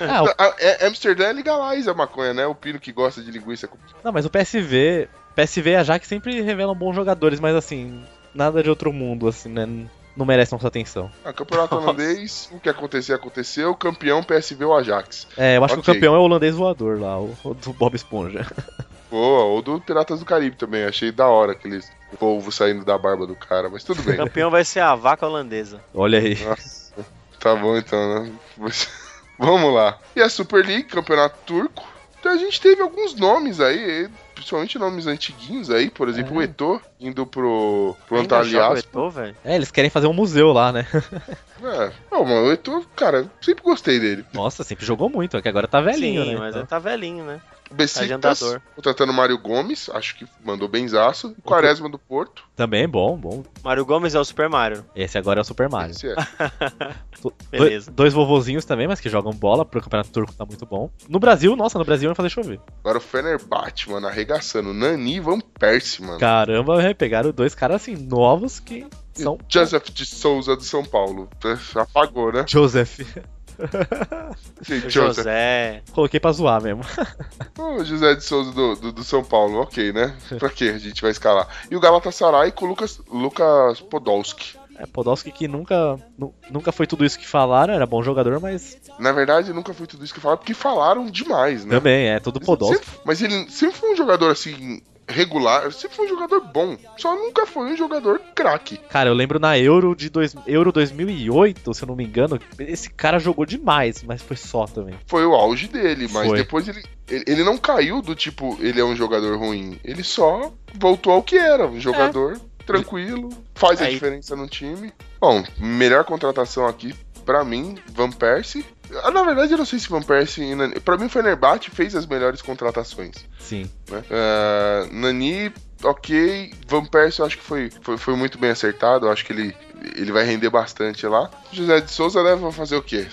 Speaker 3: ah, o-
Speaker 2: Ah, <laughs> é- Amsterdã é legalize a maconha, né? O Pino que gosta de linguiça. com-
Speaker 3: não, mas o PSV, PSV e a Jaque sempre revelam bons jogadores, mas assim, nada de outro mundo, assim, né? não merece nossa atenção.
Speaker 2: Ah, campeonato holandês, o que acontecer, aconteceu. Campeão PSV o Ajax.
Speaker 3: É, eu acho que
Speaker 2: Ok.
Speaker 3: o campeão é o holandês voador lá, o, o do Bob Esponja.
Speaker 2: Boa, ou do Piratas do Caribe também. Achei da hora aqueles polvo saindo da barba do cara, mas tudo bem.
Speaker 4: <laughs> Campeão vai ser a vaca holandesa.
Speaker 3: Olha aí.
Speaker 2: Ah. Tá bom então, né? <laughs> Vamos lá. E a Super League, campeonato turco. Então a gente teve alguns nomes aí, principalmente nomes antiguinhos aí, por exemplo, o Eto'o indo pro, pro
Speaker 4: É. Ainda joga o
Speaker 2: Antalya
Speaker 4: Eto'o, velho?
Speaker 3: É, eles querem fazer um museu lá, né?
Speaker 2: É, não, mano, o Eto'o, cara, sempre gostei dele.
Speaker 3: Nossa, sempre jogou muito, é que agora tá velhinho,
Speaker 4: Sim,
Speaker 3: né?
Speaker 4: mas
Speaker 3: então.
Speaker 4: ele tá velhinho, né?
Speaker 2: Besiktas,
Speaker 4: andador.
Speaker 2: contratando Mário Gomes, acho que mandou benzaço. Quaresma do
Speaker 4: é.
Speaker 2: Porto,
Speaker 3: Também bom, bom.
Speaker 4: Mário Gomes é o Super Mario.
Speaker 3: Esse agora é o Super Mario.
Speaker 2: esse é.
Speaker 4: Beleza.
Speaker 3: Do- Dois vovozinhos também, mas que jogam bola pro Campeonato Turco, tá muito bom. No Brasil, nossa, no Brasil ia fazer chover.
Speaker 2: Agora o Fenerbahçe, mano, arregaçando. Nani e Van Persie, mano.
Speaker 3: Caramba, é, pegaram dois caras assim, novos que são. <laughs>
Speaker 2: Joseph de Souza do São Paulo. Apagou, né?
Speaker 3: Joseph.
Speaker 2: Sim,
Speaker 4: O
Speaker 2: Joseph.
Speaker 4: José.
Speaker 3: Coloquei pra zoar mesmo.
Speaker 2: O José de Souza do, do, do São Paulo, ok, né? Pra que a gente vai escalar? E o Galatasaray com o Lucas, Lucas Podolski.
Speaker 3: É, Podolski que nunca, nu- nunca foi tudo isso que falaram, era bom jogador, mas
Speaker 2: Na verdade, nunca foi tudo isso que falaram, porque falaram demais, né?
Speaker 3: também é tudo Podolski.
Speaker 2: Sempre- mas ele sempre foi um jogador assim, regular, sempre foi um jogador bom. Só nunca foi um jogador craque.
Speaker 3: Cara, eu lembro na Euro de dois, Euro 2008, se eu não me engano, esse cara jogou demais, mas foi só também.
Speaker 2: Foi o auge dele, mas
Speaker 3: Foi.
Speaker 2: depois ele, ele, ele não caiu do tipo, ele é um jogador ruim. Ele só voltou ao que era, um jogador
Speaker 3: É.
Speaker 2: tranquilo, faz a
Speaker 4: Aí-
Speaker 2: diferença no time. Bom, melhor contratação aqui, pra mim, Van Persie. Ah, Na verdade, eu não sei se Van Persie. e Nani- Pra mim, o Fenerbahçe fez as melhores contratações.
Speaker 3: Sim.
Speaker 2: né? Ah, Nani, ok. Van Persie, eu acho que foi, foi, foi muito bem acertado. Eu acho que ele, ele vai render bastante lá. José de Souza, né? Vai fazer o quê?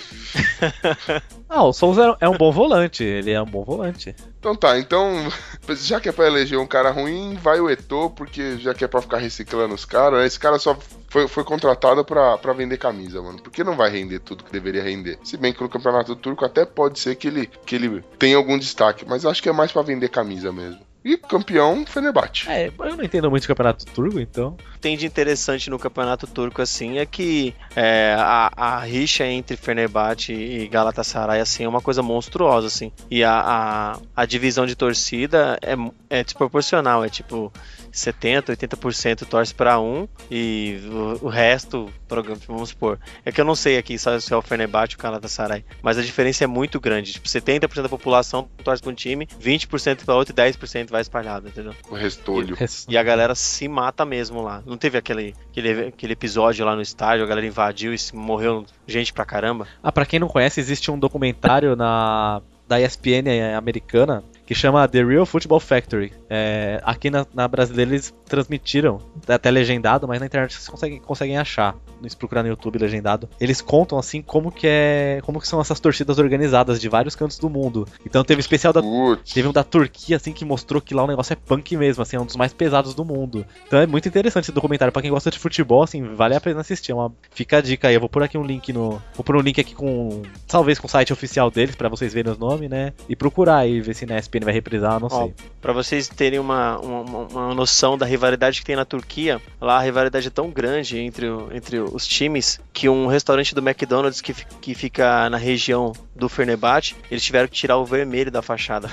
Speaker 3: Ah, o Souza é um bom volante, ele é um bom volante.
Speaker 2: Então tá, então, <laughs> já que é pra eleger um cara ruim, vai o Eto'o, porque já que é pra ficar reciclando os caras, né? Esse cara só foi, foi contratado pra, pra vender camisa, mano. Porque não vai render tudo que deveria render. Se bem que no Campeonato Turco até pode ser que ele, que ele tenha algum destaque, mas acho que é mais pra vender camisa mesmo. E campeão, Fenerbahçe.
Speaker 3: É, eu não entendo muito o Campeonato Turco, então.
Speaker 4: O que tem de interessante no campeonato turco assim é que é, a, a rixa entre Fenerbahçe e Galatasaray assim é uma coisa monstruosa assim e a, a, a divisão de torcida é, mu- é desproporcional é tipo 70, 80% torce pra um e o, o resto, pro- vamos supor, é que eu não sei aqui sabe, se é o Fenerbahçe ou o Galatasaray, mas a diferença é muito grande, tipo 70% da população torce pra um time, 20% pra outro e 10% vai espalhado, entendeu?
Speaker 2: O restolho.
Speaker 3: É,
Speaker 4: E a galera se mata mesmo lá. Não teve aquele, aquele, aquele episódio lá no estádio, a galera invadiu e se- morreu gente pra caramba.
Speaker 3: Ah, pra quem não conhece, existe um documentário na da ESPN americana que chama The Real Football Factory. É, aqui na, na brasileira eles transmitiram, tá até legendado, mas na internet vocês conseguem, conseguem achar. Se procurar no YouTube legendado, eles contam assim como que é, como que são essas torcidas organizadas de vários cantos do mundo. Então teve especial da
Speaker 2: Putz.
Speaker 3: Teve um da Turquia, assim, que mostrou que lá o negócio é punk mesmo, assim, é um dos mais pesados do mundo. Então é muito interessante esse documentário. Pra quem gosta de futebol, assim, vale a pena assistir. É uma... Fica a dica aí. Eu vou pôr aqui um link no. Vou pôr um link aqui com. Talvez com o site oficial deles, pra vocês verem os nomes, né? E procurar aí, ver se na ESPN vai reprisar, não
Speaker 4: Ó,
Speaker 3: sei.
Speaker 4: Pra vocês terem uma, uma, uma noção da rivalidade que tem na Turquia, lá a rivalidade é tão grande entre, o- entre os times que um restaurante do McDonald's que, fi- que fica na região do Fernebate, eles tiveram que tirar o vermelho da fachada,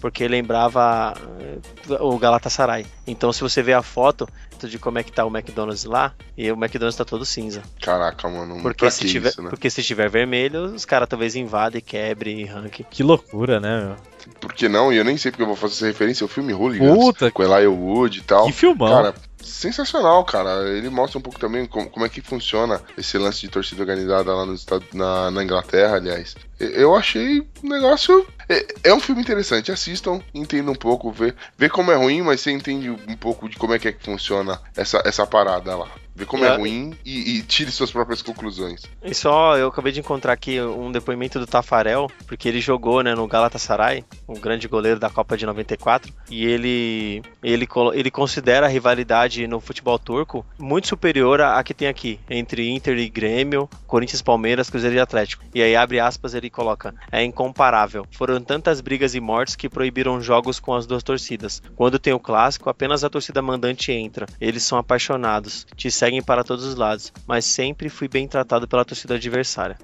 Speaker 4: porque lembrava eh, o Galatasaray. Então se você vê a foto de como é que tá o McDonald's lá, e o McDonald's tá todo cinza.
Speaker 2: Caraca, mano.
Speaker 4: Porque
Speaker 2: pra
Speaker 4: se,
Speaker 2: que
Speaker 4: tiver,
Speaker 2: isso, né?
Speaker 4: porque se tiver vermelho, os caras talvez invadem, quebrem e ranquem.
Speaker 3: Que loucura, né,
Speaker 2: Por que não? E eu nem sei porque eu vou fazer essa referência. O filme
Speaker 3: meu?
Speaker 2: Hooligans.
Speaker 3: Puta,
Speaker 2: Com Eli Wood e tal.
Speaker 3: que filmão.
Speaker 2: Cara, sensacional, cara. Ele mostra um pouco também com- como, é que funciona esse lance de torcida organizada lá nos Estados, na, na Inglaterra, aliás. E- Eu achei um negócio. É, é um filme interessante. Assistam, entendam um pouco, vê, vê como é ruim, mas você entende um pouco de como é que, é que funciona essa, essa parada lá. Vê como é
Speaker 4: É.
Speaker 2: ruim e, e tire suas próprias conclusões.
Speaker 4: E só, eu acabei de encontrar aqui um depoimento do Tafarel, porque ele jogou né, no Galatasaray, um grande goleiro da Copa de 94, e ele, ele, colo- ele considera a rivalidade no futebol turco muito superior à à que tem aqui, entre Inter e Grêmio, Corinthians, Palmeiras, Cruzeiro e Atlético. E aí, abre aspas, ele coloca, é incomparável. Foram tantas brigas e mortes que proibiram jogos com as duas torcidas. Quando tem o clássico, apenas a torcida mandante entra. Eles são apaixonados. Te perseguem para todos os lados, mas sempre fui bem tratado pela torcida adversária.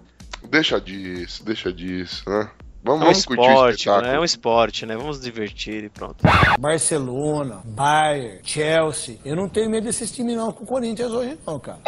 Speaker 2: Deixa disso, deixa disso, né?
Speaker 4: É
Speaker 2: Vamos,
Speaker 4: um
Speaker 2: vamos curtir o
Speaker 4: esporte,
Speaker 2: espetáculo.
Speaker 4: mano, é um esporte, né? Vamos nos divertir e pronto.
Speaker 7: Barcelona, Bayern, Chelsea. Eu não tenho medo desses times não com o Corinthians hoje não, cara.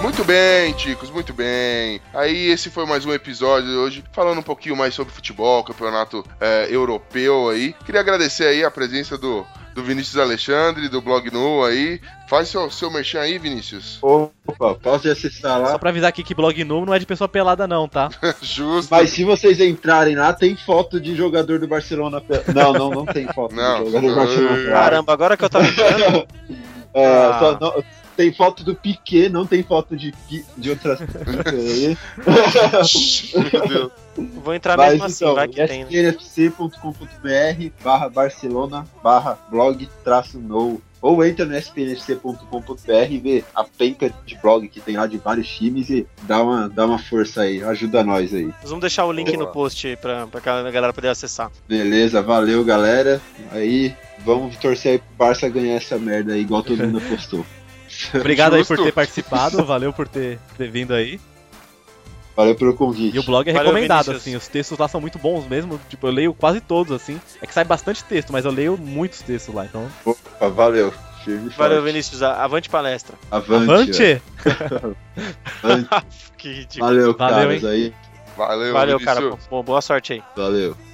Speaker 2: Muito bem, Ticos, muito bem. Aí esse foi mais um episódio de hoje, falando um pouquinho mais sobre futebol, campeonato eh, europeu aí. Queria agradecer aí a presença do, do Vinícius Alexandre, do Blog Nu aí. Faz seu, seu merchan aí, Vinícius. <laughs>
Speaker 1: Opa, posso acessar lá?
Speaker 3: Só pra avisar aqui que blog nu não é de pessoa pelada, não,
Speaker 2: <laughs>
Speaker 3: tá?
Speaker 2: Justo.
Speaker 1: Mas se vocês entrarem lá, tem foto de jogador do Barcelona. pe- Não, não, não tem foto
Speaker 2: Não.
Speaker 1: de jogador do
Speaker 4: Ah.
Speaker 1: Barcelona.
Speaker 4: Caramba, agora que eu tava lembrando,
Speaker 1: É,
Speaker 4: Ah.
Speaker 1: só não- tem foto do Piquet, não tem foto de, Pi- de outras coisas aí.
Speaker 2: Meu Deus.
Speaker 4: vou entrar
Speaker 1: Mas
Speaker 4: mesmo assim,
Speaker 1: então,
Speaker 4: vai que tem. né?
Speaker 1: espnfc.com.br barra Barcelona barra blog traço no. Ou entra no spnfc.com.br e vê a penca de blog que tem lá de vários times e dá uma, dá uma força aí, ajuda nós aí.
Speaker 4: Nós vamos deixar o link
Speaker 2: Boa.
Speaker 4: no post aí pra, pra que a galera poder acessar.
Speaker 1: Beleza, valeu galera. Aí vamos torcer aí pro Barça ganhar essa merda aí, igual todo mundo
Speaker 3: <laughs>
Speaker 1: postou.
Speaker 3: Obrigado aí por
Speaker 2: Justo.
Speaker 3: ter participado, valeu por ter, ter vindo aí.
Speaker 1: Valeu pelo convite.
Speaker 3: E o blog é
Speaker 4: Valeu,
Speaker 3: recomendado,
Speaker 4: Vinícius.
Speaker 3: assim, os textos lá são muito bons mesmo. Tipo, eu leio quase todos, assim. É que sai bastante texto, mas eu leio muitos textos lá, então.
Speaker 1: Opa, valeu. Firme e
Speaker 4: Valeu,
Speaker 1: forte.
Speaker 4: Vinícius. a- Avante palestra.
Speaker 1: Avante.
Speaker 3: Avante!
Speaker 1: avante.
Speaker 4: Que ridículo.
Speaker 3: <laughs>
Speaker 1: Valeu,
Speaker 3: Valeu,
Speaker 1: caras aí.
Speaker 2: Valeu,
Speaker 4: Valeu,
Speaker 2: Vinícius.
Speaker 4: cara. Bo- Boa sorte aí.
Speaker 1: Valeu.